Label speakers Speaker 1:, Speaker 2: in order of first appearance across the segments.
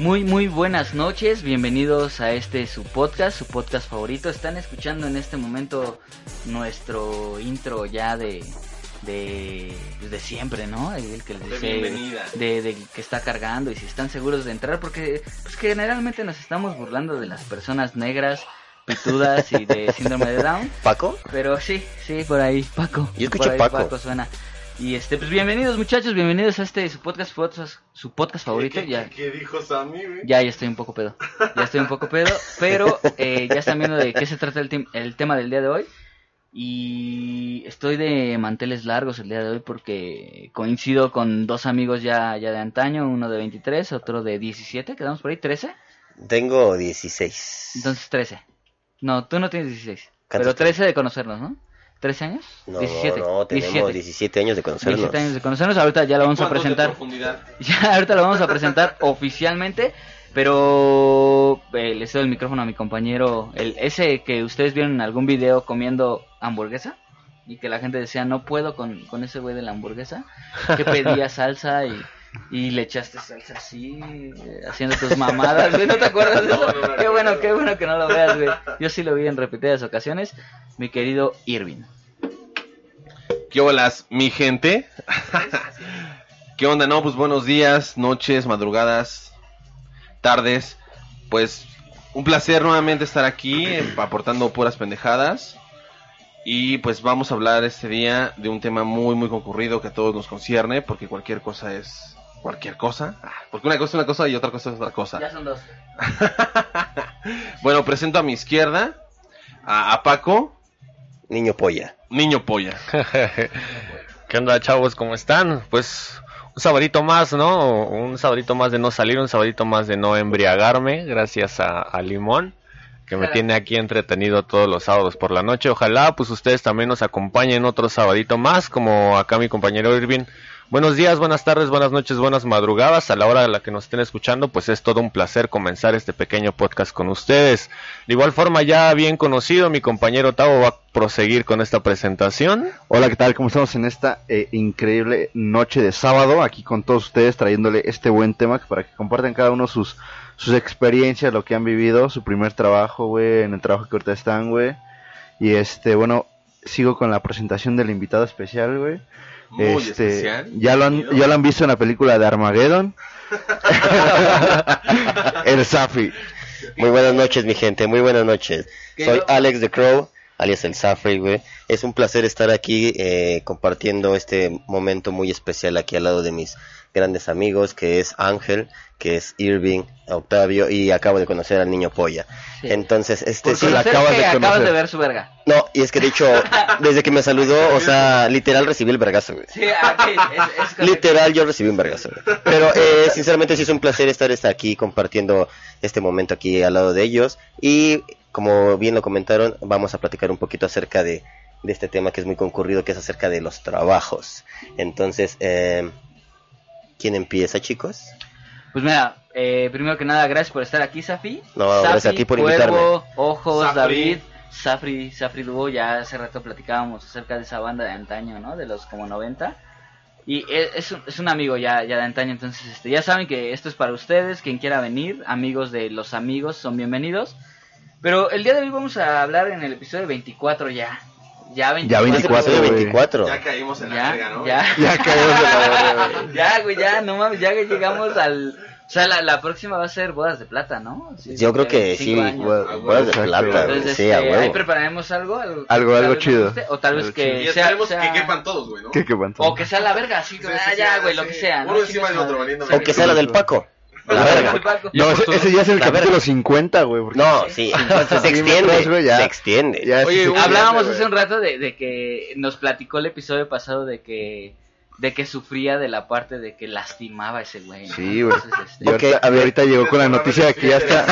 Speaker 1: Muy, muy buenas noches, bienvenidos a este su podcast, su podcast favorito. Están escuchando en este momento nuestro intro ya de, de, pues de siempre, ¿no? El que
Speaker 2: De
Speaker 1: les dice-
Speaker 2: bienvenida.
Speaker 1: de, de que está cargando y si están seguros de entrar, porque pues que generalmente nos estamos burlando de las personas negras, pitudas y de síndrome de Down,
Speaker 3: ¿Paco?
Speaker 1: pero sí, sí, por ahí, Paco.
Speaker 3: Yo escucho
Speaker 1: por ahí
Speaker 3: Paco.
Speaker 1: suena. Y este, pues bienvenidos muchachos, bienvenidos a este su podcast, su podcast- su podcast favorito.
Speaker 2: ¿Qué,
Speaker 1: ya,
Speaker 2: qué- qué dijo Sammy, güey?
Speaker 1: ya, ya estoy un poco pedo. Ya estoy un poco pedo. Pero eh, ya están viendo de qué se trata el, tem- el tema del día de hoy. Y estoy de manteles largos el día de hoy porque coincido con dos amigos ya, ya de antaño, uno de 23, otro de 17, quedamos por ahí, 13.
Speaker 3: Tengo 16.
Speaker 1: Entonces 13. No, tú no tienes 16.
Speaker 3: ¿Cuántos
Speaker 1: Pero 13 de conocernos, ¿no? ¿13 años?
Speaker 3: no, no, no, tenemos 17, años de conocernos.
Speaker 1: 17 años de conocernos, ahorita ya lo vamos a
Speaker 2: ¿Cuántos de
Speaker 1: presentar.
Speaker 2: profundidad?
Speaker 1: Ya ahorita lo vamos a presentar oficialmente, pero eh, le cedo el micrófono a mi compañero, el ese que ustedes vieron en algún video comiendo hamburguesa y que la gente decía no puedo con, con ese güey de la hamburguesa, que pedía salsa y, y le echaste salsa así, eh, haciendo tus mamadas, güey, ¿no te acuerdas de eso?
Speaker 2: No, no me
Speaker 1: qué bueno,
Speaker 2: acuerdo.
Speaker 1: qué bueno que no lo veas, güey. Yo sí lo vi en repetidas ocasiones, mi querido Irving.
Speaker 2: ¿Qué olas, mi gente? ¿Qué onda? No, pues buenos días, noches, madrugadas, tardes. Pues un placer nuevamente estar aquí eh, aportando puras pendejadas. Y pues vamos a hablar este día de un tema muy, muy concurrido que a todos nos concierne, porque cualquier cosa es cualquier cosa. Ah, Porque una cosa es una cosa y otra cosa es otra cosa.
Speaker 1: Ya son dos.
Speaker 2: Bueno, presento a mi izquierda a, a Paco,
Speaker 3: Niño polla.
Speaker 2: niño polla.
Speaker 4: ¿Qué onda, chavos? ¿Cómo están? Pues un sabadito más, ¿no? Un sabadito más de no salir, un sabadito más de no embriagarme, gracias a, a Limón, que me
Speaker 1: Claro.
Speaker 4: tiene aquí entretenido todos los sábados por la noche. Ojalá, pues ustedes también nos acompañen otro sabadito más, como acá mi compañero Irving. Buenos días, buenas tardes, buenas noches, buenas madrugadas. A la hora de la que nos estén escuchando, pues es todo un placer comenzar este pequeño podcast con ustedes. De igual forma, ya bien conocido, mi compañero Tavo va a proseguir con esta presentación.
Speaker 5: Hola, ¿qué tal? ¿Cómo estamos en esta eh, increíble noche de sábado? Aquí con todos ustedes trayéndole este buen tema que- para que compartan cada uno sus, sus experiencias, lo que han vivido, su primer trabajo, güey, en el trabajo que ahorita están, güey. Y este, bueno, sigo con la presentación del invitado especial, güey.
Speaker 2: Muy
Speaker 5: Este,
Speaker 2: especial.
Speaker 5: Ya lo, han, ya lo han visto en la película de Armageddon. el Safi.
Speaker 3: Muy buenas noches, mi gente, muy buenas noches.
Speaker 1: ¿Qué
Speaker 3: Soy
Speaker 1: no?
Speaker 3: Alex The Crow, alias El Safri, güey. Es un placer estar aquí eh, compartiendo este momento muy especial aquí al lado de mis grandes amigos, que es Ángel, que es Irving, Octavio, y acabo de conocer al niño polla.
Speaker 1: Sí.
Speaker 3: Entonces, este
Speaker 1: Por
Speaker 3: sí,
Speaker 1: conocer
Speaker 5: acabas
Speaker 1: que
Speaker 5: de
Speaker 1: acabas
Speaker 5: conocer.
Speaker 1: de ver su verga.
Speaker 3: No, y es que de hecho, desde que me saludó, o sea, literal recibí el vergazo, güey.
Speaker 1: Sí, aquí, es, es correcto.
Speaker 3: Literal, yo recibí un vergazo. güey. Pero eh, sinceramente sí es un placer estar, estar aquí compartiendo este momento aquí al lado de ellos. Y como bien lo comentaron, vamos a platicar un poquito acerca de, de este tema que es muy concurrido, que es acerca de los trabajos. Entonces, eh, ¿quién empieza, chicos?
Speaker 1: Pues mira, eh, primero que nada, gracias por estar aquí, Safi.
Speaker 3: No, gracias a ti por
Speaker 1: Cuervo,
Speaker 3: invitarme.
Speaker 1: Ojos,
Speaker 2: Safri.
Speaker 1: David, Safri, Safri Duo, ya hace rato platicábamos acerca de esa banda de antaño, ¿no? De los como 90. Y e- es, un- es un amigo ya, ya de antaño, entonces este, ya saben que esto es para ustedes, quien quiera venir, amigos de los amigos son bienvenidos. Pero el día de hoy vamos a hablar en el episodio 24 ya. Ya 24.
Speaker 3: Es
Speaker 5: 24,
Speaker 3: episodio
Speaker 5: güey.
Speaker 3: 24.
Speaker 2: Ya caímos en la
Speaker 1: Ya,
Speaker 2: verga, ¿no?
Speaker 1: ya.
Speaker 5: Ya caemos de la verga, güey.
Speaker 1: Ya, güey, ya, no mames, ya que llegamos al... O sea, la, la próxima va a ser Bodas de Plata, ¿no? Sí,
Speaker 3: Yo creo que sí,
Speaker 1: cinco años.
Speaker 3: güey,
Speaker 2: Ah,
Speaker 3: bodas de
Speaker 5: exacto,
Speaker 3: plata, güey,
Speaker 1: Entonces,
Speaker 3: sí, a
Speaker 1: este, ahí
Speaker 3: huevo.
Speaker 1: prepararemos algo. Algo,
Speaker 5: Algo-
Speaker 1: tal
Speaker 5: algo
Speaker 1: vez nos
Speaker 5: chido.
Speaker 1: guste, eh, O tal vez
Speaker 5: Algo
Speaker 1: que
Speaker 2: Y
Speaker 1: sea,
Speaker 2: esperemos
Speaker 1: sea-
Speaker 2: que quepan todos, güey, ¿no?
Speaker 5: Qué qué panzón.
Speaker 1: O que sea la verga, así,
Speaker 2: Sí,
Speaker 1: ah,
Speaker 2: sí, sí,
Speaker 1: ya,
Speaker 2: sí,
Speaker 1: güey,
Speaker 2: sí.
Speaker 1: lo que sea. ¿no?
Speaker 2: Uno encima
Speaker 1: Chicas,
Speaker 2: del otro,
Speaker 1: madre.
Speaker 2: valiendo
Speaker 3: O que sea la del Paco. La
Speaker 1: pues,
Speaker 3: verga.
Speaker 5: No, ese, ese ya es el
Speaker 3: La
Speaker 5: capítulo
Speaker 3: verga.
Speaker 5: 50, güey. porque-
Speaker 3: No, sí, entonces se
Speaker 5: Milímetros,
Speaker 3: extiende.
Speaker 5: güey, ya.
Speaker 3: Se extiende.
Speaker 5: Ya,
Speaker 6: Oye,
Speaker 5: sí, sí,
Speaker 6: güey,
Speaker 1: Hablábamos
Speaker 5: ya,
Speaker 1: hace un rato de, de que nos platicó el episodio pasado de que de que sufría de la parte de que lastimaba a ese güey. ¿no?
Speaker 5: Sí, güey.
Speaker 1: Entonces, este,
Speaker 5: Y ahorita,
Speaker 3: Ok, a ver.
Speaker 5: ahorita llegó con la noticia de que ya está.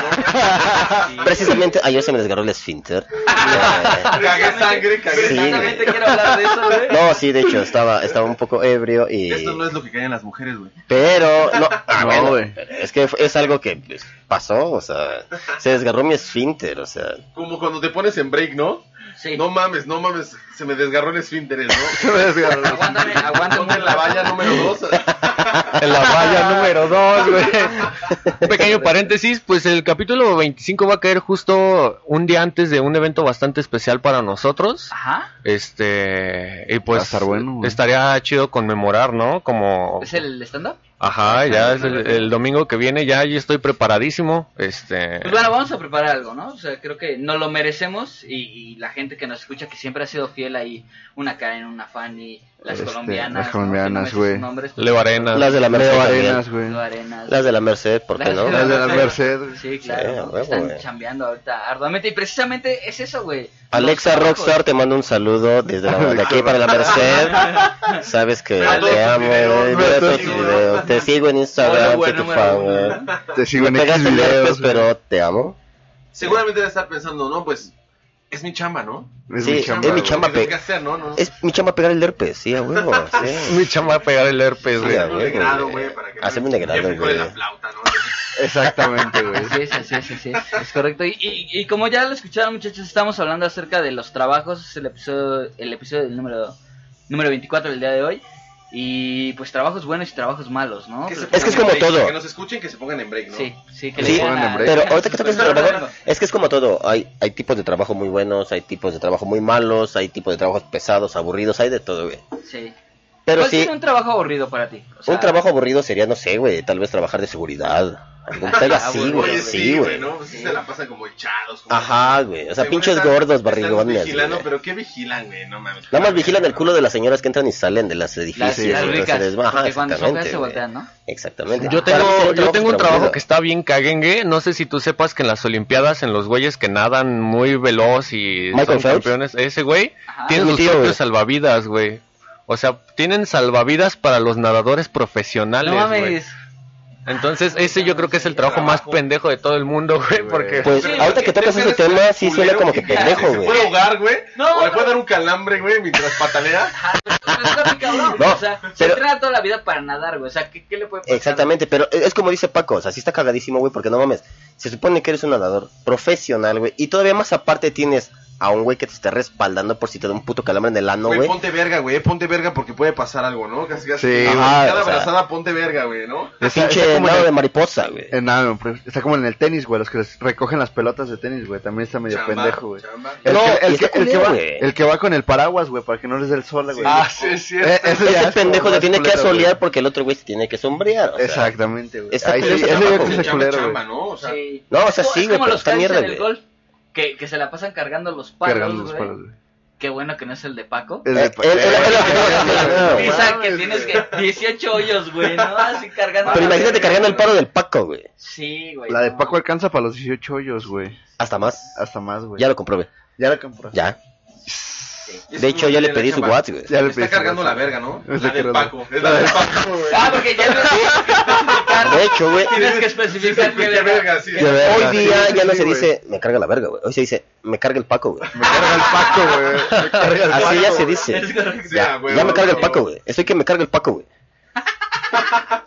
Speaker 1: sí.
Speaker 3: Precisamente ayer se me desgarró el esfínter. Eh,
Speaker 6: Cagué
Speaker 3: Sí,
Speaker 6: sangre, cagué sangre.
Speaker 1: Precisamente quiero hablar de eso, güey.
Speaker 3: No, sí, de hecho, estaba, estaba un poco ebrio y...
Speaker 6: Esto no es lo que caen las mujeres, güey.
Speaker 3: Pero, no, ah,
Speaker 5: No,
Speaker 3: bueno,
Speaker 5: güey.
Speaker 3: pero es que fue- es algo que pues, pasó, o sea, se desgarró mi esfínter, o sea,
Speaker 6: Como cuando te pones en break, ¿no?
Speaker 1: Sí.
Speaker 6: No mames, no mames, se me desgarró el esfínter, ¿no?
Speaker 5: Se me desgarró.
Speaker 1: Aguántame,
Speaker 6: Ponme
Speaker 1: aguántame
Speaker 6: en la valla número dos.
Speaker 4: En la valla número 2, güey. Un pequeño paréntesis, pues el capítulo 25 va a caer justo un día antes de un evento bastante especial para nosotros.
Speaker 1: Ajá.
Speaker 4: Este, y
Speaker 5: Va
Speaker 4: pues
Speaker 5: a estar bueno, güey.
Speaker 4: estaría chido conmemorar, ¿no? Como
Speaker 1: ¿Es el stand-up?
Speaker 4: ajá, ya es el, el domingo que viene, ya yo estoy preparadísimo. Este,
Speaker 1: Pues bueno, vamos a preparar algo, ¿no? O sea, creo que nos lo merecemos y, y la gente que nos escucha, que siempre ha sido fiel ahí, una Karen, una Fanny, las
Speaker 5: Este,
Speaker 1: colombianas.
Speaker 5: las
Speaker 1: ¿no?
Speaker 5: colombianas,
Speaker 1: Que no me sé
Speaker 5: güey.
Speaker 1: sus nombres,
Speaker 4: Leo
Speaker 5: Ah,
Speaker 4: Arena.
Speaker 3: las de la Merced
Speaker 5: Leo
Speaker 3: también.
Speaker 5: Arenas, güey.
Speaker 1: Leo Arenas.
Speaker 3: Las de la Merced, ¿por qué no?
Speaker 5: Las de la Merced. güey.
Speaker 1: Sí,
Speaker 3: Sí, a
Speaker 1: claro.
Speaker 3: huevo,
Speaker 1: están
Speaker 3: güey.
Speaker 1: chambeando ahorita arduamente y precisamente es eso, güey.
Speaker 3: Alexa
Speaker 1: Los
Speaker 3: Rockstar, te mando un saludo desde la- de aquí para la Merced. Sabes que
Speaker 6: Veo
Speaker 3: te
Speaker 6: tus
Speaker 3: amo,
Speaker 6: videos,
Speaker 3: güey,
Speaker 6: veo
Speaker 3: veo
Speaker 6: tus
Speaker 3: tus
Speaker 6: videos.
Speaker 3: videos. Te sigo en
Speaker 1: Hola,
Speaker 3: Instagram,
Speaker 1: güey,
Speaker 3: soy tu
Speaker 1: número
Speaker 3: fan,
Speaker 1: uno.
Speaker 3: güey.
Speaker 5: Te sigo
Speaker 3: Me
Speaker 5: en X
Speaker 3: pegaste el
Speaker 5: videos,
Speaker 3: herpes,
Speaker 5: güey.
Speaker 3: pero te amo.
Speaker 6: Seguramente debe estar pensando, no, pues es mi chamba, ¿no?
Speaker 5: Es
Speaker 3: Sí,
Speaker 5: mi
Speaker 3: es
Speaker 5: chamba,
Speaker 3: mi
Speaker 5: güey.
Speaker 3: chamba,
Speaker 6: ¿Qué tengo
Speaker 3: pe-
Speaker 6: que hacer, no? no.
Speaker 3: Es mi chamba pegar el herpes, sí, a huevo, sí.
Speaker 4: Mi chamba va a pegar el herpes,
Speaker 3: Sí,
Speaker 4: güey.
Speaker 3: a
Speaker 6: Hacerme un degrado,
Speaker 3: güey.
Speaker 6: güey, para que
Speaker 3: Hacerme un
Speaker 6: no-
Speaker 3: degrado,
Speaker 6: que me cuele
Speaker 3: güey.
Speaker 6: la flauta, ¿no?
Speaker 5: Exactamente, güey.
Speaker 1: Así es, así es, así es, es correcto. Y, y- y como ya lo escucharon muchachos, estamos hablando acerca de los trabajos, es el episodio, el episodio del número, número 24 del día de hoy. Y pues trabajos buenos y trabajos malos, ¿no?
Speaker 6: se
Speaker 3: Es que es
Speaker 6: pongan
Speaker 3: como
Speaker 6: en break,
Speaker 3: todo.
Speaker 6: Que nos escuchen, que se pongan en break, ¿no?
Speaker 1: Sí, sí, que
Speaker 3: Sí,
Speaker 1: le digan
Speaker 5: pongan en
Speaker 1: a-
Speaker 5: break.
Speaker 3: Pero ahorita que tocas el
Speaker 1: Pero,
Speaker 3: trabajo,
Speaker 1: bueno,
Speaker 3: es que es como todo. Hay, hay tipos de trabajo muy buenos, hay tipos de trabajo muy malos, hay tipos de trabajos pesados, aburridos, hay de todo, güey.
Speaker 1: Pues sí.
Speaker 3: Pero
Speaker 1: ¿Cuál
Speaker 3: sí,
Speaker 1: sería un trabajo aburrido para ti? O sea,
Speaker 3: un trabajo aburrido sería, no sé, güey, tal vez trabajar de seguridad. Algún pedo así,
Speaker 1: Aburrido,
Speaker 3: güey,
Speaker 6: Oye,
Speaker 3: sí, güey.
Speaker 6: ¿no? Pues sí se la pasan como echados. Como
Speaker 3: Ajá, güey. O sea,
Speaker 6: Según
Speaker 3: pinches
Speaker 6: están-
Speaker 3: gordos,
Speaker 6: están
Speaker 3: barrigones.
Speaker 6: vigilando,
Speaker 3: güey.
Speaker 6: pero ¿qué vigilan, güey? No mames.
Speaker 3: Nada más vigilan el culo de las señoras que entran y salen de las
Speaker 1: las,
Speaker 3: edificios.
Speaker 5: sí,
Speaker 1: las
Speaker 5: sí,
Speaker 3: entonces
Speaker 1: ricas,
Speaker 3: les- Ajá,
Speaker 1: porque cuando son feas
Speaker 3: exactamente,
Speaker 1: se
Speaker 3: güey.
Speaker 1: voltean, ¿no?
Speaker 3: Exactamente.
Speaker 4: Yo
Speaker 3: Para mí sería
Speaker 4: tengo, yo tengo un
Speaker 3: súper
Speaker 4: trabajo
Speaker 3: aburrido.
Speaker 4: que está bien caguengue. No sé si tú sepas que en las Olimpiadas, en los güeyes que nadan muy veloz y
Speaker 3: Michael
Speaker 4: son
Speaker 3: Phelps.
Speaker 4: campeones, ese güey
Speaker 1: Ajá.
Speaker 4: tiene
Speaker 3: Es mi
Speaker 4: sus
Speaker 3: tío,
Speaker 4: propios
Speaker 3: güey.
Speaker 4: salvavidas, güey. O sea, tienen salvavidas para los nadadores profesionales,
Speaker 1: No
Speaker 4: güey.
Speaker 1: mames.
Speaker 4: Entonces, ese yo creo que es el trabajo más pendejo de todo el mundo, güey, porque...
Speaker 3: Pues
Speaker 1: Sí,
Speaker 3: ahorita que
Speaker 6: te
Speaker 3: tocas ese tema, sí suena como que pendejo,
Speaker 6: Se
Speaker 3: güey.
Speaker 6: puede ahogar, güey.
Speaker 1: No,
Speaker 6: o le puede
Speaker 1: no.
Speaker 6: dar un calambre, güey, mientras patalea.
Speaker 1: Pero está muy cabrón,
Speaker 3: No,
Speaker 1: o sea, se
Speaker 3: pero-
Speaker 1: entrena toda la vida para nadar, güey. O sea, ¿qué, qué le puede pasar?
Speaker 3: Exactamente, pero e, es como dice Paco, o sea, sí está cagadísimo, güey, porque no mames, se supone que eres un nadador profesional, güey, y todavía más aparte tienes a un güey que te está respaldando por si te da un puto calambre en el ano,
Speaker 6: Güey,
Speaker 3: güey.
Speaker 6: ponte verga, güey. Ponte verga porque puede pasar algo, ¿no? Casi, casi.
Speaker 5: Sí,
Speaker 6: Cada
Speaker 3: güey, o sea.
Speaker 6: abrazada, ponte verga, güey, ¿no?
Speaker 5: Está, está
Speaker 3: Pinche
Speaker 5: como en
Speaker 3: nado de
Speaker 5: el-
Speaker 3: mariposa, güey.
Speaker 5: eh, no, pero está como en el tenis, güey. Los que les recogen las pelotas de tenis, güey. También está medio
Speaker 6: Chamba,
Speaker 5: pendejo, güey.
Speaker 6: chamba.
Speaker 5: El,
Speaker 3: No,
Speaker 5: que,
Speaker 3: y
Speaker 5: el,
Speaker 3: está
Speaker 5: que, el que
Speaker 3: culero,
Speaker 5: va,
Speaker 3: güey.
Speaker 5: el que va con el paraguas, güey, para que no les dé el sol, güey.
Speaker 6: Ah, sí, es cierto.
Speaker 5: Eh, eso
Speaker 3: Ese
Speaker 5: ya es como
Speaker 3: pendejo
Speaker 5: más
Speaker 3: se tiene que
Speaker 5: culero, güey.
Speaker 3: asolear porque el otro güey se tiene que sombrear. o sea.
Speaker 5: Exactamente, güey.
Speaker 3: Está
Speaker 5: Ahí sí,
Speaker 3: culero
Speaker 5: ese
Speaker 3: ese trabajo,
Speaker 5: yo creo que
Speaker 3: güey.
Speaker 5: es el
Speaker 6: Chamba,
Speaker 5: culero,
Speaker 6: chamba,
Speaker 5: güey.
Speaker 6: ¿no? O sea,
Speaker 1: Sí.
Speaker 3: No, o sea,
Speaker 1: Es
Speaker 3: sí,
Speaker 1: como
Speaker 3: güey, pero
Speaker 1: los
Speaker 3: está
Speaker 1: cachos
Speaker 3: mierda,
Speaker 1: en el
Speaker 3: güey.
Speaker 1: golf, que, que se la pasan cargando los palos,
Speaker 5: Cargando los
Speaker 1: güey.
Speaker 5: palos, güey.
Speaker 1: Qué bueno que no es el de Paco.
Speaker 5: Es
Speaker 3: Eh,
Speaker 5: de-
Speaker 3: él- él-
Speaker 5: Eh,
Speaker 3: él-
Speaker 5: güey.
Speaker 1: Pisa que
Speaker 5: mames,
Speaker 1: tienes que 18 hoyos, güey, ¿no? Así cargando.
Speaker 3: Pero imagínate cargando el paro del Paco, güey.
Speaker 1: Sí, güey.
Speaker 5: La de
Speaker 1: no.
Speaker 5: Paco alcanza para los 18 hoyos, güey.
Speaker 3: Hasta más.
Speaker 5: Hasta más, güey.
Speaker 3: Ya lo comprobé.
Speaker 5: Ya lo compró.
Speaker 3: Ya.
Speaker 6: es
Speaker 3: De hecho,
Speaker 6: muy
Speaker 3: ya le
Speaker 6: bien la
Speaker 3: pedí su
Speaker 6: chamba.
Speaker 3: WhatsApp, güey.
Speaker 5: Ya le
Speaker 6: Está
Speaker 5: pedí,
Speaker 6: cargando
Speaker 5: güey.
Speaker 6: la verga, ¿no?
Speaker 5: Es
Speaker 6: La
Speaker 5: de
Speaker 6: del
Speaker 5: que-
Speaker 6: Paco. Es la del Paco, güey.
Speaker 1: Ah, porque ya no
Speaker 3: De hecho, güey.
Speaker 1: tienes que especificar qué verga.
Speaker 6: sí.
Speaker 5: Ya verga,
Speaker 3: Hoy día
Speaker 5: sí,
Speaker 3: ya no
Speaker 5: sí,
Speaker 3: se
Speaker 5: güey.
Speaker 3: dice me carga la verga, güey. Hoy se dice me carga el Paco, güey.
Speaker 5: Me carga el Paco, güey. Me carga el
Speaker 3: Así
Speaker 5: Paco.
Speaker 3: ya se dice.
Speaker 1: Es correcto.
Speaker 6: Ya,
Speaker 3: Ya,
Speaker 6: güey,
Speaker 3: ya me
Speaker 6: güey,
Speaker 3: carga el
Speaker 6: güey.
Speaker 3: Paco, güey. Estoy que me carga el Paco, güey.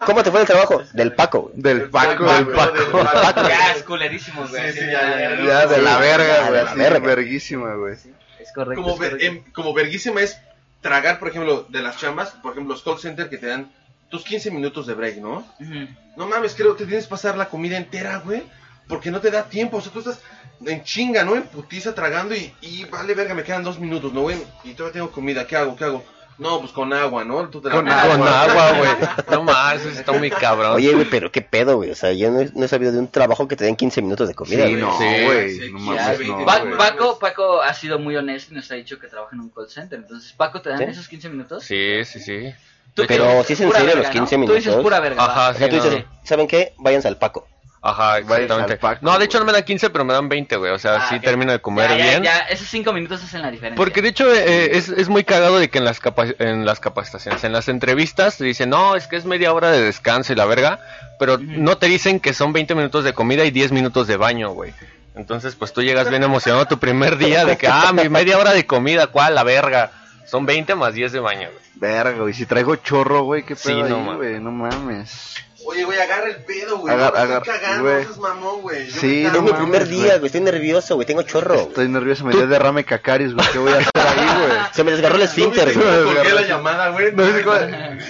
Speaker 3: ¿Cómo te fue el trabajo? Del Paco, güey.
Speaker 5: Del Paco, del Paco.
Speaker 6: del Paco.
Speaker 1: Ya, es culerísimo, güey.
Speaker 6: Sí, sí,
Speaker 1: así,
Speaker 6: ya, ya, ya.
Speaker 5: Ya, de la verga,
Speaker 3: Ya,
Speaker 5: güey.
Speaker 3: de la
Speaker 5: Así,
Speaker 3: verga.
Speaker 5: verguísima, güey.
Speaker 1: Es correcto.
Speaker 6: como,
Speaker 1: es
Speaker 6: ver-
Speaker 1: correcto.
Speaker 6: em, como verguísima es tragar, por ejemplo, de las chambas, por ejemplo, los call center que te dan tus 15 minutos de break, ¿no?
Speaker 1: Ujú.
Speaker 6: No mames, creo que tienes que pasar la comida entera, güey, porque no te da tiempo, o sea, tú estás en chinga, ¿no? En putiza tragando y, y vale, verga, me quedan dos minutos, ¿no, güey? Y todavía tengo comida, ¿qué hago? ¿Qué hago? No, pues con agua, ¿no? Tú te la-
Speaker 4: Con, con agua, güey. No más, eso está muy cabrón.
Speaker 3: Oye, güey, pero qué pedo, güey. O sea, yo no he, no he sabido de un trabajo que te den 15 minutos de comida,
Speaker 5: Sí,
Speaker 3: güey.
Speaker 5: no,
Speaker 4: Sí,
Speaker 5: güey.
Speaker 6: sí,
Speaker 5: No
Speaker 6: sí,
Speaker 5: mames,
Speaker 6: sí,
Speaker 5: no,
Speaker 6: sí.
Speaker 1: Pa-
Speaker 5: güey.
Speaker 1: Paco, Paco ha sido muy honesto y nos ha dicho que trabaja en un call center. Entonces, Paco, ¿te dan
Speaker 3: Sí.
Speaker 1: esos 15 minutos?
Speaker 4: Sí, sí, sí.
Speaker 1: Tú que
Speaker 3: Pero
Speaker 1: dices
Speaker 3: sí es en
Speaker 1: pura
Speaker 3: serio
Speaker 1: verga,
Speaker 3: los 15
Speaker 1: ¿no? Tú dices
Speaker 3: minutos.
Speaker 1: pura verga.
Speaker 4: Ajá,
Speaker 3: O
Speaker 1: Ajá,
Speaker 4: sí,
Speaker 3: sea, tú
Speaker 4: no.
Speaker 3: dices, ¿saben qué? Váyanse al Paco.
Speaker 4: Ajá,
Speaker 5: al
Speaker 4: exactamente.
Speaker 5: Paco,
Speaker 4: no, de hecho
Speaker 5: güey.
Speaker 4: no me dan 15, pero me dan 20, güey. O sea, sí termino de comer
Speaker 1: Ah, ya, ya,
Speaker 4: bien.
Speaker 1: Ya, esos cinco minutos hacen la diferencia.
Speaker 4: Porque de hecho eh, es, es muy cagado de que en las, capa- en las capacitaciones, en las entrevistas te dicen, no, es que es media hora de descanso y la verga, pero no te dicen que son 20 minutos de comida y 10 minutos de baño, güey. Entonces, pues tú llegas bien emocionado tu primer día de que, ah, mi media hora de comida, ¿cuál? La verga. Son 20 más 10 de baño, güey.
Speaker 5: Verga, güey. Si traigo chorro, güey, qué
Speaker 4: Sí,
Speaker 5: pedo ahí,
Speaker 4: no mames.
Speaker 5: güey. No mames.
Speaker 6: Oye, güey, agarra el pedo, güey.
Speaker 5: Agar-
Speaker 6: Agarra,
Speaker 5: agar-
Speaker 6: cagando,
Speaker 5: güey.
Speaker 6: no seas mamón, güey. Yo
Speaker 5: Sí,
Speaker 6: me
Speaker 5: no
Speaker 3: Es
Speaker 6: cago,
Speaker 3: mi
Speaker 6: güey.
Speaker 5: mames,
Speaker 3: primer día,
Speaker 5: güey.
Speaker 3: güey. Estoy nervioso, güey. Tengo chorro. güey.
Speaker 5: Estoy nervioso, me dio derrame cacarios, güey. ¿Qué voy a hacer ahí, güey?
Speaker 3: Se me desgarró el esfínter,
Speaker 5: No,
Speaker 3: güey.
Speaker 5: güey.
Speaker 6: ¿Por qué la llamada, güey?
Speaker 5: No sé cómo-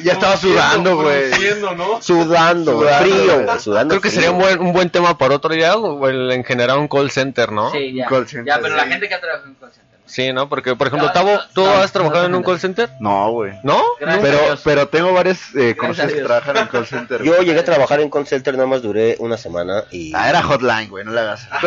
Speaker 5: Ya estaba sudando, güey.
Speaker 6: Produciendo, ¿no?
Speaker 3: Sudando, güey.
Speaker 5: Sudando,
Speaker 3: Frío,
Speaker 5: güey.
Speaker 3: güey. Sudando.
Speaker 4: Creo que
Speaker 3: frío.
Speaker 4: sería un buen, un buen tema para otro día, o el- en generar un call center, ¿no?
Speaker 1: Sí, ya.
Speaker 5: Call center,
Speaker 1: ya, pero la
Speaker 5: sí.
Speaker 1: gente que ha trabajado en call center. ¿no?
Speaker 4: Sí, ¿no? Porque, por ejemplo,
Speaker 1: No,
Speaker 4: Tavo,
Speaker 1: no,
Speaker 4: ¿tú
Speaker 1: no,
Speaker 4: has trabajado
Speaker 1: no,
Speaker 4: en un
Speaker 1: no.
Speaker 4: call center?
Speaker 5: No, güey.
Speaker 4: ¿No.
Speaker 1: Gracias
Speaker 5: Pero,
Speaker 1: a Dios.
Speaker 5: pero tengo varios eh, conocidos
Speaker 1: Dios.
Speaker 5: que trabajan en call center. güey.
Speaker 3: Yo llegué a trabajar en call center, nada más duré una semana y...
Speaker 5: Ah, era hotline, güey, no le hagas.
Speaker 3: Ah,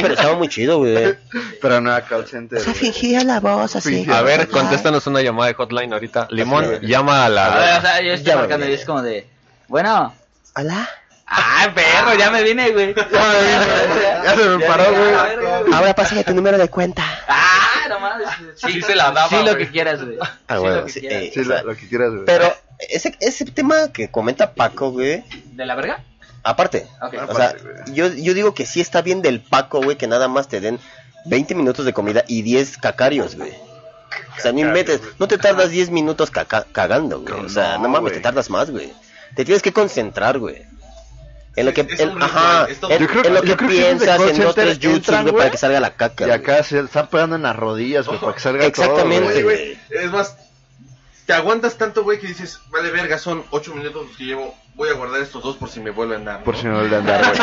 Speaker 3: pero estaba muy chido, güey.
Speaker 5: Pero no era call center. güey.
Speaker 3: fingía la voz
Speaker 5: así.
Speaker 4: A ver, contéstanos una llamada de hotline ahorita. Limón,
Speaker 3: Así es.
Speaker 4: llama a
Speaker 1: A ver, o
Speaker 4: la...
Speaker 1: sea, yo estoy
Speaker 3: Ya me
Speaker 1: marcando y
Speaker 3: vine.
Speaker 1: es como de. Bueno.
Speaker 3: Hola.
Speaker 1: ¡Ay, perro! Ya me vine, güey.
Speaker 5: Ya se me paró,
Speaker 1: A
Speaker 5: güey.
Speaker 1: ver, güey.
Speaker 3: Ahora pásale tu número de cuenta.
Speaker 1: Ah, no mames. Sí,
Speaker 4: Sí se la daba,
Speaker 1: Sí, lo
Speaker 4: güey.
Speaker 1: que quieras, güey.
Speaker 3: Ah,
Speaker 1: sí,
Speaker 3: bueno,
Speaker 1: lo que
Speaker 3: sí,
Speaker 1: quieras.
Speaker 3: eh.
Speaker 5: Sí, la- lo que quieras, güey.
Speaker 3: Pero ese, ese tema que comenta Paco, güey,
Speaker 1: ¿De la verga?
Speaker 3: aparte,
Speaker 1: Ok.
Speaker 3: o sea,
Speaker 5: Aparte,
Speaker 3: yo, yo digo que sí está bien del Paco, güey, que nada más te den 20 minutos de comida y 10 cacarios, güey. O sea, ni metes, no te tardas 10 minutos caca- cagando, güey. O sea,
Speaker 5: No,
Speaker 3: no mames,
Speaker 5: güey.
Speaker 3: te tardas más, güey. Te tienes que concentrar, güey. En lo que,
Speaker 6: Es- es
Speaker 3: en-
Speaker 6: un ritual,
Speaker 3: ajá,
Speaker 6: es todo-
Speaker 3: en,
Speaker 5: Yo creo-
Speaker 3: en lo
Speaker 5: yo
Speaker 3: que
Speaker 5: creo que esos de
Speaker 3: piensas,
Speaker 5: call
Speaker 3: en dos,
Speaker 5: center
Speaker 3: tres jutsus,
Speaker 5: entran,
Speaker 3: güey, para
Speaker 5: güey,
Speaker 3: que salga la caca.
Speaker 5: Y
Speaker 3: güey.
Speaker 5: acá se están pegando en las rodillas, güey, para que salga
Speaker 3: Exactamente,
Speaker 5: todo, güey.
Speaker 6: güey. Es más, te aguantas tanto, güey, que dices, vale, verga, son ocho minutos los que llevo. Voy a guardar estos dos por si me vuelven a dar. ¿no?
Speaker 5: Por si no le andar, güey. Sí,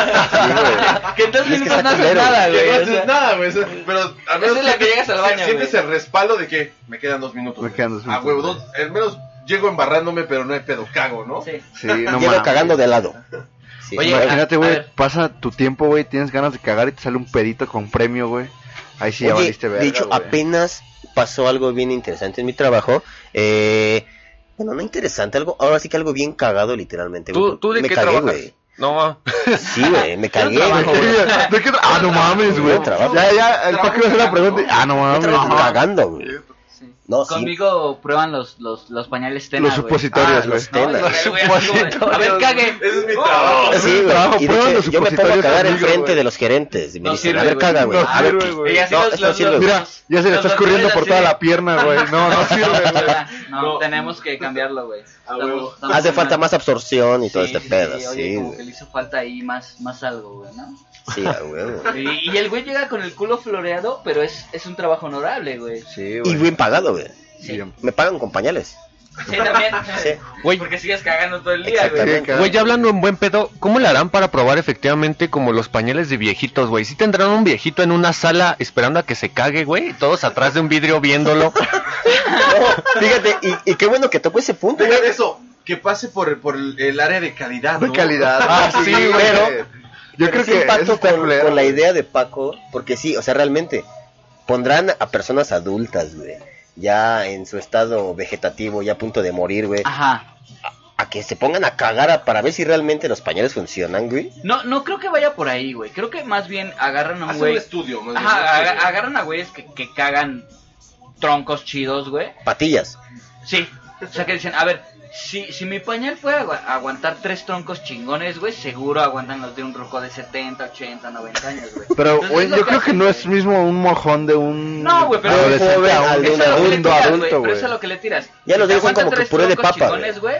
Speaker 5: güey.
Speaker 1: Que entonces
Speaker 3: Y es que
Speaker 1: minutos
Speaker 3: está
Speaker 1: no haces
Speaker 3: culero,
Speaker 1: nada, Ah,
Speaker 6: Que
Speaker 1: güey.
Speaker 6: no
Speaker 1: o
Speaker 6: haces
Speaker 1: sea,
Speaker 6: nada, güey. o sea, Pero al
Speaker 1: Esa es la que llegas al
Speaker 6: si-
Speaker 1: baño,
Speaker 6: Sientes
Speaker 1: güey.
Speaker 6: el respaldo de que me quedan dos minutos.
Speaker 5: Me
Speaker 6: güey.
Speaker 5: quedan dos
Speaker 6: A
Speaker 5: minutos,
Speaker 6: huevo,
Speaker 5: güey.
Speaker 6: dos- al menos llego embarrándome, pero no hay pedo, cago, ¿no?
Speaker 1: Sí.
Speaker 5: Sí, no
Speaker 3: Llego
Speaker 5: mames.
Speaker 3: cagando de lado. Sí.
Speaker 1: Oye,
Speaker 5: Imagínate,
Speaker 1: a- a
Speaker 5: güey,
Speaker 1: ver.
Speaker 5: pasa tu tiempo, güey, tienes ganas de cagar y te sale un pedito con premio, güey. Ahí sí ya
Speaker 3: Oye,
Speaker 5: valiste verga,
Speaker 3: de hecho,
Speaker 5: güey.
Speaker 3: apenas pasó algo bien interesante en mi trabajo. Eh, bueno, no interesante, algo, ahora sí que algo bien cagado, literalmente. güey.
Speaker 4: ¿Tú, tú de
Speaker 3: me
Speaker 4: qué
Speaker 3: cagué,
Speaker 4: trabajas?
Speaker 3: güey.
Speaker 4: No, ma.
Speaker 3: Sí, güey, me cagué, güey.
Speaker 5: Sí, ¿de qué tra- Ah, no mames, güey.
Speaker 3: Yo trabajo.
Speaker 5: Ya, ya, el
Speaker 6: Trabajo
Speaker 5: Paco iba a hacer la
Speaker 6: cagando.
Speaker 5: pregunta. y- Ah, no
Speaker 3: Yo
Speaker 5: mames.
Speaker 3: trabajo
Speaker 5: Ajá.
Speaker 3: cagando, güey.
Speaker 1: Sí.
Speaker 3: No, Oh, sí.
Speaker 1: Conmigo prueban los, los, los pañales Tena,
Speaker 5: Los
Speaker 1: güey.
Speaker 5: supositorios,
Speaker 3: Ah,
Speaker 5: güey.
Speaker 3: los Tena.
Speaker 1: No, y el güey así como de, A ver, cague.
Speaker 6: Ese es mi trabajo.
Speaker 5: Ese es
Speaker 3: Sí,
Speaker 5: el
Speaker 3: güey.
Speaker 5: trabajo,
Speaker 3: Y de
Speaker 5: prueban
Speaker 3: hecho,
Speaker 5: los
Speaker 3: yo me pongo a
Speaker 5: supositorios
Speaker 3: cagar
Speaker 5: conmigo,
Speaker 3: enfrente
Speaker 5: güey.
Speaker 3: de los gerentes. Y me
Speaker 1: No
Speaker 3: dicen, a
Speaker 1: sirve,
Speaker 3: ver, caga,
Speaker 5: güey.
Speaker 3: güey.
Speaker 5: No
Speaker 3: A ver,
Speaker 5: sirve, güey.
Speaker 1: Y así
Speaker 3: No,
Speaker 1: los-
Speaker 3: esto
Speaker 1: los-
Speaker 3: sirve,
Speaker 1: los-
Speaker 5: Mira, ya se le
Speaker 1: los
Speaker 5: está
Speaker 1: doctores
Speaker 5: escurriendo por
Speaker 1: así
Speaker 5: toda
Speaker 1: de,
Speaker 5: la pierna, güey. No, no sirve, güey.
Speaker 1: "Ah, No, tenemos que cambiarlo, güey. Estamos-
Speaker 6: huevo.
Speaker 1: estamos
Speaker 3: Hace
Speaker 1: en
Speaker 3: falta
Speaker 1: una-
Speaker 3: más absorción y todo
Speaker 1: Sí,
Speaker 3: este
Speaker 1: sí,
Speaker 3: pedo,
Speaker 1: oye,
Speaker 3: sí,
Speaker 1: como que le
Speaker 3: güey.
Speaker 1: hizo falta ahí más, más algo, güey, ¿no?
Speaker 3: Sí, a huevo.
Speaker 1: Y, y el güey llega con el culo floreado, pero es, es un trabajo honorable, güey.
Speaker 5: Sí,
Speaker 3: Y bien pagado, güey.
Speaker 1: Sí.
Speaker 5: Bien.
Speaker 3: Me pagan con pañales.
Speaker 1: Sí, también.
Speaker 3: Sí.
Speaker 4: Güey.
Speaker 1: Porque sigues cagando todo el día, güey.
Speaker 3: Exactamente.
Speaker 4: Güey, ya hablando en buen pedo, ¿cómo le harán para probar efectivamente como los pañales de viejitos, güey? Si tendrán un viejito en una sala esperando a que se cague, güey, y todos atrás de un vidrio viéndolo.
Speaker 3: No, fíjate, y, y qué bueno que tocó ese punto, güey.
Speaker 6: Deja de eso. Que pase por, el- por el, el área de calidad.
Speaker 5: De
Speaker 6: ¿no?
Speaker 5: calidad.
Speaker 4: Ah, sí,
Speaker 5: Pero yo creo
Speaker 3: sí
Speaker 5: que
Speaker 3: impacto
Speaker 5: eso está
Speaker 3: con,
Speaker 5: culero,
Speaker 3: con la
Speaker 5: güey.
Speaker 3: idea de Paco, porque sí, o sea, realmente pondrán a personas adultas, güey, ya en su estado vegetativo, ya a punto de morir, güey,
Speaker 1: Ajá.
Speaker 3: a que se pongan a cagar a- para ver si realmente los pañales funcionan, güey.
Speaker 1: No, no creo que vaya por ahí, güey. Creo que más bien agarran a un
Speaker 6: Haz
Speaker 1: güey.
Speaker 6: un estudio, más bien,
Speaker 1: Ajá,
Speaker 6: un estudio.
Speaker 1: aga- agarran a güeyes que, que cagan troncos chidos, güey.
Speaker 3: Patillas.
Speaker 1: Sí. O sea que dicen, a ver, si, si mi pañal puede agua- aguantar tres troncos chingones, güey, seguro aguantan los de un ruco de 70, 80, 90 años, güey.
Speaker 5: Pero,
Speaker 1: Entonces,
Speaker 5: güey,
Speaker 1: lo
Speaker 5: yo creo que no
Speaker 1: hacen,
Speaker 5: es
Speaker 1: güey.
Speaker 5: mismo un mojón de un
Speaker 1: No, güey, pero-
Speaker 5: adolescente a
Speaker 3: Al
Speaker 5: un
Speaker 3: de un
Speaker 1: Eso es lo que le
Speaker 5: adulto,
Speaker 1: tiras, güey,
Speaker 5: adulto,
Speaker 1: pero
Speaker 5: güey.
Speaker 1: eso es lo que le tiras.
Speaker 3: Ya
Speaker 1: te
Speaker 3: los dedos son
Speaker 1: aguanta
Speaker 3: como que
Speaker 1: tres
Speaker 3: puré de
Speaker 1: troncos
Speaker 3: papa, güey.
Speaker 1: chingones, güey.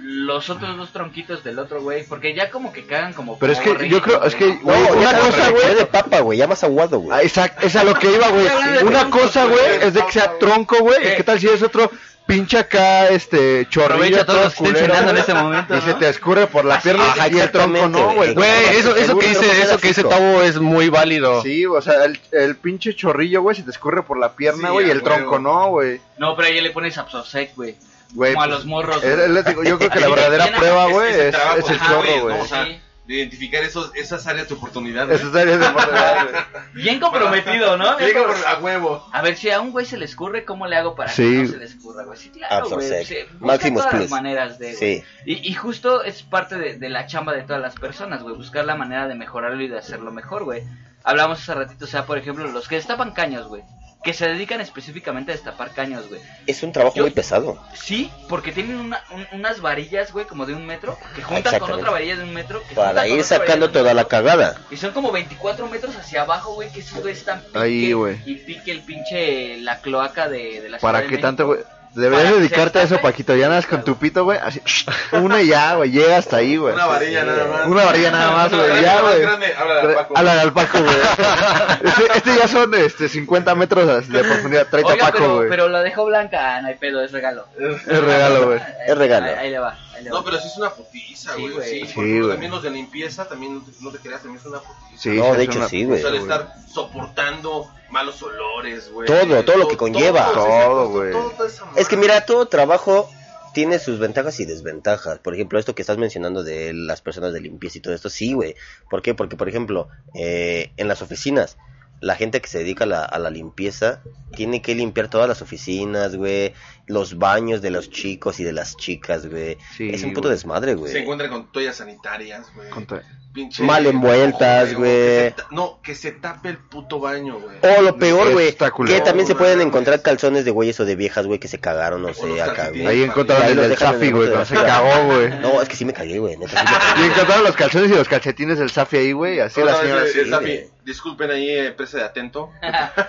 Speaker 1: Los otros dos tronquitos del otro, güey. Porque ya como que cagan como.
Speaker 5: Pero es
Speaker 1: como
Speaker 5: que yo
Speaker 1: borregos,
Speaker 5: creo, es que,
Speaker 1: güey.
Speaker 3: No,
Speaker 5: güey,
Speaker 3: ya
Speaker 5: una
Speaker 3: sabes,
Speaker 5: cosa,
Speaker 3: puré
Speaker 5: güey,
Speaker 3: de papa, güey, ya más aguado, güey.
Speaker 5: Ah, exacto, es a lo que iba, güey.
Speaker 1: Estoy hablando de
Speaker 5: Una
Speaker 1: troncos,
Speaker 5: cosa,
Speaker 1: güey,
Speaker 5: güey, es de que sea tronco, güey.
Speaker 1: ¿Qué?
Speaker 5: ¿Qué tal si es otro pinche acá, este, chorrillo,
Speaker 4: Aprovecha todos
Speaker 5: todo
Speaker 4: los que estén
Speaker 5: culero?
Speaker 4: cenando en
Speaker 1: ese momento,
Speaker 5: Y se
Speaker 1: ¿no?
Speaker 5: te escurre por la pierna
Speaker 3: Ajá,
Speaker 5: y el tronco no,
Speaker 3: exactamente,
Speaker 5: güey.
Speaker 3: güey.
Speaker 4: Güey, eso, eso que dice, eso que dice Tavo es muy válido.
Speaker 5: Sí, o sea, el, el pinche chorrillo, güey, se te escurre por la pierna,
Speaker 6: Sí,
Speaker 5: güey, y
Speaker 6: a
Speaker 5: el
Speaker 6: huevo.
Speaker 5: tronco no, güey.
Speaker 1: No, pero ahí le pones absosec, güey.
Speaker 5: Güey,
Speaker 1: Como a
Speaker 5: pues,
Speaker 1: los morros.
Speaker 5: es-
Speaker 1: güey.
Speaker 5: es- les digo, yo creo que la
Speaker 1: Sí,
Speaker 5: verdadera
Speaker 1: llena-
Speaker 5: prueba,
Speaker 1: es-
Speaker 5: Ah, güey,
Speaker 6: es
Speaker 5: es,
Speaker 6: el trabajo,
Speaker 5: es el
Speaker 6: ajá,
Speaker 5: chorro,
Speaker 6: güey,
Speaker 5: güey.
Speaker 6: no, o sea,
Speaker 1: Sí.
Speaker 6: de identificar esos, esas áreas de oportunidad.
Speaker 5: Esas áreas de oportunidad, güey.
Speaker 1: Bien comprometido, ¿no? Bien
Speaker 6: Llega
Speaker 1: comprometido.
Speaker 6: a huevo.
Speaker 1: A ver, si a un güey se le escurre, ¿cómo le hago para
Speaker 5: Sí.
Speaker 1: que no se le escurra, güey? Sí, claro, güey.
Speaker 3: Absorsec.
Speaker 1: sí, busca
Speaker 3: Maximus
Speaker 1: todas
Speaker 3: Plus.
Speaker 1: las maneras de...
Speaker 3: Sí.
Speaker 1: Y, y justo es parte de, de la chamba de todas las personas, güey. Buscar la manera de mejorarlo y de hacerlo mejor, güey. Hablamos hace ratito, o sea, por ejemplo, los que destapan caños, güey. Que se dedican específicamente a destapar caños, güey.
Speaker 3: Es un trabajo
Speaker 1: Yo-
Speaker 3: muy pesado.
Speaker 1: Sí, porque tienen una- un- unas varillas, güey, como de un metro, que juntan con
Speaker 3: Exactamente.
Speaker 1: otra varilla de un metro. Que juntan
Speaker 3: Para
Speaker 1: con
Speaker 3: ir
Speaker 1: otra
Speaker 3: sacando
Speaker 1: varilla de un
Speaker 3: toda la
Speaker 1: metro.
Speaker 3: cagada.
Speaker 1: Y son como 24 metros hacia abajo, güey, que esos güeyes están pique
Speaker 5: Ahí, güey.
Speaker 1: y pique el pinche, la cloaca de, de la Ciudad
Speaker 5: ¿Para
Speaker 1: de
Speaker 5: qué
Speaker 1: México.
Speaker 5: tanto, güey? Deberías
Speaker 1: Para que
Speaker 5: dedicarte
Speaker 1: se
Speaker 5: a eso,
Speaker 1: destape.
Speaker 5: Paquito. Ya nada más con tu pito, güey. Así, una y ya, güey. Llega hasta ahí, güey.
Speaker 6: Una varilla nada más.
Speaker 5: Pues, Una varilla nada más,
Speaker 6: Una
Speaker 5: güey.
Speaker 6: varilla más
Speaker 5: Ya, güey.
Speaker 6: grande. Háblale al Paco.
Speaker 5: Háblale al Paco, güey. este, este ya son este, 50 metros de profundidad. 30
Speaker 1: Oiga,
Speaker 5: Paco,
Speaker 1: pero,
Speaker 5: güey.
Speaker 1: pero la dejó blanca, ah, no hay pedo, es regalo.
Speaker 5: Es regalo, güey.
Speaker 1: Ahí-
Speaker 3: regalo.
Speaker 1: Ahí, ahí le va, ahí le va.
Speaker 6: No, pero sí es una putiza,
Speaker 1: Sí,
Speaker 6: güey.
Speaker 1: güey.
Speaker 6: Sí,
Speaker 5: Sí,
Speaker 6: por ejemplo,
Speaker 5: güey.
Speaker 6: También los de limpieza, también no te, no te creas, también es una putiza.
Speaker 5: Sí,
Speaker 3: No,
Speaker 5: es
Speaker 3: de hecho
Speaker 5: una-
Speaker 3: sí,
Speaker 6: O
Speaker 3: güey.
Speaker 6: sea, el estar soportando malos olores, güey.
Speaker 3: Todo, todo lo que
Speaker 6: To-
Speaker 3: conlleva.
Speaker 6: ese
Speaker 5: Todo,
Speaker 6: costo,
Speaker 5: güey.
Speaker 6: todo, toda esa madre.
Speaker 3: Es que mira, todo trabajo tiene sus ventajas y desventajas. Por ejemplo, esto que estás mencionando de las personas de limpieza y todo esto, sí, güey. ¿Por qué? Porque, por ejemplo, eh, en las oficinas, la gente que se dedica a la, a la limpieza tiene que limpiar todas las oficinas, güey. Los baños de los chicos y de las chicas, güey.
Speaker 5: Sí,
Speaker 3: es un puto
Speaker 5: güey.
Speaker 3: desmadre, güey.
Speaker 6: Se encuentran con toallas sanitarias, güey.
Speaker 5: Con todo.
Speaker 6: Pinche-
Speaker 3: Mal envueltas,
Speaker 6: Ojo,
Speaker 3: güey. Oh,
Speaker 6: que se ta- No, que se tape el puto baño, güey.
Speaker 3: O lo peor,
Speaker 5: Eso
Speaker 3: güey,
Speaker 5: está
Speaker 3: que
Speaker 5: culero,
Speaker 3: también se
Speaker 6: güey.
Speaker 3: pueden encontrar calzones de güeyes o de viejas, güey, que se cagaron, no sé,
Speaker 6: los
Speaker 3: acá,
Speaker 6: calcetines.
Speaker 3: güey.
Speaker 5: Ahí encontraron
Speaker 3: Ahí
Speaker 5: el
Speaker 3: los
Speaker 5: del
Speaker 3: dejan en
Speaker 5: Safi,
Speaker 3: el
Speaker 5: güey.
Speaker 3: bote
Speaker 5: cuando
Speaker 3: de
Speaker 5: Se
Speaker 3: la
Speaker 5: cagó, güey.
Speaker 3: No, es que sí me cagué, güey, neta. sí me cagué.
Speaker 5: Y encontraron los calzones y los calcetines del Safi ahí, güey. Así
Speaker 6: Ahora,
Speaker 5: la señora.
Speaker 6: ese-
Speaker 3: sí,
Speaker 6: ese Zafi,
Speaker 3: güey.
Speaker 6: disculpen ahí, eh, presa de atento.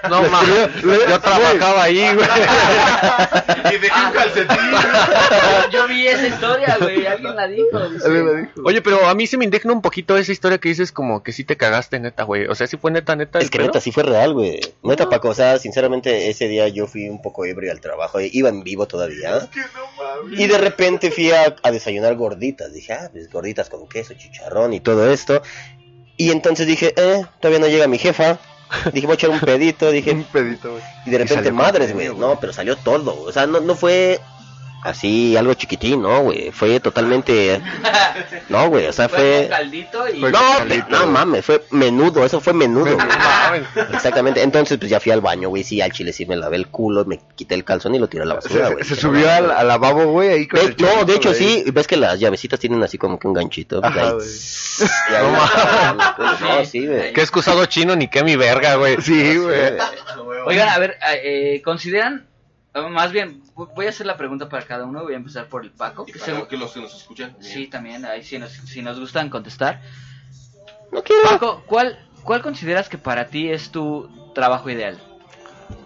Speaker 4: No mames, yo trabajaba ahí, güey.
Speaker 6: y dejé un calcetín.
Speaker 1: Yo vi esa historia, güey, alguien la dijo. dice.
Speaker 5: Él me dijo.
Speaker 4: Oye, pero a mí se me indigna un poquito esa historia que dices como que sí te cagaste, neta, güey. O sea, sí fue neta, neta.
Speaker 3: Es
Speaker 4: el
Speaker 3: que
Speaker 4: pedo?
Speaker 3: neta, sí fue real, güey. Neta, Paco, o sea, sinceramente, ese día yo fui un poco ebrio al trabajo. eh, Iba en vivo todavía.
Speaker 6: Que no mames.
Speaker 3: Y de repente fui a, a desayunar gorditas. Dije, ah, pues gorditas con queso, chicharrón y todo esto. Y entonces dije, eh, todavía no llega mi jefa. Dije, voy a echar un pedito. Dije,
Speaker 5: Un pedito, güey.
Speaker 3: y de repente,
Speaker 5: salió
Speaker 3: madres, güey.
Speaker 5: contenido,
Speaker 3: No, pero salió todo. O sea, no, no fue así algo chiquitín, ¿no, güey? Fue totalmente... No, güey, o sea,
Speaker 1: Fue con
Speaker 3: fue...
Speaker 1: caldito y...
Speaker 5: Fue-
Speaker 3: No,
Speaker 5: Caldito,
Speaker 3: no
Speaker 5: güey.
Speaker 3: mames, fue menudo, eso fue menudo. güey.
Speaker 4: Mames.
Speaker 3: Exactamente, entonces pues ya fui al baño, güey, sí, al chile sí me lavé el culo, me quité el calzón y lo tiré a la basura,
Speaker 5: Se,
Speaker 3: güey.
Speaker 5: se subió al, al lavabo, güey, ahí con
Speaker 3: Ve-
Speaker 5: el
Speaker 3: no,
Speaker 5: chorrito,
Speaker 3: de hecho
Speaker 5: güey.
Speaker 3: sí, ves que las llavecitas tienen así como que un ganchito. pues,
Speaker 5: Ajá,
Speaker 3: ahí,
Speaker 5: güey.
Speaker 3: y ahí- pues, no, sí, güey.
Speaker 4: Qué excusado chino ni qué mi verga, güey.
Speaker 5: Sí, güey.
Speaker 1: Oigan, a ver, eh, eh, ¿consideran? eh, Más bien, vo- voy a hacer la pregunta para cada uno, voy a empezar por el Paco.
Speaker 6: Y
Speaker 1: que
Speaker 6: para
Speaker 1: según-
Speaker 6: que los que nos escuchan.
Speaker 1: Sí, también, ahí si nos, si nos gustan contestar.
Speaker 3: No quiero.
Speaker 1: Paco, ¿cuál, ¿cuál consideras que para ti es tu trabajo ideal?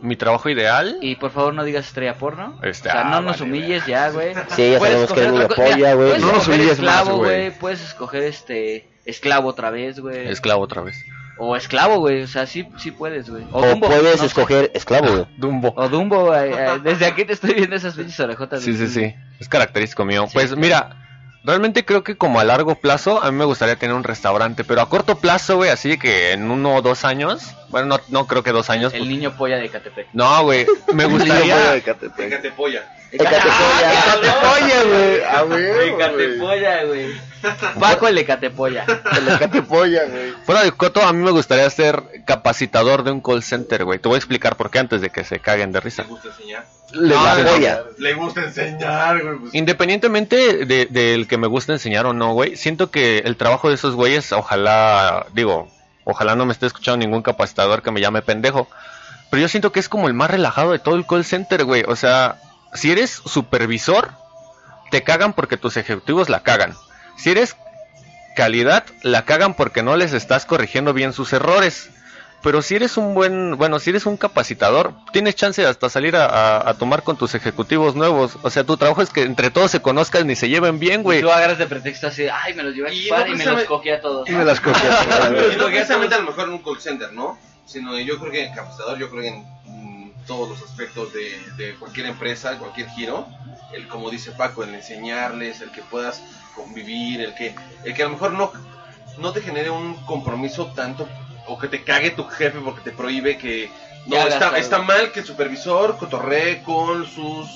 Speaker 4: Mi trabajo ideal.
Speaker 1: Y por favor no digas estrella porno.
Speaker 4: Este,
Speaker 1: o sea,
Speaker 4: ah,
Speaker 1: no nos
Speaker 4: vale,
Speaker 1: humilles ya, güey.
Speaker 3: Sí, ya
Speaker 1: Puedes
Speaker 3: sabemos que
Speaker 1: escoger
Speaker 3: eres niño
Speaker 1: otra co- mira,
Speaker 3: polla, güey.
Speaker 1: puedes
Speaker 5: No nos
Speaker 1: escoger
Speaker 5: humilles más,
Speaker 1: esclavo,
Speaker 5: güey.
Speaker 1: Puedes escoger este esclavo otra vez, güey.
Speaker 4: Esclavo otra vez.
Speaker 1: O esclavo, güey. O sea, sí, sí puedes, güey.
Speaker 3: O
Speaker 1: Dumbo,
Speaker 3: puedes
Speaker 1: no sé.
Speaker 3: escoger esclavo, güey.
Speaker 4: Dumbo.
Speaker 1: O Dumbo, ay, ay, desde aquí te estoy viendo esas pinches orejotas.
Speaker 4: Sí, sí,
Speaker 1: güey.
Speaker 4: sí. Es característico mío. Pues mira, realmente creo que como a largo plazo a mí me gustaría tener un restaurante, pero a corto plazo, güey, así de que en uno o dos años. Bueno, no, no creo que dos años.
Speaker 1: El niño polla de Catepec.
Speaker 4: No, güey. Me gustaría.
Speaker 6: Fíjate, polla.
Speaker 1: Ah,
Speaker 3: Ecatepolla.
Speaker 5: Oye, güey, a huevo, güey.
Speaker 1: Catepolla, Ah, güey. Paco el de Catepolla.
Speaker 5: El Ecatepolla, güey.
Speaker 4: Fuera de coto, a mí me gustaría ser capacitador de un call center, güey. Te voy a explicar por qué antes de que se caguen de
Speaker 6: Le
Speaker 4: risa.
Speaker 6: gusta enseñar.
Speaker 4: No, no, no.
Speaker 3: Polla.
Speaker 6: Le gusta enseñar, güey. pues.
Speaker 4: Independientemente de- del que me gusta enseñar o no, güey, siento que el trabajo de esos güeyes, ojalá, digo, ojalá no me esté escuchando ningún capacitador que me llame pendejo, pero yo siento que es como el más relajado de todo el call center, güey. O sea, si eres supervisor, te cagan porque tus ejecutivos la cagan. Si eres calidad, la cagan porque no les estás corrigiendo bien sus errores. Pero si eres un buen, bueno, si eres un capacitador, tienes chance de hasta salir a, a- a tomar con tus ejecutivos nuevos. O sea, tu trabajo es que entre todos se conozcan y se lleven bien,
Speaker 1: Y
Speaker 4: güey.
Speaker 1: tú agarras de pretexto así, ay, me los llevé a
Speaker 6: Y
Speaker 1: chupar
Speaker 6: no
Speaker 1: y me los
Speaker 6: precisamente-
Speaker 1: cogí a todos.
Speaker 5: Y me las cogió.
Speaker 6: Y no precisamente a lo mejor en un call center, ¿no? Sino yo creo que en capacitador, yo creo que en mm, todos los aspectos de, de cualquier empresa, cualquier giro, el como dice Paco, el enseñarles, el que puedas convivir, el que, el que a lo mejor no, no te genere un compromiso tanto o que te cague tu jefe porque te prohíbe que no
Speaker 1: Que hagas
Speaker 6: está,
Speaker 1: algo.
Speaker 6: está mal que el supervisor cotorree con sus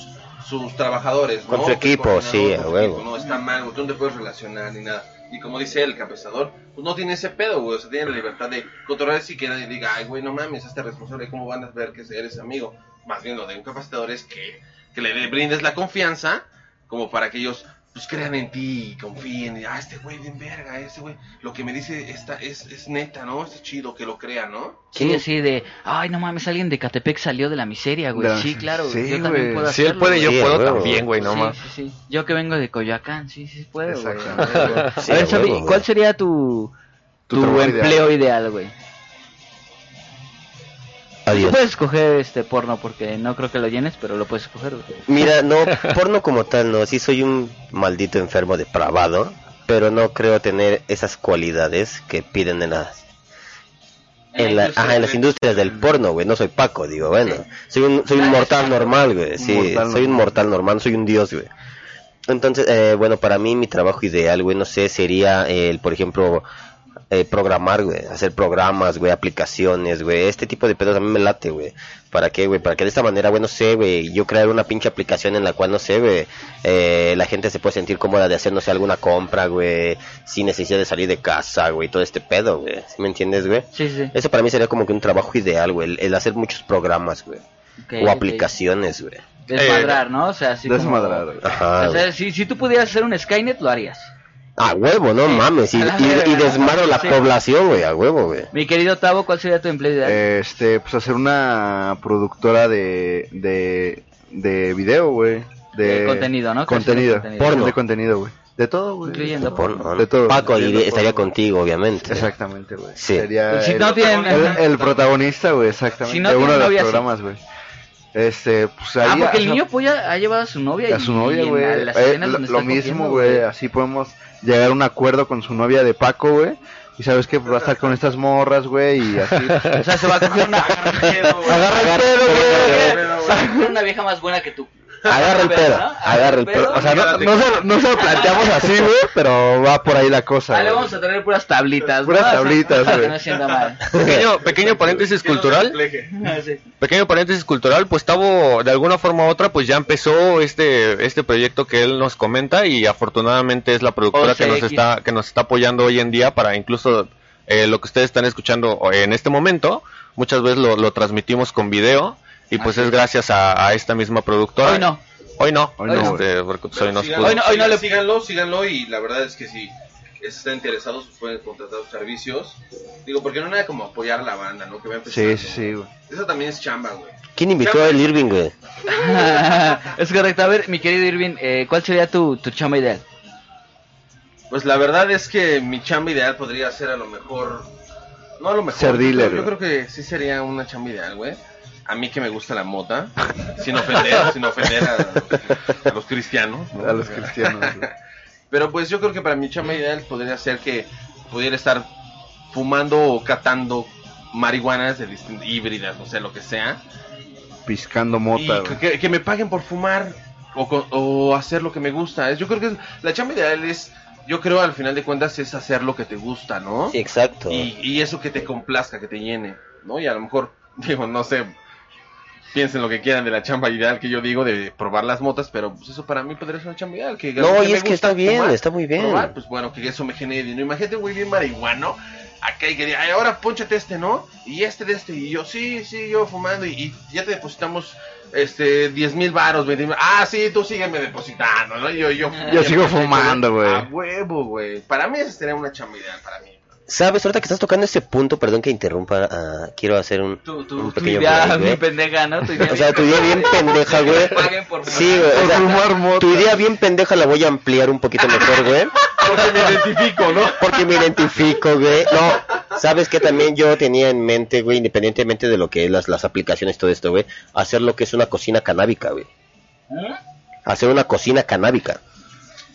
Speaker 6: sus trabajadores,
Speaker 3: Con
Speaker 6: ¿no?
Speaker 3: su equipo,
Speaker 6: Que pues,
Speaker 3: sí,
Speaker 6: el coordinador con
Speaker 3: a
Speaker 6: su
Speaker 3: huevo.
Speaker 6: equipo, No está mal, güey, tú no te puedes relacionar ni nada. Y como dice el capestador, pues no tiene ese pedo, güey. O sea, tiene la libertad de controlar y que nadie diga, ay, güey, no mames, este responsable, ¿cómo van a ver que eres amigo? Más bien lo de un capacitador es que, que le brindes la confianza, como para que ellos pues crean en ti y confíen. Y, ah, este güey, bien verga, este güey. Lo que me dice esta es, es neta, ¿no? Es chido que lo crea, ¿no?
Speaker 1: Sí, así de, ay, no mames, alguien de Catepec salió de la miseria, güey.
Speaker 5: De-
Speaker 1: Sí, claro,
Speaker 5: sí,
Speaker 1: yo también
Speaker 5: güey.
Speaker 1: puedo
Speaker 4: Si él
Speaker 1: hacerlo,
Speaker 4: puede, yo
Speaker 3: Sí, a
Speaker 4: puedo
Speaker 3: huevo.
Speaker 4: también, güey, no
Speaker 1: Sí,
Speaker 4: más.
Speaker 1: sí, sí. Yo que vengo de Coyoacán, sí, sí puedo, güey.
Speaker 5: Exactamente.
Speaker 3: Sí,
Speaker 1: a ver,
Speaker 3: a
Speaker 1: Xavi,
Speaker 3: huevo,
Speaker 1: ¿cuál
Speaker 3: güey.
Speaker 1: sería tu,
Speaker 5: Tu
Speaker 1: tu
Speaker 5: trabajo
Speaker 1: empleo ideal, güey? Tú
Speaker 3: Adiós.
Speaker 1: puedes escoger este porno porque no creo que lo llenes, pero lo puedes escoger, güey.
Speaker 3: Mira, no, porno como tal, no. Sí soy un maldito enfermo depravado, pero no creo tener esas cualidades que piden en las en, la- ajá, en las industrias del porno, güey. No soy Paco, digo, bueno. Soy un, soy un mortal normal, güey. Sí,
Speaker 5: Mortal
Speaker 3: soy un
Speaker 5: normal.
Speaker 3: mortal normal, soy un dios, güey. Entonces, eh, bueno, para mí mi trabajo ideal, güey, no sé, sería eh, el, por ejemplo, eh, programar, güey, hacer programas, güey, aplicaciones, güey, este tipo de pedos a mí me late, güey. ¿Para qué, güey? Para que de esta manera, güey, no sé, güey, yo crear una pinche aplicación en la cual, no sé, güey, eh, la gente se puede sentir cómoda de hacer, no sé, alguna compra, güey, sin necesidad de salir de casa, güey, todo este pedo, güey, ¿sí me entiendes, güey?
Speaker 1: Sí, sí,
Speaker 5: Eh,
Speaker 1: sí.
Speaker 3: Eso para mí sería como que un trabajo ideal, güey, el, el hacer muchos programas, güey,
Speaker 1: Ok,
Speaker 3: o
Speaker 1: ok.
Speaker 3: aplicaciones, güey.
Speaker 1: Desmadrar, ¿no? O sea, así como-
Speaker 5: Desmadrar, Ah, güey.
Speaker 3: Ajá,
Speaker 1: O
Speaker 3: güey.
Speaker 1: sea, si, si tú pudieras hacer un Skynet, lo harías.
Speaker 3: A huevo, no mames, y,
Speaker 1: A la
Speaker 3: y- y
Speaker 1: verga,
Speaker 3: desmadro la
Speaker 1: sí.
Speaker 3: población, güey, a huevo, güey.
Speaker 1: Mi querido Tavo, ¿cuál sería tu empleo ideal?
Speaker 5: Este, pues hacer una productora de, de, de video, güey. De,
Speaker 1: De contenido, ¿no?
Speaker 5: Contenido.
Speaker 1: Contenido.
Speaker 3: Porno.
Speaker 5: De contenido, güey. De todo, güey.
Speaker 1: Incluyendo
Speaker 5: De todo.
Speaker 3: Porno, ¿no?
Speaker 5: De todo.
Speaker 3: Paco
Speaker 5: Incluyendo
Speaker 3: y estaría
Speaker 5: porno.
Speaker 3: contigo, obviamente.
Speaker 5: Exactamente, güey.
Speaker 3: Sí.
Speaker 5: Sería
Speaker 1: Pues, Si
Speaker 5: el,
Speaker 1: no tienen-
Speaker 5: el- el protagonista, güey, exactamente.
Speaker 1: Si no
Speaker 5: de
Speaker 1: tienen
Speaker 5: uno de los
Speaker 1: novia, sí.
Speaker 5: programas, güey. Este, pues ahí.
Speaker 1: Ah, porque
Speaker 5: o
Speaker 1: el
Speaker 5: sea,
Speaker 1: niño polla ha llevado a su novia.
Speaker 5: a
Speaker 1: y-
Speaker 5: su novia,
Speaker 1: y en-
Speaker 5: güey.
Speaker 1: a las
Speaker 5: Eh,
Speaker 1: escenas
Speaker 5: lo
Speaker 1: donde
Speaker 5: lo
Speaker 1: está cogiendo,
Speaker 5: mismo, güey. Así podemos llegar a un acuerdo con su novia de Paco, güey. Y sabes que pues, va a estar con estas morras, güey. Y así.
Speaker 1: O sea, se va a coger una,
Speaker 3: Agarra el pedo, güey.
Speaker 1: se va a coger una vieja más buena que tú.
Speaker 3: Agarra el pedo, agarra el pedo.
Speaker 5: O sea, no, no se, no se lo planteamos así, güey, pero va por ahí la cosa.
Speaker 1: Ah, le
Speaker 5: güey.
Speaker 1: vamos a traer puras tablitas,
Speaker 5: Puras
Speaker 1: ¿no?
Speaker 5: tablitas,
Speaker 1: Para que
Speaker 5: güey.
Speaker 1: no se sienta mal.
Speaker 4: Pequeño, pequeño paréntesis cultural.
Speaker 1: Sí.
Speaker 4: Pequeño paréntesis cultural, pues Tavo de alguna forma u otra pues ya empezó este este proyecto que él nos comenta y afortunadamente es la productora que nos
Speaker 1: OCX.
Speaker 4: está que nos está apoyando hoy en día para incluso eh, lo que ustedes están escuchando en este momento, muchas veces lo, lo transmitimos con video y pues
Speaker 1: Así
Speaker 4: es gracias a, a esta misma productora.
Speaker 1: Hoy no.
Speaker 4: Hoy no.
Speaker 5: Hoy no,
Speaker 4: Este, porque, pues, hoy no se
Speaker 6: Síganlo,
Speaker 4: pudo.
Speaker 1: Hoy no- hoy no le-
Speaker 6: síganlo, síganlo y la verdad es que si están interesados pues, pueden contratar sus servicios. Digo, porque no nada como apoyar a la banda, ¿no? Que va empezando.
Speaker 5: Sí, sí, sí, güey.
Speaker 6: Eso también es chamba, güey.
Speaker 3: ¿Quién invitó al Irving, güey?
Speaker 1: es correcto. A ver, mi querido Irving, eh, ¿cuál sería tu, tu chamba ideal?
Speaker 6: Pues la verdad es que mi chamba ideal podría ser a lo mejor. No a lo mejor.
Speaker 5: Ser
Speaker 6: yo
Speaker 5: dealer,
Speaker 6: creo- Yo,
Speaker 5: güey.
Speaker 6: creo que sí sería una chamba ideal, güey. A mí que me gusta la mota. sin ofender, sin ofender a, a los cristianos. ¿no?
Speaker 5: A los cristianos, güey.
Speaker 6: Pero pues yo creo que para mi chamba ideal podría ser que pudiera estar fumando o catando marihuanas de distin- híbridas, no sé, lo que sea.
Speaker 5: Piscando
Speaker 6: y
Speaker 5: mota,
Speaker 6: que-
Speaker 5: güey.
Speaker 6: que, que me paguen por fumar o, co- o hacer lo que me gusta. Es- Yo creo que es- la chamba ideal es, yo creo al final de cuentas es hacer lo que te gusta, ¿no?
Speaker 3: Sí, exacto.
Speaker 6: Y, y eso que te complazca, que te llene, ¿no? Y a lo mejor, digo, no sé, piensen lo que quieran de la chamba ideal que yo digo de probar las motas, pero pues eso para mí podría ser una chamba ideal. Que
Speaker 3: No, y
Speaker 6: me
Speaker 3: es que
Speaker 6: gusta
Speaker 3: está bien,
Speaker 6: fumar,
Speaker 3: está muy bien.
Speaker 6: probar, pues bueno, que eso me genere dinero. Imagínate un güey bien marihuano, acá y que diga, "Ay, ahora ponchate este, ¿no? Y este de este, y yo, sí, sí, yo fumando, y, y ya te depositamos... Este, 10 mil baros, 20 mil. Ah, sí, tú sígueme depositando, ¿no? Yo, yo,
Speaker 5: Yo sigo fumando, güey.
Speaker 6: A huevo, güey. Para mí, esa sería una chamba ideal. Para mí,
Speaker 3: Sabes, ahorita que estás tocando ese punto, perdón que interrumpa, ah, quiero hacer un,
Speaker 1: Tu,
Speaker 3: un
Speaker 1: tu, tu
Speaker 3: pequeño
Speaker 1: idea
Speaker 3: break, güey.
Speaker 5: ¿eh?
Speaker 1: bien pendeja, ¿no? Tu idea
Speaker 3: O sea, tu idea bien pendeja, güey.
Speaker 1: Que paguen por fumar.
Speaker 3: Sí, güey. o
Speaker 5: Por
Speaker 3: sea,
Speaker 5: fumar mota.
Speaker 3: tu idea bien pendeja la voy a ampliar un poquito mejor, güey.
Speaker 6: Porque me identifico, ¿no?
Speaker 3: Porque me identifico, güey. No, sabes que también yo tenía en mente, güey, independientemente de lo que es las, las aplicaciones, todo esto, güey, hacer lo que es una cocina canábica, güey.
Speaker 6: ¿Eh?
Speaker 3: Hacer una cocina canábica.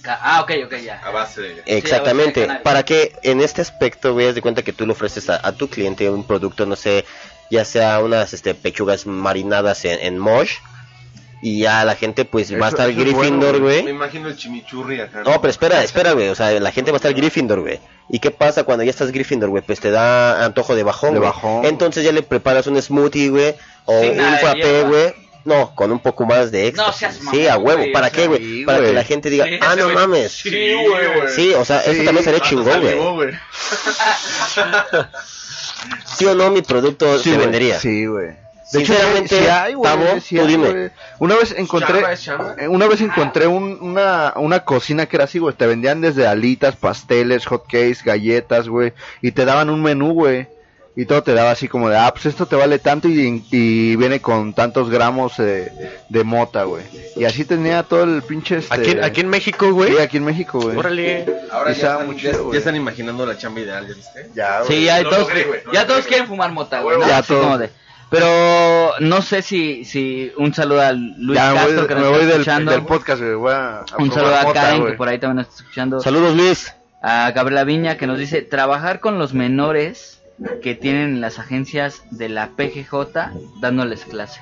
Speaker 1: Ah, ok, ok, ya.
Speaker 6: A base de...
Speaker 3: Exactamente.
Speaker 1: Sí, a ver,
Speaker 3: para que en este aspecto, güey, haz de cuenta que tú le ofreces a, a tu cliente un producto, no sé, ya sea unas este, pechugas marinadas en, en mosh. Y ya la gente, pues, va a
Speaker 5: Eso-
Speaker 3: estar
Speaker 5: eso es bueno,
Speaker 3: Gryffindor,
Speaker 5: güey.
Speaker 3: güey.
Speaker 6: Me imagino el chimichurri acá.
Speaker 3: No, pero espera, espera, güey. O sea, la gente va a estar Gryffindor, güey. ¿Y qué pasa cuando ya estás Gryffindor, güey? Pues te da antojo de bajón,
Speaker 5: De
Speaker 3: güey.
Speaker 5: bajón.
Speaker 3: Entonces ya le preparas un smoothie, güey. O
Speaker 1: Sí,
Speaker 3: un
Speaker 1: nada de
Speaker 3: frappé,
Speaker 1: hierba.
Speaker 3: güey. No, con un poco más de extra.
Speaker 1: No seas
Speaker 3: Sí, a
Speaker 1: mamón,
Speaker 3: huevo.
Speaker 1: güey,
Speaker 3: ¿Para
Speaker 1: o
Speaker 3: qué,
Speaker 1: sea,
Speaker 3: güey?
Speaker 5: sí,
Speaker 3: Para que
Speaker 5: güey.
Speaker 3: la gente diga,
Speaker 1: Neta,
Speaker 3: ah, no
Speaker 1: güey.
Speaker 3: mames. Sí,
Speaker 6: Sí, güey.
Speaker 3: o sea, eso también
Speaker 5: ah,
Speaker 3: sería chingón, güey. Sí o no, mi producto se
Speaker 5: güey.
Speaker 3: vendería.
Speaker 5: Sí, güey. De hecho,
Speaker 3: Sinceramente,
Speaker 5: sí hay, güey,
Speaker 3: Tavo,
Speaker 5: sí
Speaker 3: tú
Speaker 5: hay,
Speaker 3: dime.
Speaker 5: güey. Una vez encontré,
Speaker 6: ¿Chamba es chamba?
Speaker 5: eh, una vez encontré un- una, una cocina que era así, güey. Te vendían desde alitas, pasteles, hotcakes, galletas, güey. Y te daban un menú, güey. Y todo te daba así como de, ah, pues esto te vale tanto y, y viene con tantos gramos eh, de mota, güey. Y así tenía todo el pinche este...
Speaker 4: Aquí, en- aquí en México, güey.
Speaker 5: Sí, aquí en México, güey.
Speaker 4: Órale.
Speaker 6: Ahora
Speaker 5: Y
Speaker 6: ya
Speaker 5: estaba
Speaker 6: están,
Speaker 5: muy
Speaker 6: ya-
Speaker 5: chido,
Speaker 6: ya
Speaker 5: güey.
Speaker 6: están imaginando la chamba ideal, ¿ya viste?
Speaker 5: Ya, güey.
Speaker 1: Sí, ya
Speaker 6: No
Speaker 1: todos,
Speaker 6: logré, güey,
Speaker 1: ya
Speaker 6: no logré,
Speaker 1: todos
Speaker 6: güey.
Speaker 1: quieren fumar mota, güey.
Speaker 6: Huevo.
Speaker 1: ¿no?
Speaker 5: Ya
Speaker 1: Así
Speaker 5: todos.
Speaker 1: como de- Pero no sé si, si un saludo a Luis
Speaker 5: Ya, me
Speaker 1: Castro
Speaker 5: voy,
Speaker 1: que
Speaker 5: me
Speaker 1: nos
Speaker 5: voy
Speaker 1: está
Speaker 5: del,
Speaker 1: escuchando.
Speaker 5: del podcast, güey. Voy a- a
Speaker 1: un
Speaker 5: probar
Speaker 1: saludo a
Speaker 5: mota,
Speaker 1: Karen
Speaker 5: güey.
Speaker 1: que por ahí también nos está escuchando.
Speaker 3: Saludos, Luis.
Speaker 1: a Gabriela Viña que nos dice trabajar con los menores que tienen las agencias de la PGJ dándoles clase.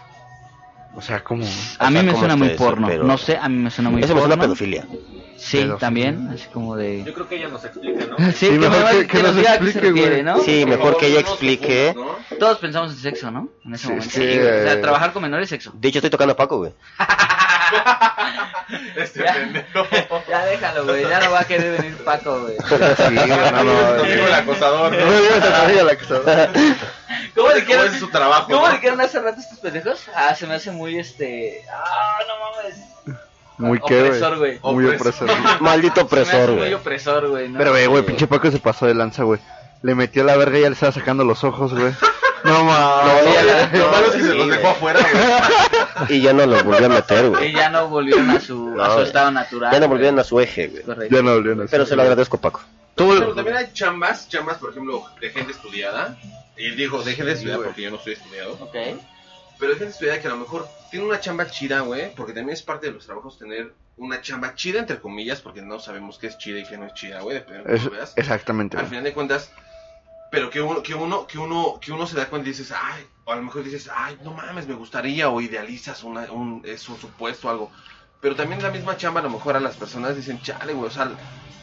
Speaker 5: O sea, como...
Speaker 1: A
Speaker 3: O
Speaker 1: mí
Speaker 3: sea,
Speaker 1: me
Speaker 3: ¿cómo
Speaker 1: suena
Speaker 3: está
Speaker 1: muy
Speaker 3: eso?
Speaker 1: porno,
Speaker 3: Pero-
Speaker 1: no sé, a mí me suena muy
Speaker 3: Eso me
Speaker 1: porno.
Speaker 3: suena a pedofilia.
Speaker 1: Sí,
Speaker 5: Pedofilia.
Speaker 1: también, así como de...
Speaker 4: creo que ella nos explica, ¿no?
Speaker 1: Sí,
Speaker 5: Sí,
Speaker 1: que,
Speaker 5: mejor
Speaker 1: me vale
Speaker 5: que- que
Speaker 1: que
Speaker 5: nos
Speaker 1: nos diga a qué
Speaker 5: explique,
Speaker 1: se refiere,
Speaker 5: güey.
Speaker 1: ¿no?
Speaker 3: Sí,
Speaker 6: Por
Speaker 3: mejor
Speaker 6: favor,
Speaker 3: que ella
Speaker 6: no nos
Speaker 3: explique. ¿eh?
Speaker 6: confundamos, ¿no?
Speaker 1: Todos pensamos en sexo, ¿no? En ese
Speaker 5: Sí,
Speaker 1: momento.
Speaker 5: sí,
Speaker 1: Sí, güey. o sea,
Speaker 5: eh.
Speaker 1: trabajar con menores sexo.
Speaker 3: De hecho, estoy tocando a Paco, güey.
Speaker 6: Este
Speaker 1: Ya.
Speaker 6: pendejo.
Speaker 1: Ya déjalo, güey, ya no va a querer venir Paco, güey.
Speaker 5: Sí, güey, Ah, no, eh, no,
Speaker 6: Contigo el acosador,
Speaker 5: No
Speaker 6: ¿no?
Speaker 5: me digas a nadie la que está-
Speaker 1: ¿Cómo le
Speaker 6: ¿Cómo
Speaker 1: quieren
Speaker 6: es su trabajo,
Speaker 1: ¿Cómo
Speaker 6: no?
Speaker 1: le quieren hace rato a estos pendejos? Ah, se me hace muy este. Ah, no mames.
Speaker 5: Muy que,
Speaker 1: opresor, güey.
Speaker 5: Muy
Speaker 6: Opresor.
Speaker 5: opresor.
Speaker 3: Maldito
Speaker 1: Se me hace
Speaker 3: opresor,
Speaker 1: Muy
Speaker 3: güey.
Speaker 1: opresor, güey. ¿no?
Speaker 5: Pero, güey, güey, pinche Paco se pasó de lanza, güey. Le metió la verga y ya le estaba sacando los ojos, güey. No mames.
Speaker 3: No,
Speaker 5: ya-
Speaker 6: Lo malo es que
Speaker 3: Sí,
Speaker 6: se los
Speaker 3: güey.
Speaker 6: dejó afuera, güey.
Speaker 3: Y ya no lo volvió a meter,
Speaker 1: Y
Speaker 3: güey.
Speaker 1: ya no volvieron a su,
Speaker 3: No,
Speaker 1: a su
Speaker 3: güey.
Speaker 1: estado natural.
Speaker 3: Ya no volvieron a su eje, güey.
Speaker 1: Correcto.
Speaker 5: Ya no volvió no sé.
Speaker 3: Pero se lo agradezco, Paco.
Speaker 6: Pero también hay chambas, chambas, por ejemplo, de gente estudiada. Y digo, deje de estudiar
Speaker 5: güey.
Speaker 6: porque yo no soy estudiado.
Speaker 1: Ok.
Speaker 6: Pero hay gente estudiada que a lo mejor tiene una chamba chida, güey, porque también es parte de los trabajos tener una chamba chida, entre comillas, porque no sabemos qué es chida y qué no es chida, güey, depende de lo que
Speaker 5: Es-
Speaker 6: tú veas.
Speaker 5: exactamente,
Speaker 6: Al
Speaker 5: güey.
Speaker 6: final de cuentas, pero que uno, que uno, que uno, que uno se da cuenta y dices, ay, o a lo mejor dices, ay, no mames, me gustaría, o idealizas una, un, es un supuesto o algo. Pero también la misma chamba, a lo mejor a las personas dicen, chale, güey, o sea,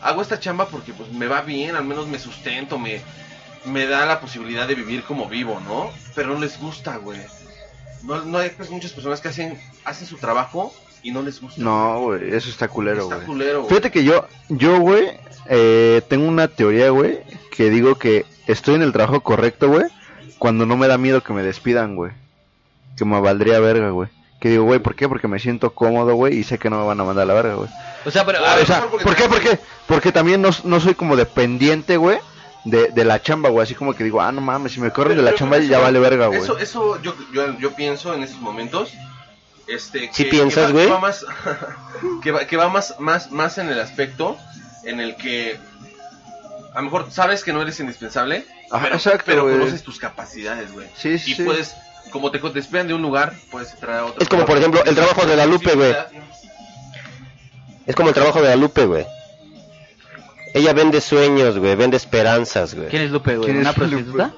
Speaker 6: hago esta chamba porque pues me va bien, al menos me sustento, me, me da la posibilidad de vivir como vivo, ¿no? Pero no les gusta, güey. No, no hay pues, muchas personas que hacen, hacen su trabajo y no les gusta.
Speaker 5: No, güey, eso está culero,
Speaker 6: Está
Speaker 5: güey.
Speaker 6: culero, güey.
Speaker 5: Fíjate que yo, yo, güey, eh, tengo una teoría, güey, que digo que estoy en el trabajo correcto, güey, cuando no me da miedo que me despidan, güey. Que me valdría verga, güey. Que digo, güey, ¿por qué? Porque me siento cómodo, güey, y sé que no me van a mandar a la verga, güey.
Speaker 1: O sea, pero.
Speaker 6: A
Speaker 5: O
Speaker 6: ver,
Speaker 5: sea,
Speaker 6: Ah, porque-
Speaker 5: ¿por qué? ¿Por qué? Porque también no, no soy como dependiente, güey, de, de la chamba, güey. Así como que digo, ah, no mames, si me corren de la
Speaker 6: Pero-
Speaker 5: chamba
Speaker 6: pero
Speaker 5: ya
Speaker 6: eso-
Speaker 5: vale verga, güey.
Speaker 6: Eso, eso yo, yo, yo pienso en esos momentos. Este,
Speaker 3: ¿Sí piensas,
Speaker 6: va-
Speaker 3: güey?
Speaker 6: Que va, más, que va, que va más, más, más en el aspecto en el que a lo mejor sabes que no eres indispensable,
Speaker 5: Ajá,
Speaker 6: pero,
Speaker 5: exacto,
Speaker 6: pero
Speaker 5: güey.
Speaker 6: conoces tus capacidades, güey.
Speaker 5: Sí, sí,
Speaker 6: Y
Speaker 5: sí.
Speaker 6: puedes, como te, te esperan de un lugar, puedes entrar a otro.
Speaker 3: Es como, por ejemplo, el trabajo de la Lupe, güey. Es como el trabajo de la Lupe, güey. Ella vende sueños, güey. Vende esperanzas, güey.
Speaker 1: ¿Quién es Lupe, güey?
Speaker 5: ¿Quién es
Speaker 1: ¿Una
Speaker 5: Lupe?
Speaker 1: prostituta?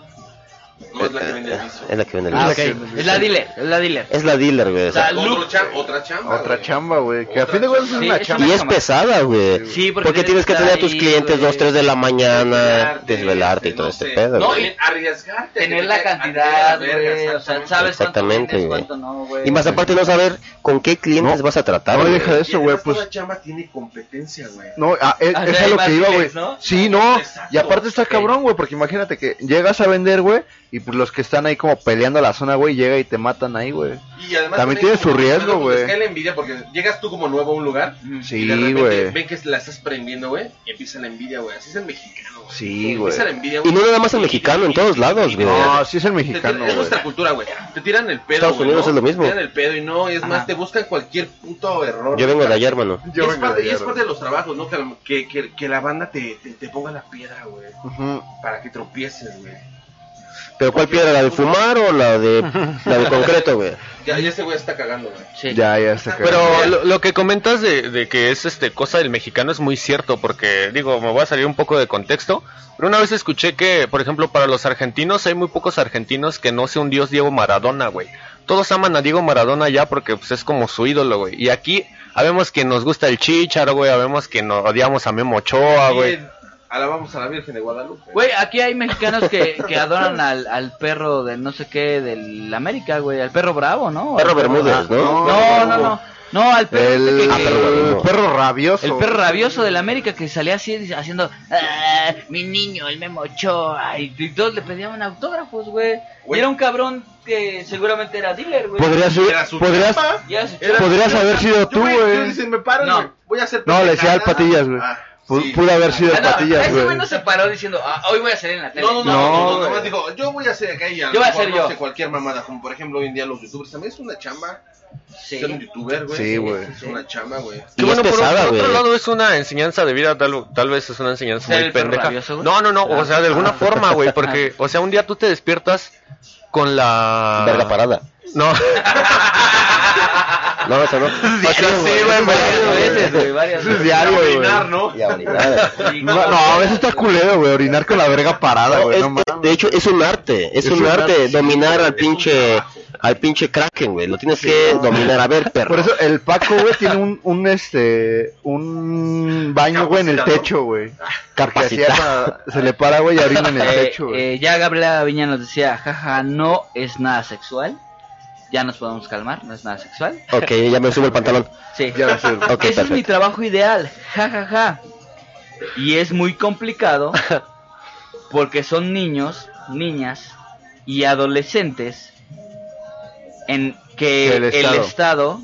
Speaker 6: No es la que vende el piso.
Speaker 3: Es la que vende el
Speaker 1: Ah,
Speaker 3: libro.
Speaker 1: ok. Es la dealer, es la dealer.
Speaker 3: Es la dealer, güey. o sea,
Speaker 1: O sea,
Speaker 6: Otro
Speaker 1: Lupe.
Speaker 6: cha- otra chamba.
Speaker 5: Otra
Speaker 6: güey.
Speaker 5: chamba, güey. Que a
Speaker 6: Otra
Speaker 5: fin de cuentas es
Speaker 6: chamba.
Speaker 1: Sí,
Speaker 5: una
Speaker 1: es
Speaker 5: chamba.
Speaker 3: y es
Speaker 1: chamba.
Speaker 3: pesada, güey.
Speaker 1: Sí, porque
Speaker 3: porque, tienes que
Speaker 1: estar
Speaker 3: tener a tus
Speaker 1: ahí,
Speaker 3: clientes
Speaker 1: güey.
Speaker 3: 2, 3 de la mañana,
Speaker 6: Arriesgarte,
Speaker 3: desvelarte y todo
Speaker 6: no
Speaker 3: este
Speaker 6: sé.
Speaker 3: pedo,
Speaker 6: No,
Speaker 3: güey.
Speaker 6: y arriesgarte.
Speaker 1: Tener
Speaker 6: que
Speaker 1: la
Speaker 6: te-
Speaker 1: cantidad,
Speaker 6: a la verga,
Speaker 1: güey. O sea, sabes
Speaker 6: exactamente.
Speaker 1: cuánto
Speaker 3: Exactamente,
Speaker 1: tienes,
Speaker 3: güey.
Speaker 1: cuánto no, güey.
Speaker 3: Y más aparte no saber con qué clientes
Speaker 5: No.
Speaker 3: vas a tratar,
Speaker 5: No,
Speaker 3: güey.
Speaker 5: deja de
Speaker 6: Y
Speaker 5: eso, güey,
Speaker 6: además
Speaker 5: pues...
Speaker 6: toda chamba tiene competencia, güey.
Speaker 5: No, ah, es,
Speaker 1: Ah,
Speaker 5: es
Speaker 1: sí,
Speaker 5: a
Speaker 1: hay
Speaker 5: lo
Speaker 1: más
Speaker 5: que iba, güey.
Speaker 1: niveles, ¿no?
Speaker 5: Sí, no.
Speaker 6: Exacto.
Speaker 5: Y aparte está
Speaker 6: Ok.
Speaker 5: cabrón, güey, porque imagínate que llegas a vender, güey, y pues los que están ahí como peleando la zona, güey, llega y te matan ahey, güey.
Speaker 6: Y además
Speaker 5: También tiene
Speaker 6: como pues,
Speaker 5: su
Speaker 6: que
Speaker 5: riesgo,
Speaker 6: luego
Speaker 5: güey.
Speaker 6: te cae la envidia porque llegas tú como nuevo a un lugar y de
Speaker 5: Sí,
Speaker 6: repente
Speaker 5: güey.
Speaker 6: ven que la estás prendiendo, güey, y empieza la envidia, güey. Así es el mexicano, güey.
Speaker 5: Sí, güey.
Speaker 6: Empieza la envidia,
Speaker 3: Y
Speaker 6: güey.
Speaker 3: no nada más el mexicano, en todos lados, güey.
Speaker 5: No, sí es el
Speaker 6: Te
Speaker 5: mexicano,
Speaker 6: tiran- es
Speaker 5: güey.
Speaker 6: nuestra cultura, güey. Te tiran el pedo,
Speaker 3: Estados
Speaker 6: güey,
Speaker 3: Unidos
Speaker 6: ¿no?
Speaker 3: es lo mismo.
Speaker 6: Te tiran el pedo y no, es
Speaker 1: Ajá.
Speaker 6: más, te buscan cualquier puto error.
Speaker 3: Yo vengo de allá, hermano.
Speaker 6: Y es, parte, y es parte de los trabajos, ¿no? Que, que, que, que la banda te, te, te ponga la piedra, güey.
Speaker 5: Ujú.
Speaker 6: Para que tropieces, güey.
Speaker 3: ¿Pero cuál piedra? ¿La de fumar o la de, la de concreto, güey?
Speaker 6: Ya, ya ese güey está cagando, güey.
Speaker 1: Sí.
Speaker 5: Ya, ya está
Speaker 4: Pero
Speaker 5: cabrón.
Speaker 4: lo, lo que comentas de, de que es este cosa del mexicano es muy cierto, porque digo, me voy a salir un poco de contexto, pero una vez escuché que, por ejemplo, para los argentinos hay muy pocos argentinos que no sea un dios Diego Maradona, güey. Todos aman a Diego Maradona ya porque pues, es como su ídolo, güey.
Speaker 5: Ah,
Speaker 4: Y aquí sabemos que nos gusta el chicharo, güey, sabemos que nos odiamos a Memo Ochoa,
Speaker 6: Sí,
Speaker 4: güey.
Speaker 6: alabamos a la Virgen de Guadalupe.
Speaker 1: Güey, aquí hay mexicanos que, que adoran al, al perro del no sé qué del América, güey. Al perro bravo, ¿no?
Speaker 5: Ah,
Speaker 3: Perro Bermúdez, ¿no?
Speaker 1: No, no, no. No, al perro.
Speaker 5: El,
Speaker 1: este que-
Speaker 3: Ah, perro rabioso.
Speaker 5: perro rabioso.
Speaker 1: El perro rabioso del América que salía así dice- haciendo "Ah, mi niño, el Memo Ochoa", y, y todos le pedían autógrafos, güey. Y era un cabrón que seguramente era dealer, güey.
Speaker 5: Podrías,
Speaker 6: Era su
Speaker 5: podrías,
Speaker 6: chamba.
Speaker 1: Y era su
Speaker 6: Era-
Speaker 1: chavo.
Speaker 5: podrías haber sido
Speaker 6: Yo,
Speaker 5: tú,
Speaker 6: yo
Speaker 5: güey.
Speaker 6: dicen, me paro,
Speaker 1: No.
Speaker 6: no. voy a hacer
Speaker 5: No, le decía al
Speaker 6: pendejadas.
Speaker 5: Patillas, güey.
Speaker 6: Ah,
Speaker 5: Pu-
Speaker 6: sí.
Speaker 5: Pudo haber sido
Speaker 1: Ah,
Speaker 5: el
Speaker 1: no,
Speaker 5: patillas,
Speaker 1: ese güey
Speaker 5: güey.
Speaker 1: no se paró diciendo, "Ah, hoy voy a salir en la tele.
Speaker 6: No, no, no,
Speaker 5: No,
Speaker 6: no, no,
Speaker 5: güey.
Speaker 6: nomás dijo, yo voy a hacer acá y
Speaker 1: Yo voy a hacer
Speaker 6: no
Speaker 1: yo.
Speaker 6: sé, cualquier mamada, como por ejemplo hoy en día los youtubers también es una chamba,
Speaker 1: Sí.
Speaker 6: ser un youtuber, güey.
Speaker 5: Sí, güey.
Speaker 6: Es una chama, güey.
Speaker 3: Y es
Speaker 4: por,
Speaker 3: pesada,
Speaker 4: por otro
Speaker 3: güey.
Speaker 4: lado es una enseñanza de vida, tal, tal vez es una enseñanza
Speaker 1: ¿Ser
Speaker 4: muy
Speaker 1: el perro
Speaker 4: pendeja.
Speaker 1: rabioso, güey? Ah.
Speaker 4: no, no, no, o sea, de alguna forma, güey, porque, o sea, un día tú te despiertas con la...
Speaker 3: Verga parada.
Speaker 4: No,
Speaker 3: No, eso no. O sea,
Speaker 4: sí, güey,
Speaker 1: Varias
Speaker 4: güey.
Speaker 1: veces, güey, varias
Speaker 5: Eso es
Speaker 1: veces.
Speaker 5: diario, güey.
Speaker 6: ¿no?
Speaker 3: Y a orinar.
Speaker 1: Sí,
Speaker 5: No, no, a veces está culero, güey, orinar con la verga parada, güey,
Speaker 3: Es-
Speaker 5: no mames.
Speaker 3: de hecho, es un arte, es, un, arte, dominar al pinche, al pinche Kraken, güey. Lo tienes que dominar. A ver, perro.
Speaker 5: Por eso el Paco, güey, tiene un, un, este, un baño, güey, en el
Speaker 6: Capacitado.
Speaker 5: techo, güey.
Speaker 3: Ah,
Speaker 5: Porque así
Speaker 3: Capacitado.
Speaker 5: arma- se le para, güey, y orina en el
Speaker 1: Eh,
Speaker 5: techo, güey.
Speaker 1: eh, ya Gabriela Viña nos decía, jaja, no es nada sexual. Ya nos podemos calmar, no es nada sexual.
Speaker 3: Ok, ya me subo el pantalón.
Speaker 1: Sí.
Speaker 5: Ya va a ser.
Speaker 3: Ok,
Speaker 1: Ese es mi
Speaker 3: perfecto.
Speaker 1: trabajo ideal, jajaja. Y es muy complicado porque son niños, niñas y adolescentes en que
Speaker 5: Que el
Speaker 1: el Estado.
Speaker 5: Estado.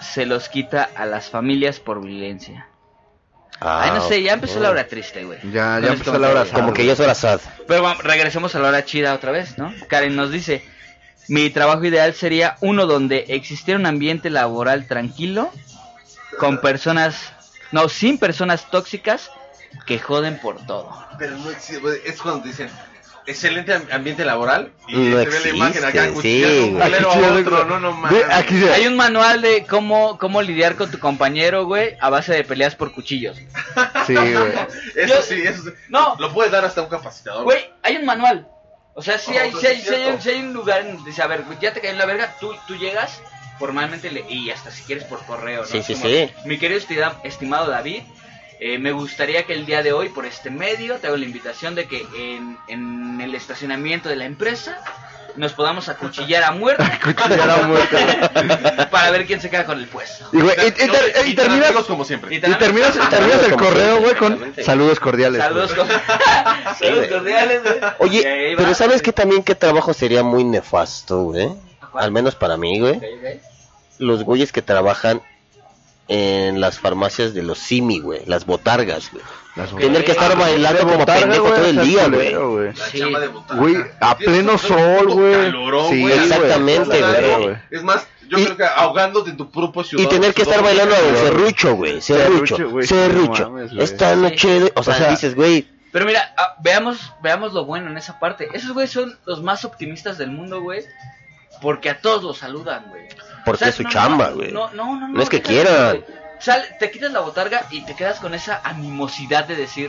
Speaker 1: se los quita a las familias por violencia.
Speaker 3: Ah,
Speaker 1: Ay, no sé, ya empezó
Speaker 3: ok.
Speaker 1: la hora triste, güey.
Speaker 5: Ya,
Speaker 1: No
Speaker 5: ya
Speaker 1: les
Speaker 5: empezó la hora
Speaker 1: comenté.
Speaker 3: Como que ya es hora sad.
Speaker 5: ah,
Speaker 1: Pero vamos, regresemos a la hora chida otra vez, ¿no? Karen nos dice, mi trabajo ideal sería uno donde existiera un ambiente laboral tranquilo, con personas, no, sin personas tóxicas que joden por todo.
Speaker 6: Pero no existe, güey, es cuando dicen, excelente am- ambiente laboral, y
Speaker 3: No
Speaker 6: se ve la imagen acá,
Speaker 3: existe,
Speaker 6: cuchillando
Speaker 3: sí,
Speaker 6: un
Speaker 3: güey.
Speaker 6: culero
Speaker 5: Aquí
Speaker 6: a
Speaker 5: sí,
Speaker 6: otro,
Speaker 5: güey.
Speaker 6: no, no
Speaker 5: Ve,
Speaker 6: mames.
Speaker 5: aquí se...
Speaker 1: Hay un manual de cómo, cómo lidiar con tu compañero, güey, a base de peleas por cuchillos.
Speaker 5: Sí, güey.
Speaker 6: Eso
Speaker 1: Yo-
Speaker 6: sí, eso sí.
Speaker 1: No.
Speaker 6: Lo puedes dar hasta un capacitador.
Speaker 1: Güey, hay un manual. O sea, si
Speaker 6: No,
Speaker 1: hay,
Speaker 6: pues
Speaker 1: sí hay,
Speaker 6: es
Speaker 1: sí hay un,
Speaker 6: cierto.
Speaker 1: sí hay un lugar en donde dice, a ver, güey, ya te cayó en la verga, tú, tú llegas formalmente le- y hasta si quieres por correo, ¿no?
Speaker 3: Sí, sí,
Speaker 1: Como,
Speaker 3: sí.
Speaker 1: Mi querido estida- estimado David, eh, me gustaría que el día de hoy, por este medio, te hago la invitación de que en, en el estacionamiento de la empresa nos podamos acuchillar a muerte
Speaker 5: Ya la muerte.
Speaker 1: para ver quién se queda con el puesto.
Speaker 5: Y, güey,
Speaker 6: Y,
Speaker 5: y, y ter-
Speaker 6: y-
Speaker 5: y
Speaker 6: y
Speaker 5: terminas,
Speaker 6: amigos como siempre.
Speaker 1: Y
Speaker 5: y terminas, terminas el correo, güey, con saludos cordiales.
Speaker 1: Saludos,
Speaker 5: güey.
Speaker 1: con- saludos cordiales. güey. Y ahí
Speaker 3: Oye,
Speaker 1: va.
Speaker 3: pero ¿sabes qué también qué trabajo sería muy nefasto, güey?
Speaker 1: ¿Cuál?
Speaker 3: Al menos para mí, güey.
Speaker 1: Ok, ok.
Speaker 3: Los güeyes que trabajan en las farmacias de los simi, güey. Las botargas, güey.
Speaker 5: Las
Speaker 3: Tener que estar bailando como
Speaker 5: Ah, botarga,
Speaker 3: pendejo
Speaker 5: güey,
Speaker 3: todo el
Speaker 5: está
Speaker 3: día, güey.
Speaker 5: culero, güey.
Speaker 6: La
Speaker 1: Sí.
Speaker 6: chamba de botarga.
Speaker 5: Güey, a
Speaker 6: Tienes
Speaker 5: pleno
Speaker 6: que hacer un
Speaker 5: sol,
Speaker 6: puto
Speaker 5: güey.
Speaker 6: calorón,
Speaker 5: Sí,
Speaker 6: güey.
Speaker 3: exactamente,
Speaker 6: O sea,
Speaker 3: güey.
Speaker 6: güey. Es más, yo
Speaker 3: Y-
Speaker 6: creo que ahogándote en tu propio ciudad.
Speaker 3: Y tener que
Speaker 6: sudor,
Speaker 3: estar bailando
Speaker 6: güey.
Speaker 3: al serrucho, güey.
Speaker 5: Serrucho,
Speaker 3: Serrucho,
Speaker 5: güey.
Speaker 3: serrucho.
Speaker 5: No mames, güey.
Speaker 3: Esta noche, de- o sea,
Speaker 5: O sea,
Speaker 3: dices, güey,
Speaker 1: Pero mira, ah, veamos, veamos lo bueno en esa parte. Esos güeyes son los más optimistas del mundo, güey. Porque a todos los saludan, güey.
Speaker 3: Porque es su chamba, güey.
Speaker 1: No, no, no,
Speaker 3: No es que
Speaker 1: deja
Speaker 3: quieran.
Speaker 1: eso, güey. Sal, te quitas la botarga y te quedas con esa animosidad de decir,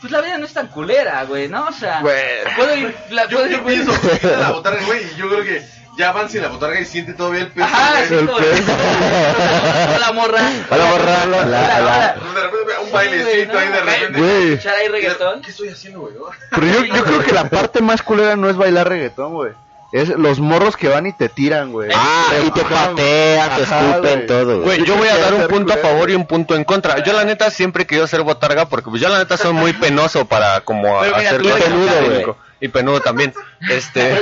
Speaker 1: pues la vida no es tan culera, güey, ¿no? O sea,
Speaker 5: Güey.
Speaker 1: puedo ir, la,
Speaker 6: Yo,
Speaker 1: puedo ir,
Speaker 6: yo
Speaker 1: güey.
Speaker 6: pienso, que quita la botarga, güey, y yo creo que ya van sin la botarga y siente todavía el peso.
Speaker 1: Ajá,
Speaker 6: güey.
Speaker 1: sí, como- Hola, morra.
Speaker 3: Hola, morra. Hola, hola.
Speaker 6: De repente, un
Speaker 1: Sí, güey,
Speaker 6: bailecito
Speaker 1: no,
Speaker 6: ahí de
Speaker 1: güey.
Speaker 6: repente.
Speaker 5: Güey.
Speaker 1: Echar ahí reggaetón.
Speaker 6: ¿Qué estoy haciendo, güey? no?
Speaker 5: Pero yo, yo creo que la parte más culera no es bailar reggaetón, güey. Es los morros que van y te tiran, güey.
Speaker 3: Ah, y te
Speaker 5: empujan,
Speaker 3: patean,
Speaker 5: güey.
Speaker 3: te
Speaker 5: Ajá,
Speaker 3: escupen
Speaker 5: güey.
Speaker 3: todo, güey.
Speaker 4: Güey, yo voy a dar un punto a
Speaker 5: Culero.
Speaker 4: favor y un punto en contra. Yo la neta siempre he querido ser botarga porque pues yo la neta soy muy penoso para como a-
Speaker 1: Pero mira,
Speaker 4: hacer
Speaker 1: tú
Speaker 4: cosas
Speaker 3: eres peludo, güey.
Speaker 4: académico. Y penudo también. Este,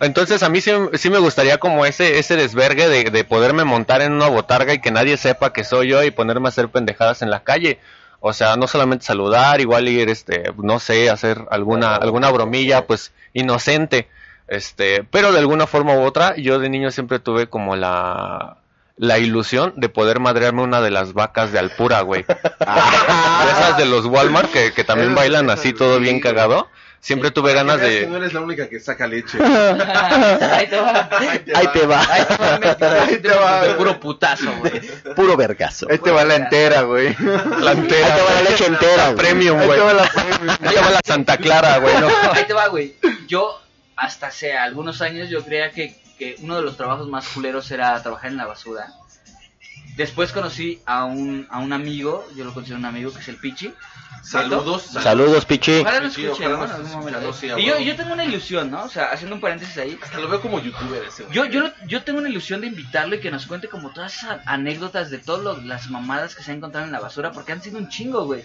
Speaker 4: entonces a mí sí, sí me gustaría como ese ese desvergue de, de poderme montar en una botarga y que nadie sepa que soy yo y ponerme a hacer pendejadas en la calle. O sea, no solamente saludar, igual ir este, no sé, hacer alguna alguna bromilla pues inocente. Este, pero de alguna forma u otra, yo de niño siempre tuve como la, la ilusión de poder madrearme una de las vacas de Alpura, güey. Ah, De Esas de los Walmart que, que también
Speaker 5: Esas-
Speaker 4: bailan
Speaker 5: esas,
Speaker 4: así todo bien
Speaker 5: sí,
Speaker 4: cagado. Siempre tuve ganas
Speaker 6: Veas que
Speaker 4: de...
Speaker 6: no eres la única que saca leche.
Speaker 1: Ahí te va.
Speaker 3: Ahí te va,
Speaker 1: Ahí te va, metido, ahí te va, de puro putazo, güey.
Speaker 3: puro vergazo.
Speaker 5: Ahí te va la entera, güey. Ahí
Speaker 4: La entera,
Speaker 3: Ahí te va la
Speaker 4: güey.
Speaker 3: leche entera, güey.
Speaker 4: Premium,
Speaker 5: te
Speaker 4: güey.
Speaker 5: va la
Speaker 4: Ahí te va la Santa Clara, güey. ¿no?
Speaker 1: Ahí te va, güey. Yo, hasta hace algunos años, yo creía que, que uno de los trabajos más culeros era trabajar en la basura. Después conocí a un, a un amigo, yo lo considero un amigo, que es el Pichi.
Speaker 6: Saludos.
Speaker 3: Saludos, Pichi.
Speaker 1: Ojalá lo
Speaker 6: Sí,
Speaker 1: escuche, ¿no? En
Speaker 6: ojalá nos
Speaker 1: algún
Speaker 6: escuche,
Speaker 1: momento.
Speaker 6: no sea,
Speaker 1: Y yo,
Speaker 6: bueno.
Speaker 1: yo tengo una ilusión, ¿no? O sea, haciendo un paréntesis ahí.
Speaker 6: Hasta lo veo como youtuber ese güey.
Speaker 1: Yo, yo, lo- yo tengo una ilusión de invitarlo y que nos cuente como todas esas anécdotas de todas las mamadas que se han encontrado en la basura, porque han sido un chingo, güey.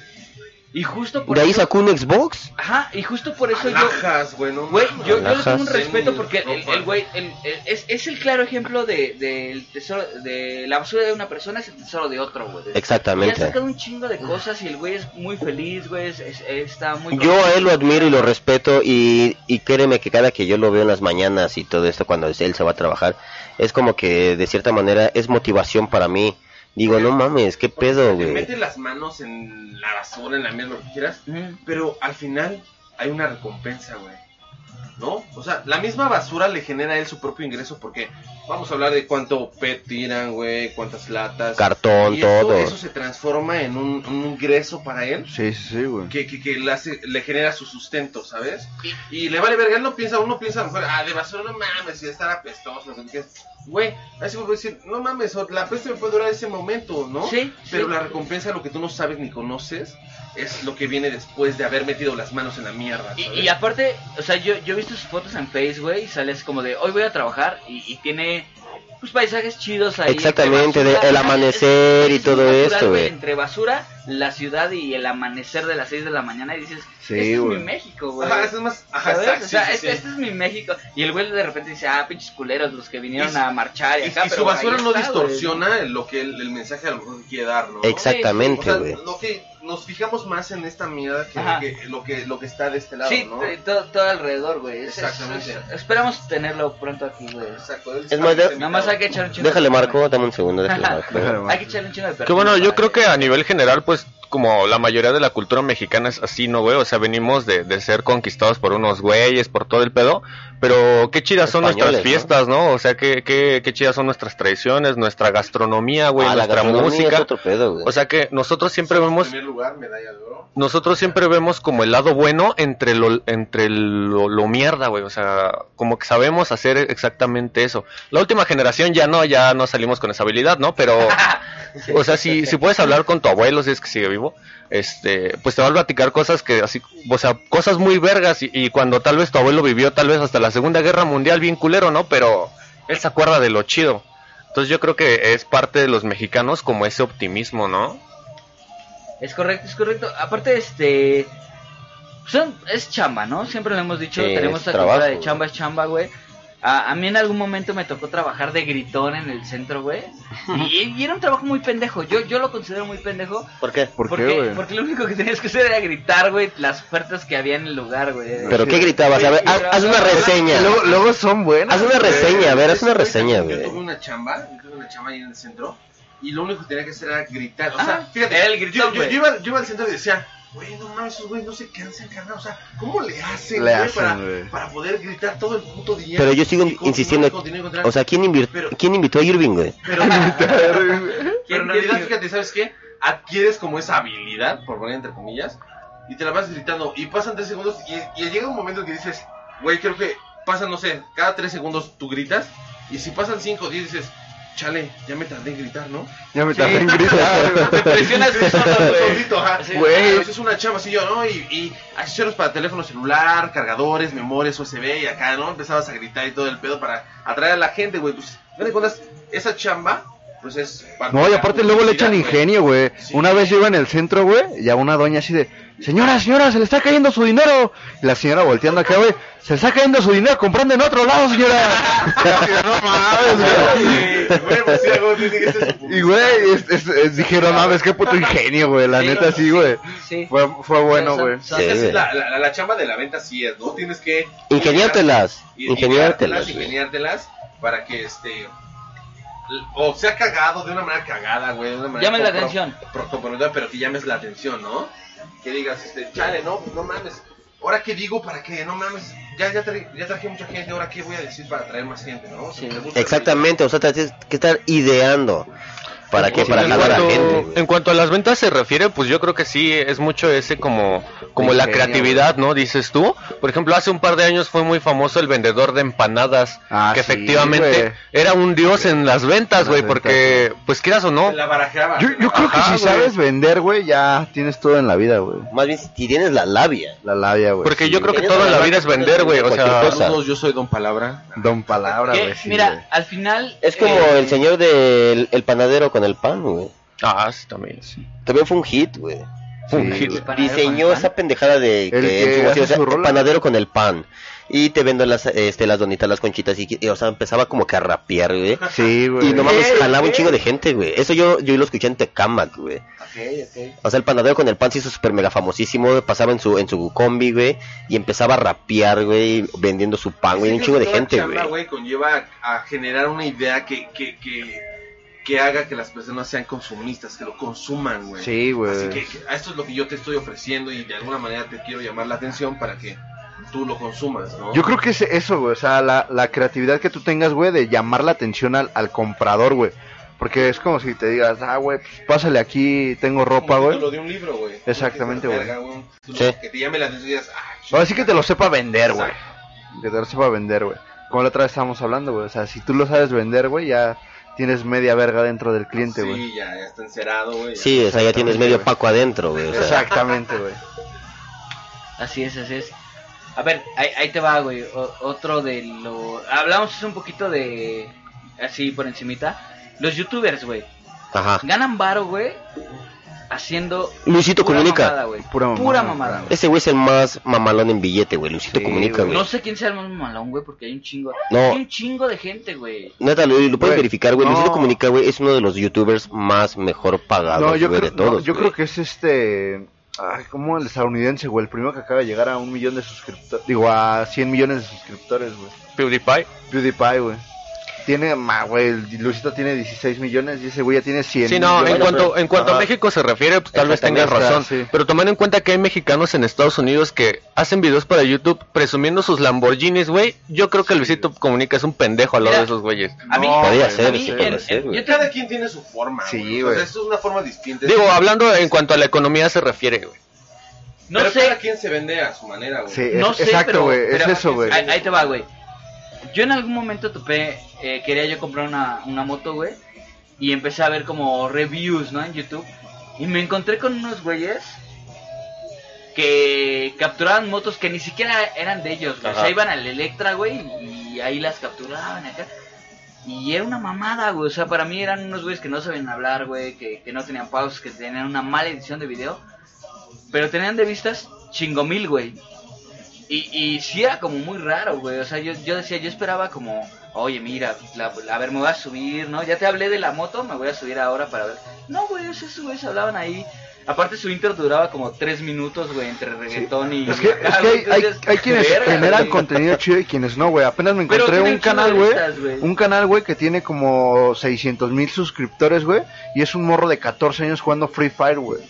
Speaker 1: Y justo por
Speaker 3: De ahí
Speaker 1: eso-
Speaker 3: sacó un Xbox.
Speaker 1: Ajá, y justo por eso yo...
Speaker 6: Alhajas, güey, no
Speaker 1: Güey,
Speaker 6: mames.
Speaker 1: yo, yo le tengo un
Speaker 3: Alhajas.
Speaker 1: respeto
Speaker 6: Sí,
Speaker 1: porque el-
Speaker 6: ropa.
Speaker 1: el güey el- el- es, es el claro ejemplo de, del tesoro, de la basura de una persona es el tesoro de otro, güey. Y ha
Speaker 3: Exactamente.
Speaker 1: sacado un chingo de cosas y el güey es muy feliz, güey, es- es- está muy...
Speaker 3: Yo a él lo admiro y lo respeto y, y créeme que cada que yo lo veo en las mañanas y todo esto cuando él se va a trabajar, es como que de cierta manera es motivación para mí. Digo, no mames, qué
Speaker 6: Porque
Speaker 3: pedo,
Speaker 6: Te
Speaker 3: güey.
Speaker 6: mete las manos en la basura, en la mierda, lo que quieras.
Speaker 1: Ujú.
Speaker 6: Pero al final hay una recompensa, güey. ¿No? O sea, la misma basura le genera a él su propio ingreso porque vamos a hablar de cuánto PET tiran, güey, cuántas latas.
Speaker 3: Cartón,
Speaker 6: Y eso,
Speaker 3: todo.
Speaker 6: eso se transforma en un, un ingreso para él
Speaker 5: Sí, sí, sí, güey.
Speaker 6: que, que, que le, hace- le genera su sustento, ¿sabes? Y le vale verga, él no piensa, uno piensa a lo mejor, ah, de basura no mames, si estar apestoso, lo que quieras. Güey, así voy a Ah, decir, no mames, o- la peste me puede durar ese momento, ¿no?
Speaker 1: Sí,
Speaker 6: Pero
Speaker 1: sí.
Speaker 6: la recompensa, lo que tú no sabes ni conoces, es lo que viene después de haber metido las manos en la mierda.
Speaker 1: Y,
Speaker 6: ¿sabes?
Speaker 1: y aparte, o sea, yo, yo he visto sus fotos en Facebook, güey, y sales como de hoy voy a trabajar y, y tiene pues paisajes chidos ahí.
Speaker 3: Exactamente,
Speaker 1: entre
Speaker 3: de- el
Speaker 1: basura,
Speaker 3: amanecer
Speaker 1: es-
Speaker 3: y
Speaker 1: es
Speaker 3: todo
Speaker 1: natural,
Speaker 3: esto, güey.
Speaker 1: Entre basura, la ciudad y el amanecer de las 6 de la mañana y dices,
Speaker 5: Sí,
Speaker 1: este
Speaker 5: güey.
Speaker 1: es mi México, güey.
Speaker 6: Ajá, eso Ah, es más. Ajá,
Speaker 1: ¿Sabes?
Speaker 6: exacto,
Speaker 1: o sea,
Speaker 6: sí, sí,
Speaker 1: este,
Speaker 6: sí.
Speaker 1: este es mi México. Y el güey de repente dice, ah, pinches culeros los que
Speaker 6: Y
Speaker 1: vinieron
Speaker 6: su-
Speaker 1: a marchar y,
Speaker 6: Y-
Speaker 1: acá.
Speaker 6: y su
Speaker 1: pero
Speaker 6: basura
Speaker 1: ahí
Speaker 6: no
Speaker 1: está, güey.
Speaker 6: distorsiona lo que el, el mensaje a lo mejor quiere dar, ¿no? O
Speaker 3: Exactamente,
Speaker 6: sea,
Speaker 3: güey.
Speaker 6: lo que nos fijamos más en esta mierda que,
Speaker 1: Ajá.
Speaker 6: que lo que lo que está de este lado,
Speaker 1: Sí,
Speaker 6: ¿no?
Speaker 1: eh, todo, todo alrededor, güey. Es- es-
Speaker 6: Exactamente.
Speaker 1: es- esperamos tenerlo pronto aquí, güey.
Speaker 6: Exacto. él
Speaker 3: Es
Speaker 6: sabe
Speaker 3: más,
Speaker 6: que
Speaker 3: de-
Speaker 6: está
Speaker 1: Nada más hay
Speaker 6: invitado.
Speaker 1: que echar un chingo de
Speaker 3: Déjale,
Speaker 1: cojones.
Speaker 3: Marco, dame un segundo, déjale, Marco.
Speaker 5: Déjale,
Speaker 1: Hay que echarle un chingo de
Speaker 4: Que
Speaker 1: perfil,
Speaker 4: bueno, yo
Speaker 1: padre.
Speaker 4: creo que a nivel general, pues como la mayoría de la cultura mexicana es así, ¿no, güey? O sea, venimos de, de ser conquistados por unos güeyes, por todo el pedo. Pero qué chidas son nuestras
Speaker 3: Españoles,
Speaker 4: fiestas, ¿no? O sea, qué, qué, qué chidas son nuestras tradiciones, nuestra gastronomía, güey,
Speaker 3: Ah, la
Speaker 4: nuestra
Speaker 3: gastronomía es
Speaker 4: música.
Speaker 3: otro pedo, güey.
Speaker 4: O sea que nosotros siempre
Speaker 6: En
Speaker 4: vemos
Speaker 6: primer lugar, medalla de oro.
Speaker 4: nosotros siempre vemos como el lado bueno entre lo entre lo, lo mierda, güey. O sea, como que sabemos hacer exactamente eso. La última generación ya no, ya no salimos con esa habilidad, ¿no? Pero, o sea, si, si puedes hablar con tu abuelo, si es que sigue vivo, este, pues te va a platicar cosas que así, o sea, cosas muy vergas. Y, y cuando tal vez tu abuelo vivió, tal vez hasta la Segunda Guerra Mundial, bien culero, ¿no? Pero él se acuerda de lo chido. Entonces yo creo que es parte de los mexicanos como ese optimismo, ¿no?
Speaker 1: Es correcto, es correcto. Aparte, este. Son, es chamba, ¿no? Siempre lo hemos dicho,
Speaker 3: Sí,
Speaker 1: tenemos
Speaker 3: es
Speaker 1: esta cultura
Speaker 3: trabajo,
Speaker 1: de chamba, es chamba, güey. A, a mí en algún momento me tocó trabajar de gritón en el centro, güey. Y, y era un trabajo muy pendejo. Yo, yo lo considero muy pendejo.
Speaker 3: ¿Por qué?
Speaker 5: ¿Por
Speaker 1: porque,
Speaker 5: qué, güey?
Speaker 1: Porque lo único que tenías que hacer era gritar, güey, las ofertas que había en el lugar, güey.
Speaker 3: ¿Pero qué gritabas? A ver, haz, haz una reseña.
Speaker 5: Y Luego, luego son buenas.
Speaker 3: Haz una reseña, a ver, haz una reseña,
Speaker 6: Yo tuve
Speaker 3: güey.
Speaker 6: una chamba, yo tuve una chamba ahí en el centro. Y lo único que tenía que hacer era gritar. O
Speaker 1: Ah,
Speaker 6: sea, fíjate.
Speaker 1: era el gritón,
Speaker 6: yo- yo,
Speaker 1: güey.
Speaker 6: yo iba, yo iba al centro y decía, güey, no mames, esos güeyes no se cansan, carnal. O sea, ¿cómo le hacen,
Speaker 5: Le
Speaker 6: güey,
Speaker 5: hacen,
Speaker 6: para,
Speaker 5: güey.
Speaker 6: para poder gritar todo el puto día?
Speaker 3: Pero yo sigo
Speaker 6: Y continuar,
Speaker 3: insistiendo.
Speaker 6: y continuar, y continuar.
Speaker 3: O sea, ¿quién, invir-
Speaker 6: Pero-
Speaker 3: ¿quién invitó a Irving, güey?
Speaker 6: pero, Pero en realidad, fíjate, ¿sabes qué? Adquieres como esa habilidad, por poner entre comillas, y te la vas gritando. Y pasan tres segundos y, y llega un momento en que dices, güey, creo que pasan, no sé, cada tres segundos tú gritas. Y si pasan cinco o diez, dices, chale, ya me tardé en gritar, ¿no?
Speaker 5: Ya me tardé en gritar, Ah, güey.
Speaker 1: Ah, Te presionas tú solo, güey.
Speaker 6: Solito, ajá.
Speaker 1: Sí.
Speaker 6: Güey. Pero eso es una chamba así yo, ¿no? Y, y accesorios para teléfono celular, cargadores, memorias USB y acá, ¿no? Empezabas a gritar y todo el pedo para atraer a la gente, güey. Pues, ¿no te cuentas? Esa chamba, pues es parte
Speaker 5: No,
Speaker 6: de
Speaker 5: y
Speaker 6: la
Speaker 5: aparte luego le
Speaker 6: publicidad,
Speaker 5: echan
Speaker 6: güey.
Speaker 5: ingenio, güey.
Speaker 6: Sí.
Speaker 5: Una vez yo iba en el centro, güey, y a una doña así de, señora, señora, se le está cayendo su dinero. Y la señora volteando acá, güey, se le está cayendo su dinero comprando en otro lado, señora. no mames, güey.
Speaker 6: Güey, pues sí, algo tiene que ser su
Speaker 5: Y, güey, es- es- es- dije, no mames, qué puto ingenio, güey, la
Speaker 1: Sí.
Speaker 5: neta, sí, güey.
Speaker 1: Sí.
Speaker 5: Fue, fue bueno,
Speaker 1: Son-
Speaker 5: güey.
Speaker 1: son-
Speaker 3: Sí,
Speaker 6: Esa es
Speaker 3: güey.
Speaker 6: la, la, la chamba de la venta sí es, ¿no? Tienes que...
Speaker 3: Ingeniártelas.
Speaker 6: y-
Speaker 3: Ingeniártelas, güey.
Speaker 6: Ingeniártelas para que, este... l- O sea cagado de una manera cagada, güey. De una manera...
Speaker 1: Llame la
Speaker 6: compro-
Speaker 1: atención.
Speaker 6: pro- comprometida, pero que llames la atención, ¿no? Que digas, este, chale, no, no mames. ¿Ahora qué digo para que no mames? Ya, ya, tra- ya traje mucha gente, ¿ahora qué voy a decir para atraer más gente, no? O sea,
Speaker 1: Sí.
Speaker 6: me gusta-
Speaker 3: Exactamente, o sea, tienes que estar ideando. ¿Para qué?
Speaker 4: Sí,
Speaker 3: Para
Speaker 4: en,
Speaker 3: jalar a
Speaker 4: cuanto,
Speaker 6: eh,
Speaker 3: gente. güey.
Speaker 4: en cuanto a las ventas se refiere, pues yo creo que sí, es mucho ese como, como la
Speaker 5: Ingenio,
Speaker 4: creatividad, ¿no? Dices tú. Por ejemplo, hace un par de años fue muy famoso el vendedor de empanadas,
Speaker 5: Ah,
Speaker 4: que
Speaker 5: sí,
Speaker 4: efectivamente
Speaker 5: güey.
Speaker 4: era un dios en las ventas,
Speaker 5: En
Speaker 4: güey,
Speaker 5: las
Speaker 4: porque, pues quieras o no,
Speaker 6: La barajeaba.
Speaker 5: Yo, yo creo que
Speaker 4: Ajá,
Speaker 5: si
Speaker 4: güey.
Speaker 5: sabes vender, güey, ya tienes todo en la vida, güey.
Speaker 3: Más bien, si tienes la labia.
Speaker 6: eh,
Speaker 5: La labia, güey.
Speaker 4: porque yo creo que
Speaker 3: Vendiendo
Speaker 4: toda
Speaker 3: la
Speaker 4: la
Speaker 3: vaca,
Speaker 4: vida es
Speaker 3: vendiendo
Speaker 4: vender, güey, o
Speaker 3: cualquier
Speaker 4: sea,
Speaker 3: cosa.
Speaker 6: Saludos, yo soy Don Palabra.
Speaker 5: Don Palabra,
Speaker 1: Que,
Speaker 5: güey. sí,
Speaker 1: mira,
Speaker 5: güey.
Speaker 1: al final.
Speaker 3: Es como
Speaker 1: eh,
Speaker 3: el señor del el panadero con el pan, güey.
Speaker 4: ah, sí, también, sí.
Speaker 3: También fue un hit, güey.
Speaker 4: Fue un
Speaker 5: Sí,
Speaker 4: hit.
Speaker 5: güey.
Speaker 1: panadero
Speaker 3: Diseñó
Speaker 1: con el
Speaker 3: esa
Speaker 1: pan.
Speaker 3: pendejada de
Speaker 5: El que
Speaker 3: en su bolsillo,
Speaker 5: hace su
Speaker 3: o sea, el
Speaker 5: rola.
Speaker 3: panadero con el pan. Y te vendo las, este, las donitas, las conchitas. Y, y, o sea, empezaba como que a rapear, güey.
Speaker 5: Sí, güey.
Speaker 3: Y no mames, jalaba un chingo de gente, güey. Eso yo, yo lo escuché en Tecamac, güey. O sea, el panadero con el pan se hizo súper mega famosísimo. güey. Pasaba en su, en su combi, güey. Y empezaba a rapear, güey. Vendiendo su pan, Ah, güey. Un
Speaker 6: Sí, creo
Speaker 3: chingo de
Speaker 6: que toda
Speaker 3: gente,
Speaker 6: chamba,
Speaker 3: güey.
Speaker 6: conlleva a generar una idea que, que, que, que haga que las personas sean consumistas, que lo consuman, güey.
Speaker 5: Sí,
Speaker 6: Así que,
Speaker 5: güey.
Speaker 6: que a esto es lo que yo te estoy ofreciendo y de alguna manera te quiero llamar la atención para que tú lo consumas, ¿no?
Speaker 5: Yo creo que es eso, güey. O sea, la, la creatividad que tú tengas, güey, de llamar la atención al, al comprador, güey. Porque es como si te digas, ah, güey, pues, pásale aquí, tengo ropa,
Speaker 6: Como
Speaker 5: güey.
Speaker 6: título de un libro, güey.
Speaker 5: ¿eh? Exactamente,
Speaker 6: Que te
Speaker 5: güey.
Speaker 6: verga, güey, un título
Speaker 3: Sí.
Speaker 6: Que te llame la atención y digas, ah,
Speaker 5: Ahora sí que te lo sepa vender, güey.
Speaker 6: Exacto.
Speaker 5: Que te lo sepa vender, güey. Como la otra vez estábamos hablando, güey. O sea, si tú lo sabes vender, güey, ya tienes media verga dentro del cliente, güey.
Speaker 6: Sí, ya, ya está encerado, güey. ya.
Speaker 3: Sí, o sea, ya tienes medio paco adentro, güey. o sea.
Speaker 5: Exactamente, güey.
Speaker 1: Así es, así es. A ver, ahí, ahí te va, güey. o- otro de lo... Hablamos hace un poquito de... Así por encimita. Los youtubers, güey.
Speaker 3: Ajá.
Speaker 1: Ganan varo, güey. Haciendo...
Speaker 3: Luisito
Speaker 1: pura
Speaker 3: Comunica.
Speaker 1: mamada, güey.
Speaker 5: Pura mamada.
Speaker 1: mamada, güey.
Speaker 3: Ese güey es el más mamalón en billete, güey. Luisito
Speaker 5: Sí,
Speaker 3: comunica,
Speaker 5: güey.
Speaker 3: Este, güey.
Speaker 1: No sé quién sea el más malón, güey, porque hay un chingo...
Speaker 3: No.
Speaker 1: Hay un chingo de gente, güey.
Speaker 3: Neta, lo, lo puedes
Speaker 5: Güey,
Speaker 3: verificar, güey.
Speaker 5: no.
Speaker 3: Luisito Comunica, güey, es uno de los youtubers más mejor pagados,
Speaker 5: No, yo,
Speaker 3: güey,
Speaker 5: creo,
Speaker 3: de
Speaker 5: no,
Speaker 3: todos.
Speaker 5: yo
Speaker 3: güey.
Speaker 5: creo que es este. Ay, como el estadounidense, güey. El primero que acaba de llegar a un millón de suscriptores. Digo, a 100 millones de suscriptores, güey.
Speaker 4: PewDiePie.
Speaker 5: PewDiePie, güey. Tiene, ma, güey. el Luisito tiene 16 millones y ese güey ya tiene 100.
Speaker 4: Sí, no, en
Speaker 5: millones.
Speaker 4: cuanto, en cuanto a
Speaker 5: Ajá.
Speaker 4: México se refiere, pues, tal vez tengas
Speaker 5: Exactamente,
Speaker 4: razón.
Speaker 5: sí.
Speaker 4: Pero tomando en cuenta que hay mexicanos en Estados Unidos que hacen videos para YouTube presumiendo sus Lamborghinis, güey, yo creo que Luisito Comunica es un pendejo al lado
Speaker 1: Mira.
Speaker 4: de esos güeyes.
Speaker 1: A mí...
Speaker 5: No,
Speaker 3: Podría
Speaker 5: güey,
Speaker 3: ser,
Speaker 1: a mí
Speaker 3: sí,
Speaker 1: en-
Speaker 3: podría
Speaker 1: en-
Speaker 3: ser, güey.
Speaker 1: yo te-
Speaker 6: Cada quien tiene su forma,
Speaker 5: Sí,
Speaker 6: güey. O sea,
Speaker 5: güey.
Speaker 6: esto es una forma distinta.
Speaker 4: Digo,
Speaker 6: Es-
Speaker 4: hablando en cuanto a la economía se refiere, güey.
Speaker 1: no
Speaker 6: pero
Speaker 1: sé
Speaker 6: Cada quien se vende a su manera, güey.
Speaker 5: Sí, es-
Speaker 1: No sé,
Speaker 5: exacto,
Speaker 1: pero-
Speaker 5: güey. Es
Speaker 1: pero-
Speaker 5: eso, güey.
Speaker 1: Ahí, ahí te va, güey. Yo en algún momento topé, eh, quería yo comprar una, una moto, güey. Y empecé a ver como reviews, ¿no? En YouTube. Y me encontré con unos güeyes que capturaban motos que ni siquiera eran de ellos, güey. O sea,
Speaker 3: Ajá.
Speaker 1: iban al Electra, güey, y ahí las capturaban acá. Y era una mamada, güey. O sea, para mí eran unos güeyes que no sabían hablar, güey, que, que no tenían pausas, que tenían una mala edición de video. Pero tenían de vistas chingomil, güey. Y, y sí era como muy raro, güey. O sea, yo, yo decía, yo esperaba como, oye, mira, la- la- a ver, me voy a subir, ¿no? Ya te hablé de la moto, me voy a subir ahora para ver. No, güey, o sea, esos güeyes hablaban ahí. Aparte su intro duraba como tres minutos, güey, entre reggaetón y...
Speaker 5: Es que, es que hay, hay, hay quienes
Speaker 1: Verga,
Speaker 5: generan
Speaker 1: güey.
Speaker 5: contenido chido y quienes no, güey. Apenas me
Speaker 1: Pero
Speaker 5: encontré
Speaker 1: tienen
Speaker 5: un
Speaker 1: chingo de
Speaker 5: canal, güey.
Speaker 1: vistas, güey.
Speaker 5: Un canal, güey, que tiene como 600 mil suscriptores, güey. Y es un morro de 14 años jugando Free Fire, güey.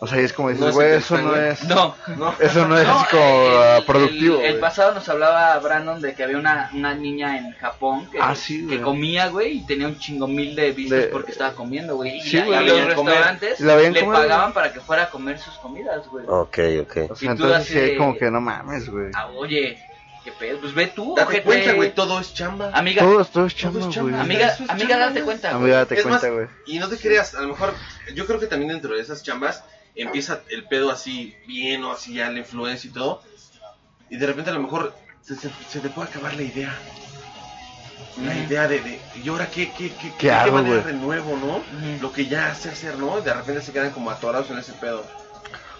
Speaker 5: O sea, y es como
Speaker 6: No
Speaker 5: dices,
Speaker 6: es
Speaker 5: güey, eso no
Speaker 6: interesante,
Speaker 5: es.
Speaker 1: No,
Speaker 6: No.
Speaker 5: Eso no es
Speaker 1: No, eh,
Speaker 5: como
Speaker 1: el-
Speaker 5: ah, productivo.
Speaker 1: El, el
Speaker 5: güey.
Speaker 1: pasado nos hablaba Brandon de que había una, una niña en Japón que,
Speaker 5: Ah, sí, güey.
Speaker 1: que comía, güey, y tenía un chingo mil de vistas
Speaker 5: De-
Speaker 1: porque estaba comiendo, güey. Y,
Speaker 5: Sí,
Speaker 1: a- y los
Speaker 5: güey.
Speaker 6: La veían comer.
Speaker 1: restaurantes
Speaker 5: La veían
Speaker 1: le
Speaker 5: comer,
Speaker 1: pagaban para que fuera a comer sus comidas, güey.
Speaker 3: Ok, ok.
Speaker 5: O
Speaker 1: Y
Speaker 5: sea,
Speaker 1: tú
Speaker 5: entonces
Speaker 1: así
Speaker 5: sí,
Speaker 1: de-
Speaker 5: como que no mames, güey.
Speaker 1: Ah, oye, qué pedo. Pues ve tú,
Speaker 6: Date
Speaker 1: ojete.
Speaker 6: cuenta, güey, todo es chamba.
Speaker 1: Amiga,
Speaker 5: Todo esto es chamba,
Speaker 6: Todo es
Speaker 5: güey.
Speaker 6: chamba.
Speaker 1: amiga,
Speaker 6: Eso es
Speaker 1: amiga,
Speaker 6: chamba,
Speaker 1: date
Speaker 6: güey.
Speaker 1: cuenta, güey.
Speaker 5: Amiga, date
Speaker 6: Es más,
Speaker 5: cuenta, güey.
Speaker 6: Y no te creas, a lo mejor, yo creo que también dentro de esas chambas empieza el pedo así bien o así ya la influencia y todo. Y de repente a lo mejor se, se- se te puede acabar la idea. La
Speaker 1: Ujú.
Speaker 6: idea de, de, ¿y ahora qué, qué, qué,
Speaker 5: ¿Qué hago,
Speaker 6: manera
Speaker 5: güey?
Speaker 6: de nuevo, no?
Speaker 1: Ujú.
Speaker 6: Lo que ya hace hacer, ¿no? Y de repente se quedan como atorados en ese pedo.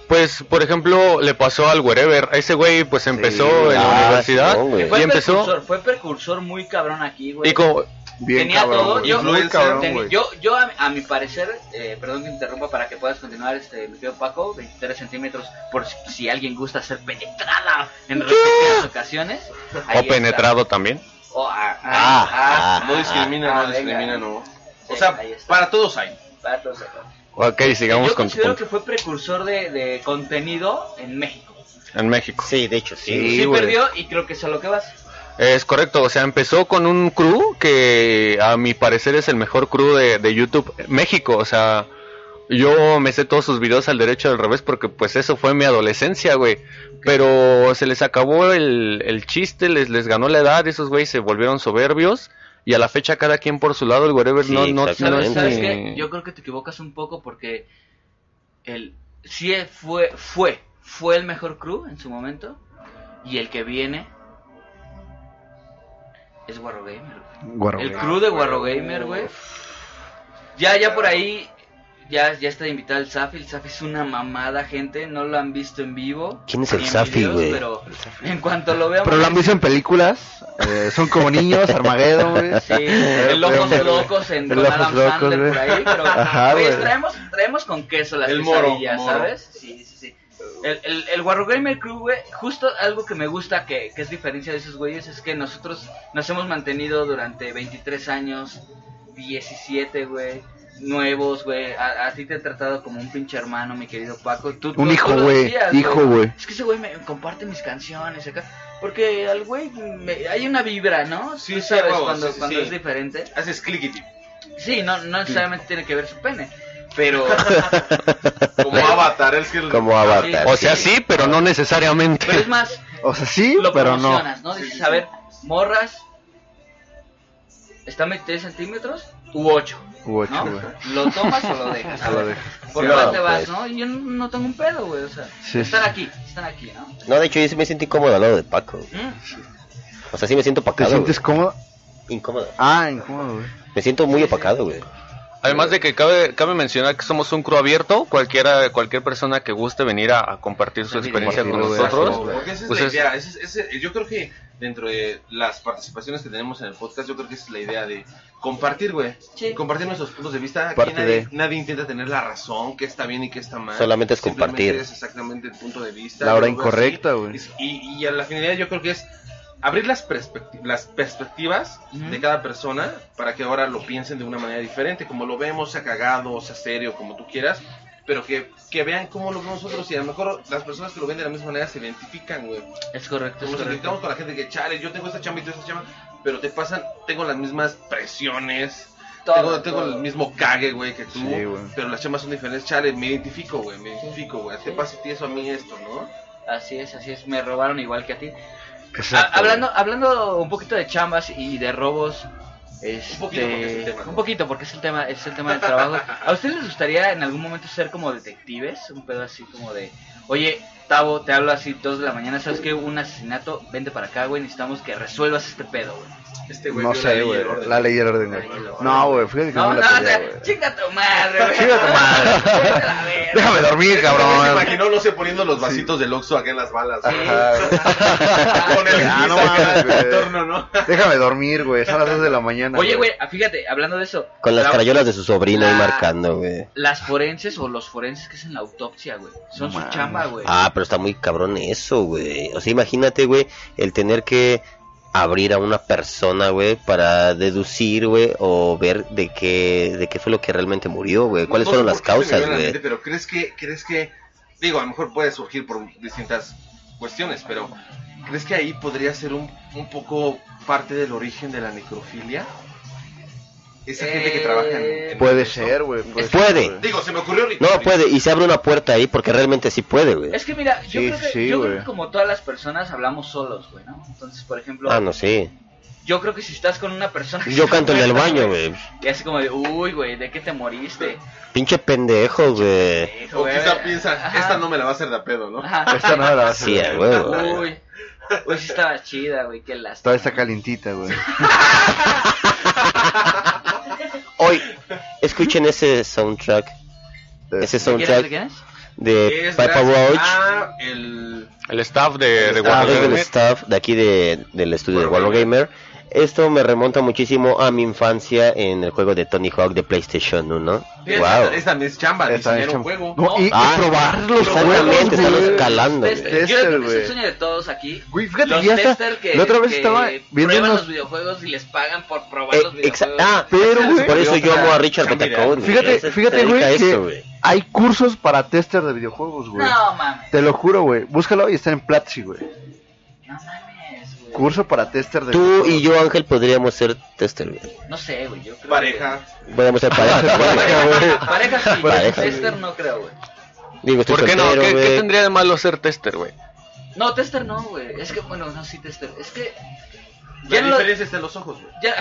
Speaker 4: Pues, por ejemplo, le pasó al Wherever. Ese güey, pues, empezó en la
Speaker 3: Ah,
Speaker 4: universidad.
Speaker 3: sí, no, güey.
Speaker 1: Fue
Speaker 4: y empezó.
Speaker 1: precursor, fue precursor muy cabrón aquí, güey.
Speaker 4: Y como,
Speaker 5: Bien
Speaker 1: tenía
Speaker 5: cabrón,
Speaker 1: todo,
Speaker 5: güey.
Speaker 1: yo-
Speaker 5: Muy
Speaker 6: Influencer,
Speaker 5: cabrón,
Speaker 1: Teni-
Speaker 5: güey.
Speaker 1: yo, yo a, a mi parecer, eh, perdón que interrumpa para que puedas continuar, este, mi querido Paco, 23 centímetros, por si, si alguien gusta ser penetrada en repetidas ocasiones. ahí
Speaker 4: o
Speaker 1: está.
Speaker 4: penetrado también.
Speaker 1: O a- a-
Speaker 3: Ah,
Speaker 1: a-
Speaker 6: No discrimina,
Speaker 1: ah,
Speaker 6: no
Speaker 1: venga.
Speaker 6: discrimina, no.
Speaker 1: Sí,
Speaker 6: O sea,
Speaker 1: ahí está.
Speaker 6: para todos hay.
Speaker 1: para todos, para todos.
Speaker 4: Ok, sigamos
Speaker 1: Yo
Speaker 4: con tu
Speaker 1: considero
Speaker 4: punto.
Speaker 1: que fue precursor de, de contenido en México.
Speaker 4: En México.
Speaker 3: Sí, de hecho, sí.
Speaker 5: Sí,
Speaker 1: Sí
Speaker 5: güey.
Speaker 1: perdió y creo que es a lo que vas.
Speaker 4: Es correcto, o sea, empezó con un crew que a mi parecer es el mejor crew de, de YouTube México, o sea, yo me sé todos sus videos al derecho y al revés porque pues eso fue mi adolescencia, güey. Pero se les acabó el, el chiste, les, les ganó la edad, esos güeyes se volvieron soberbios y a la fecha cada quien por su lado, el whatever
Speaker 3: Sí,
Speaker 4: no, no, no
Speaker 3: exactamente.
Speaker 4: es
Speaker 1: ¿Sabes
Speaker 4: ni-
Speaker 1: qué? Yo creo que te equivocas un poco porque el sí fue fue fue el mejor crew en su momento y el que viene es Warro Gamer. güey.
Speaker 5: Guarro,
Speaker 1: el
Speaker 5: güey.
Speaker 1: crew de Warro Gamer, Ah, güey. Ya ya por ahí ya ya está invitado el Safi, el Safi es una mamada, gente, no lo han visto en vivo.
Speaker 3: ¿Quién es el
Speaker 1: ni en
Speaker 3: Safi,
Speaker 1: videos,
Speaker 3: güey?
Speaker 1: Pero en cuanto lo veamos
Speaker 5: Pero lo han visto en películas. eh, son como niños, Armageddon, güey.
Speaker 1: Sí, el Ojos
Speaker 5: pero-
Speaker 1: Locos en,
Speaker 5: el
Speaker 1: con
Speaker 5: Ojos
Speaker 1: Adam
Speaker 5: Locos,
Speaker 1: Sandler
Speaker 5: güey.
Speaker 1: por ahí, pero
Speaker 5: Ajá,
Speaker 1: pues,
Speaker 5: güey.
Speaker 1: traemos, traemos con queso las
Speaker 6: El moro,
Speaker 1: quesadillas,
Speaker 6: moro.
Speaker 1: ¿sabes? Sí, sí, sí. El, el, el Warro Gamer Crew, güey, justo algo que me gusta, que, que es diferencia de esos güeyes, es que nosotros nos hemos mantenido durante 23 años, 17, güey, nuevos, güey. A, a ti te he tratado como un pinche hermano, mi querido Paco. Tú, tú-
Speaker 5: Un
Speaker 1: tú
Speaker 5: hijo,
Speaker 1: lo
Speaker 5: güey.
Speaker 1: decías,
Speaker 5: Hijo, güey.
Speaker 1: Es que ese güey me comparte mis canciones acá. Porque al güey me- hay una vibra, ¿no?
Speaker 6: Sí,
Speaker 1: Tú
Speaker 6: sí,
Speaker 1: sabes
Speaker 6: huevo,
Speaker 1: cuando,
Speaker 6: sí, sí,
Speaker 1: cuando
Speaker 6: sí.
Speaker 1: es diferente.
Speaker 6: Haces clickety.
Speaker 1: Sí, no, no necesariamente tiene que ver su pene, pero
Speaker 6: Como avatar, es que el-
Speaker 3: Como
Speaker 5: Ah,
Speaker 3: Avatar.
Speaker 4: O sea, sí, pero no necesariamente.
Speaker 1: pero es más,
Speaker 5: O sea, sí,
Speaker 1: lo
Speaker 5: pero no.
Speaker 1: promocionas, ¿no? Dices, a ver, morras, ¿está a 3 centímetros? U 8,
Speaker 5: Hubo ocho,
Speaker 1: ¿no?
Speaker 5: güey.
Speaker 1: ¿Lo tomas o lo dejas? A
Speaker 5: A la
Speaker 1: ver,
Speaker 5: vez.
Speaker 1: ¿Por
Speaker 3: Sí,
Speaker 1: cuál
Speaker 3: no,
Speaker 1: te vas,
Speaker 3: pues.
Speaker 1: no? Y Yo no tengo un pedo, güey, o sea,
Speaker 5: Sí,
Speaker 1: están
Speaker 5: sí.
Speaker 1: aquí, están aquí, ¿no?
Speaker 3: No, de hecho, yo sí me siento incómodo al lado de Paco.
Speaker 1: ¿Mm?
Speaker 3: O sea, sí me siento
Speaker 5: ¿Te
Speaker 3: opacado.
Speaker 5: sientes
Speaker 3: güey.
Speaker 5: cómodo?
Speaker 3: Incómodo.
Speaker 5: Ah, incómodo, güey.
Speaker 3: Me siento muy opacado, güey.
Speaker 4: Además de que cabe, cabe mencionar que somos un crew abierto, cualquiera, cualquier persona que guste venir a, a compartir su experiencia con
Speaker 5: Compartirlo,
Speaker 4: nosotros.
Speaker 5: güey.
Speaker 6: Exacto, porque esa es
Speaker 4: Pues
Speaker 6: la
Speaker 4: es-
Speaker 6: idea. ese es- ese- yo creo que dentro de las participaciones que tenemos en el podcast, yo creo que esa es la idea de compartir, güey.
Speaker 1: Sí.
Speaker 6: Compartir nuestros puntos de vista. Aquí
Speaker 5: Parte
Speaker 6: nadie,
Speaker 5: de-
Speaker 6: nadie intenta tener la razón, qué está bien y qué está mal.
Speaker 3: Solamente es
Speaker 6: Simplemente
Speaker 3: compartir.
Speaker 6: es exactamente el punto de vista.
Speaker 5: La hora
Speaker 6: Yo lo veo así.
Speaker 5: incorrecta, güey.
Speaker 6: Es- Y, y a la finalidad yo creo que es abrir las, perspecti- las perspectivas
Speaker 1: Ujú.
Speaker 6: de cada persona para que ahora lo piensen de una manera diferente, como lo vemos, sea cagado, sea serio, como tú quieras, pero que, que vean cómo lo vemos nosotros y a lo mejor las personas que lo ven de la misma manera se identifican, güey.
Speaker 1: Es correcto, es
Speaker 6: Nos identificamos
Speaker 1: correcto.
Speaker 6: con la gente que, chale, yo tengo esta chamba y tú esta chamba, pero te pasan, tengo las mismas presiones, tengo,
Speaker 1: Todo,
Speaker 6: tengo
Speaker 1: todo.
Speaker 6: el mismo cague, güey, que tú,
Speaker 5: Sí, güey.
Speaker 6: pero las chambas son diferentes, chale, me identifico, güey, me identifico, güey, te
Speaker 1: Sí.
Speaker 6: pasa a ti eso, a mí esto, ¿no?
Speaker 1: Así es, así es, me robaron igual que a ti. Ha- hablando, hablando un poquito de chambas y de robos. este,
Speaker 6: Un poquito porque es el tema.
Speaker 1: un poquito porque es el tema, es el tema del trabajo. ¿A ustedes les gustaría en algún momento ser como detectives? Un pedo así como de, oye, Tavo, te hablo así dos de la mañana, ¿sabes qué? Un asesinato, vente para acá, güey, necesitamos que resuelvas este pedo, güey.
Speaker 6: Este
Speaker 5: No
Speaker 6: viola
Speaker 5: sé,
Speaker 6: ley y
Speaker 5: güey.
Speaker 6: el orden.
Speaker 5: La ley y el orden. güey.
Speaker 1: La ley y el orden.
Speaker 5: No, güey, fíjate que
Speaker 1: No,
Speaker 5: no,
Speaker 1: no,
Speaker 5: me la
Speaker 1: o
Speaker 5: pedía,
Speaker 1: sea,
Speaker 5: güey.
Speaker 1: chinga tu madre, güey.
Speaker 5: Chinga tu madre.
Speaker 1: Vete a la verga.
Speaker 5: Déjame dormir,
Speaker 6: Cabrón. Se
Speaker 5: cabrón.
Speaker 6: imaginó, no sé, poniendo los vasitos del Oxxo acá en las balas.
Speaker 1: Sí.
Speaker 6: güey.
Speaker 1: Ajá.
Speaker 6: Con el
Speaker 5: Ah, no
Speaker 6: guiso acá
Speaker 5: mames,
Speaker 6: en el
Speaker 5: güey.
Speaker 6: torno, ¿no?
Speaker 5: Déjame dormir, güey. Son las 2 de la mañana.
Speaker 1: Oye, güey, ah, fíjate, hablando de eso.
Speaker 3: Con las
Speaker 1: la-
Speaker 3: crayolas de su sobrino ahí
Speaker 1: La-
Speaker 3: marcando, güey.
Speaker 1: Las forenses o los forenses que hacen la autopsia, güey. Son su
Speaker 5: Mames.
Speaker 1: chamba, güey.
Speaker 3: Ah, pero está muy cabrón eso, güey. O sea, imagínate, güey, el tener que abrir a una persona, güey, para deducir, güey, o ver de qué, de qué fue lo que realmente murió, güey. ¿Cuáles
Speaker 6: No sé
Speaker 3: fueron
Speaker 6: por
Speaker 3: las
Speaker 6: qué se me
Speaker 3: causas,
Speaker 6: vino a la mente,
Speaker 3: güey?
Speaker 6: Pero crees que, crees que, digo, a lo mejor puede surgir por distintas cuestiones, pero ¿crees que ahí podría ser un, un poco parte del origen de la necrofilia? Esa gente que
Speaker 1: Eh,
Speaker 6: trabaja en... en
Speaker 5: Puede
Speaker 6: eso.
Speaker 5: ser, güey. puede
Speaker 3: Puede.
Speaker 5: ser, güey.
Speaker 6: Digo, se me ocurrió ahorita.
Speaker 3: No puede, y se abre una puerta ahí porque realmente sí puede, güey.
Speaker 1: Es que mira, yo,
Speaker 5: Sí,
Speaker 1: creo, que,
Speaker 5: sí,
Speaker 1: yo creo
Speaker 5: güey.
Speaker 1: que como todas las personas hablamos solos, güey, ¿no? Entonces, por ejemplo,
Speaker 3: Ah, no sé.
Speaker 1: yo creo que si estás con una persona... que
Speaker 3: Yo
Speaker 1: está
Speaker 3: canto en el
Speaker 1: muerta,
Speaker 3: baño, güey.
Speaker 1: Y así como de, uy, güey, ¿de qué te moriste?
Speaker 3: Pinche pendejo, güey.
Speaker 1: Hijo,
Speaker 6: O
Speaker 1: güey.
Speaker 6: quizá piensa,
Speaker 1: Ajá.
Speaker 6: esta no me la va a hacer de a pedo, ¿no?
Speaker 1: Ajá.
Speaker 5: Esta no la va a hacer,
Speaker 3: Sí,
Speaker 5: güey.
Speaker 3: a huevo, güey.
Speaker 1: Uy, uy, sí estaba chida, güey, qué lástima.
Speaker 5: Todavía está calientita, güey.
Speaker 3: Hoy, escuchen ese soundtrack. Ese
Speaker 1: ¿Quién es?
Speaker 3: soundtrack
Speaker 1: ¿Quién es?
Speaker 3: de
Speaker 6: Es
Speaker 3: Eh, Papa
Speaker 6: gracias Ah,
Speaker 3: Roach.
Speaker 6: a el...
Speaker 4: El staff de, de
Speaker 6: El
Speaker 3: Ah,
Speaker 4: Warner
Speaker 3: desde el
Speaker 4: Gamer.
Speaker 3: staff de aquí de- del estudio de Warner Gamer. Esto me remonta muchísimo a mi infancia en el juego de Tony Hawk de PlayStation 1. Wow.
Speaker 6: Esta, esta es chamba,
Speaker 5: Esta
Speaker 6: diseñar un
Speaker 5: chamba.
Speaker 6: juego.
Speaker 5: No, y, y
Speaker 3: Ah,
Speaker 5: probar los
Speaker 3: Exactamente,
Speaker 5: juegos,
Speaker 3: están
Speaker 5: güey.
Speaker 3: escalando.
Speaker 1: Los
Speaker 3: güey.
Speaker 1: testers. Pues, Yo creo que es
Speaker 5: Tester,
Speaker 1: el sueño de todos aquí.
Speaker 5: Güey, fíjate,
Speaker 1: los
Speaker 5: ya está.
Speaker 1: tester que,
Speaker 5: La otra vez
Speaker 1: que
Speaker 5: estaba viendo
Speaker 1: prueban
Speaker 5: unos-
Speaker 1: los videojuegos y les pagan por probar
Speaker 3: Eh,
Speaker 1: los
Speaker 3: exa-
Speaker 1: videojuegos.
Speaker 3: ah,
Speaker 5: Pero, güey,
Speaker 3: por eso yo amo a Richard
Speaker 6: Cambia.
Speaker 3: Betacón.
Speaker 5: Fíjate, fíjate, güey, que hay cursos para tester de videojuegos, güey.
Speaker 1: no mames,
Speaker 5: Te lo juro, güey. Búscalo y está en Platzi, güey.
Speaker 1: no mames, güey.
Speaker 5: curso para tester de
Speaker 3: Tú y yo, Ángel, podríamos ser este tester, güey.
Speaker 1: No sé, güey. Yo creo
Speaker 6: Pareja.
Speaker 3: Podríamos ser pareja, güey.
Speaker 1: que- Pareja sí,
Speaker 3: Pareja.
Speaker 1: tester no creo, güey.
Speaker 3: Digo, estoy
Speaker 4: ¿Por qué no?
Speaker 3: soltero,
Speaker 4: ¿Qué, qué
Speaker 3: güey.
Speaker 4: tendría de malo ser tester, güey?
Speaker 1: No, tester no, güey. Es que, bueno, no, sí, tester. Es que.
Speaker 6: La
Speaker 1: Ya no lo-
Speaker 6: diferencia está en los ojos, güey.
Speaker 1: Ya.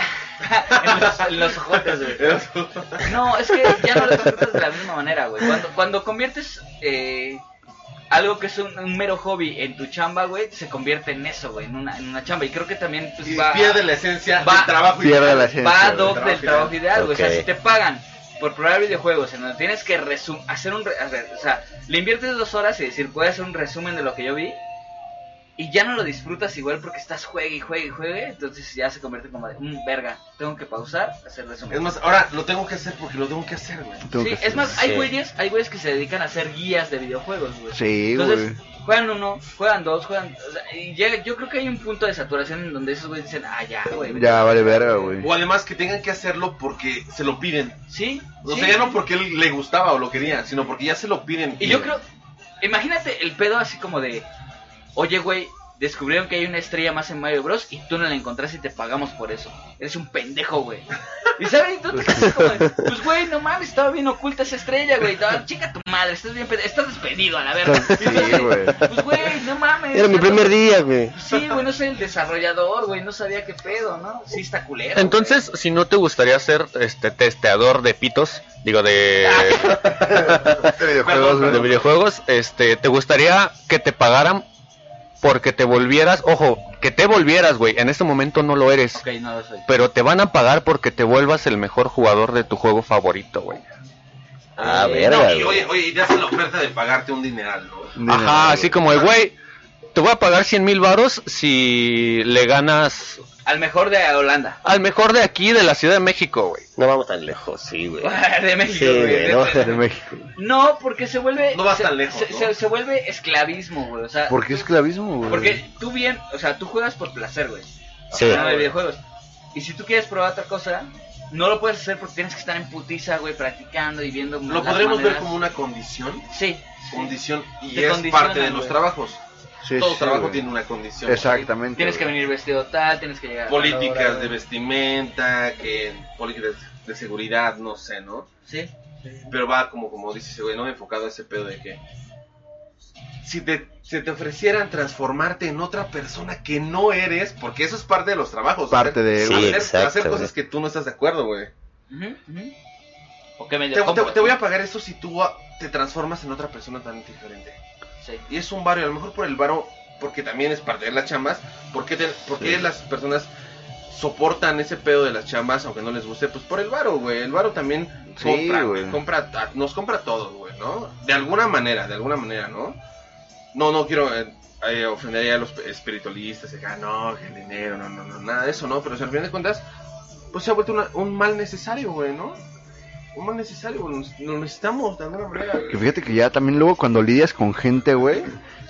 Speaker 1: en, los, en los ojotes, güey. No, es que ya no lo tratas de la misma manera, güey. Cuando, cuando conviertes eh, algo que es un, un mero hobby en tu chamba, güey, se convierte en eso, güey, en una, en una chamba. Y creo que también pues,
Speaker 6: Y
Speaker 1: va,
Speaker 6: pierde la esencia
Speaker 1: va-
Speaker 6: del trabajo.
Speaker 5: Pierde
Speaker 6: ideal.
Speaker 5: la esencia.
Speaker 1: va
Speaker 5: Sí,
Speaker 1: ad hoc
Speaker 6: güey,
Speaker 1: del trabajo ideal, güey. O
Speaker 3: Ok.
Speaker 1: sea, si te pagan por probar videojuegos en donde tienes que resum hacer un... re- hacer- o sea, le inviertes dos horas y decir, voy a hacer un resumen de lo que yo vi. Y ya no lo disfrutas igual porque estás juegue y juegue y juegue. Entonces ya se convierte como de, "Mm, verga, tengo que pausar, hacer resumen.
Speaker 6: Es más, ahora lo tengo que hacer porque lo tengo que hacer, güey.
Speaker 5: Tengo
Speaker 1: Sí,
Speaker 5: que
Speaker 1: es
Speaker 5: hacer-
Speaker 1: más, hay
Speaker 3: Sí.
Speaker 1: güeyes, hay güeyes que se dedican a hacer guías de videojuegos, güey.
Speaker 5: Sí, güey.
Speaker 1: Entonces, juegan uno, juegan dos, juegan... o sea, y llega- yo creo que hay un punto de saturación en donde esos güeyes dicen, ah, ya, güey. vete".
Speaker 5: Ya vale verga, güey.
Speaker 6: O además que tengan que hacerlo porque se lo piden.
Speaker 1: Sí.
Speaker 6: O
Speaker 1: sí.
Speaker 6: sea, ya no porque él le gustaba o lo quería, sino porque ya se lo piden.
Speaker 1: Y yo creo, imagínate el pedo así como de, oye, güey, descubrieron que hay una estrella más en Mario Bros. y tú no la encontraste y te pagamos por eso. Eres un pendejo, güey. Y sabes, Y tú te quedas como de, pues, güey, no mames, estaba bien oculta esa estrella, güey. Estaba- Chica tu madre, estás bien, pende- estás despedido a la verga. Y tú así,
Speaker 5: Sí, güey.
Speaker 1: Pues, güey, no mames.
Speaker 3: Era mi
Speaker 1: tanto-
Speaker 3: primer día, güey.
Speaker 1: Sí, güey, no soy el desarrollador, güey, no sabía qué pedo, ¿no? Sí, está culero.
Speaker 4: Entonces, si no te gustaría ser este testeador de pitos, digo de,
Speaker 5: Este videojuegos,
Speaker 4: de
Speaker 5: güey.
Speaker 4: videojuegos, este, ¿te gustaría que te pagaran porque te volvieras, ojo, que te volvieras, güey, en este momento no lo eres,
Speaker 1: güey. Ok, no lo soy.
Speaker 4: pero te van a pagar porque te vuelvas el mejor jugador de tu juego favorito, güey.
Speaker 3: Ah,
Speaker 6: Eh,
Speaker 3: verga,
Speaker 6: no, y
Speaker 3: güey.
Speaker 6: oye, oye, y te hacen la oferta de pagarte un dineral, ¿no?
Speaker 1: Mm.
Speaker 5: Ni
Speaker 4: Ajá,
Speaker 5: nada,
Speaker 4: así como el güey, te voy a pagar 100 mil varos si le ganas
Speaker 1: Al mejor de Holanda.
Speaker 4: al mejor de aquí, de la Ciudad de México, güey.
Speaker 3: No vamos tan lejos, sí, güey.
Speaker 1: De México, este
Speaker 3: Sí, güey, no
Speaker 5: güey. De México.
Speaker 1: No, porque se vuelve.
Speaker 6: No vas
Speaker 1: se-
Speaker 6: tan lejos,
Speaker 1: Se,
Speaker 6: ¿no?
Speaker 1: se- se vuelve esclavismo, güey. O sea,
Speaker 5: ¿Por qué
Speaker 1: tú-
Speaker 5: esclavismo, güey?
Speaker 1: Porque tú bien, o sea, tú juegas por placer, güey.
Speaker 3: Sí.
Speaker 1: No de videojuegos. Y si tú quieres probar otra cosa, no lo puedes hacer porque tienes que estar en putiza, güey, practicando y viendo.
Speaker 6: Lo
Speaker 1: las
Speaker 6: podremos ver
Speaker 1: maneras.
Speaker 6: como una condición.
Speaker 1: Sí. sí.
Speaker 6: Condición y
Speaker 1: Te
Speaker 6: es
Speaker 1: condicionan,
Speaker 6: parte de los
Speaker 1: güey.
Speaker 6: trabajos.
Speaker 5: Sí,
Speaker 6: Todo
Speaker 5: sí,
Speaker 6: trabajo
Speaker 5: güey.
Speaker 6: tiene una condición.
Speaker 5: Exactamente.
Speaker 1: Tienes que
Speaker 5: güey.
Speaker 1: venir vestido tal, tienes que llegar. a tal hora,
Speaker 6: Políticas de
Speaker 1: güey.
Speaker 6: vestimenta, que políticas de seguridad, no sé, ¿no?
Speaker 1: Sí.
Speaker 6: Pero va como, como dice ese güey, ¿no? Enfocado a ese pedo de que. Si te, se te ofrecieran transformarte en otra persona que no eres, porque eso es parte de los trabajos.
Speaker 5: Parte de-
Speaker 6: hacer,
Speaker 3: Sí,
Speaker 6: hacer-
Speaker 3: exacto,
Speaker 6: hacer cosas
Speaker 3: güey.
Speaker 6: que tú no estás de acuerdo, güey.
Speaker 1: Ujú, ujú. ¿O qué me
Speaker 6: Te, te- te voy a pagar eso si tú ah, te transformas en otra persona tan diferente.
Speaker 1: Sí.
Speaker 6: Y es un varo, y a lo mejor por el varo, porque también es parte de las chambas, porque las personas soportan ese pedo de las chambas, aunque no les guste? Pues por el varo, güey. El varo también
Speaker 5: Sí,
Speaker 6: compra,
Speaker 5: güey.
Speaker 6: compra a- nos compra todo, güey, ¿no? De alguna manera, de alguna manera, ¿no? No, no quiero eh, eh, ofender ahí a los espiritualistas, de que, ah, no, que el dinero, no, no, no, nada de eso, ¿no? Pero o sea, al final de cuentas, pues se ha vuelto una- un mal necesario, güey, ¿no? Un mal necesario, güey. nos- Lo necesitamos de alguna manera. güey.
Speaker 5: Que fíjate que ya también luego cuando lidias con gente, güey,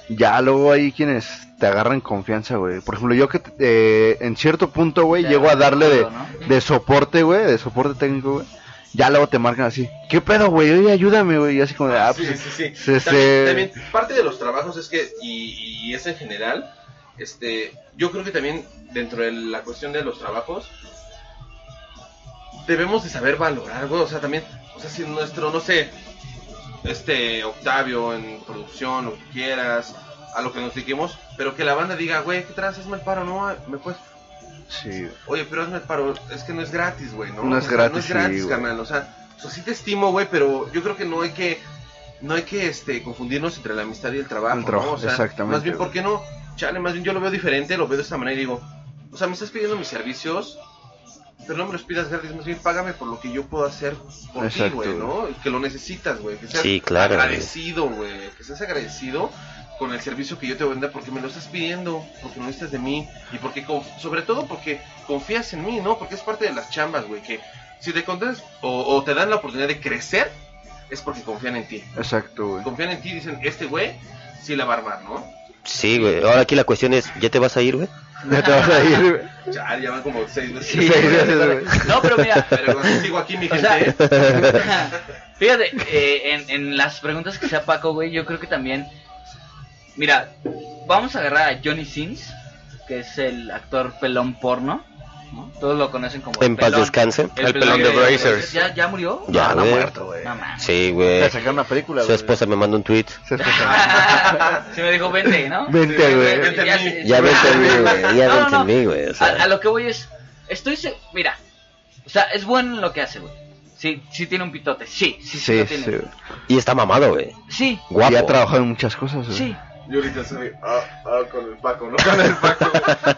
Speaker 5: ya luego hay quienes te agarran confianza, güey. Por ejemplo, yo que eh, en cierto punto, güey,
Speaker 1: Ya,
Speaker 5: llego a darle de,
Speaker 1: ¿no?
Speaker 5: de soporte, güey, de soporte técnico, güey. Ya luego te marcan así, ¿qué pedo, güey? Oye, ayúdame, güey. Y así como de, ah,
Speaker 6: sí,
Speaker 5: pues,
Speaker 6: sí, sí.
Speaker 5: se- se-
Speaker 6: También, también parte de los trabajos es que, y, y es en general, este, yo creo que también dentro de la cuestión de los trabajos, debemos de saber valorar, güey, o sea, también, o sea, si nuestro, no sé, este, Octavio en producción, lo que quieras, a lo que nos dediquemos, pero que la banda diga, güey, ¿qué trans? Hazme el paro, ¿no? Me puedes...
Speaker 5: sí, güey.
Speaker 6: Oye, pero hazme el paro, es que no es gratis, güey, ¿no?
Speaker 5: No es
Speaker 6: O sea, No
Speaker 5: gratis,
Speaker 6: es
Speaker 5: sí,
Speaker 6: gratis,
Speaker 5: güey.
Speaker 6: carnal, o sea, o sea, sí te estimo, güey, pero yo creo que no hay que, no hay que, este, confundirnos entre la amistad y el trabajo,
Speaker 5: El trabajo,
Speaker 6: ¿no? O sea,
Speaker 5: exactamente,
Speaker 6: Más bien,
Speaker 5: güey.
Speaker 6: ¿por qué no? Chale, más bien yo lo veo diferente, lo veo de esta manera y digo, o sea, me estás pidiendo mis servicios, pero no me los pidas gratis, más bien págame por lo que yo puedo hacer por ti,
Speaker 5: Exacto,
Speaker 6: güey, ¿no? Que lo necesitas, güey, que seas
Speaker 3: Sí, claro, güey.
Speaker 6: agradecido, güey, que seas agradecido con el servicio que yo te voy a dar porque me lo estás pidiendo, porque lo necesitas de mí y porque conf- sobre todo porque confías en mí, ¿no? Porque es parte de las chambas, güey, que si te contas o, o te dan la oportunidad de crecer es porque confían en ti.
Speaker 5: Exacto, güey.
Speaker 6: Confían en ti y dicen, este güey sí la va a armar, ¿no?
Speaker 3: Sí, güey. Ahora aquí la cuestión es, ¿ya te vas a ir, güey?
Speaker 5: Ya te vas a ir, güey.
Speaker 6: Ya, ya van como seis veces.
Speaker 5: Sí, güey.
Speaker 1: No, pero mira,
Speaker 6: Pero sigo aquí, mi
Speaker 1: O
Speaker 6: gente.
Speaker 1: sea,
Speaker 6: ¿eh?
Speaker 1: Fíjate, eh, en, en las preguntas que sea Paco, güey, yo creo que también. Mira, vamos a agarrar a Johnny Sins que es el actor pelón porno. ¿no? Todos lo conocen como
Speaker 3: En paz
Speaker 1: pelón.
Speaker 3: descanse.
Speaker 4: El pelón de Brazers.
Speaker 1: ¿Ya, ya murió?
Speaker 3: Ya,
Speaker 5: no
Speaker 3: güey.
Speaker 5: muerto, güey.
Speaker 1: No mames.
Speaker 3: Sí, güey.
Speaker 5: Ya sacaron una película,
Speaker 3: Su esposa me manda un tweet.
Speaker 5: Su esposa.
Speaker 1: Se me dijo, vente, ¿no?
Speaker 5: Vente, güey.
Speaker 6: Vente a mí.
Speaker 1: se-
Speaker 3: Ya
Speaker 1: se-
Speaker 3: vente a mí, güey. Ya
Speaker 1: No, no,
Speaker 3: vente a
Speaker 1: no.
Speaker 3: mí, güey. O
Speaker 1: A,
Speaker 3: sea,
Speaker 1: a lo que voy es, estoy, se- mira, o sea, es bueno en lo que hace, güey. Sí, sí tiene un pitote, sí, sí, sí,
Speaker 5: Sí,
Speaker 1: lo
Speaker 5: sí.
Speaker 1: tiene.
Speaker 5: güey.
Speaker 3: Y está mamado, güey.
Speaker 1: Sí,
Speaker 3: Guapo.
Speaker 5: Y ha trabajado en muchas cosas, güey.
Speaker 1: sí.
Speaker 6: Yo ahorita soy ah, ah, con el Paco, ¿no? Con el Paco.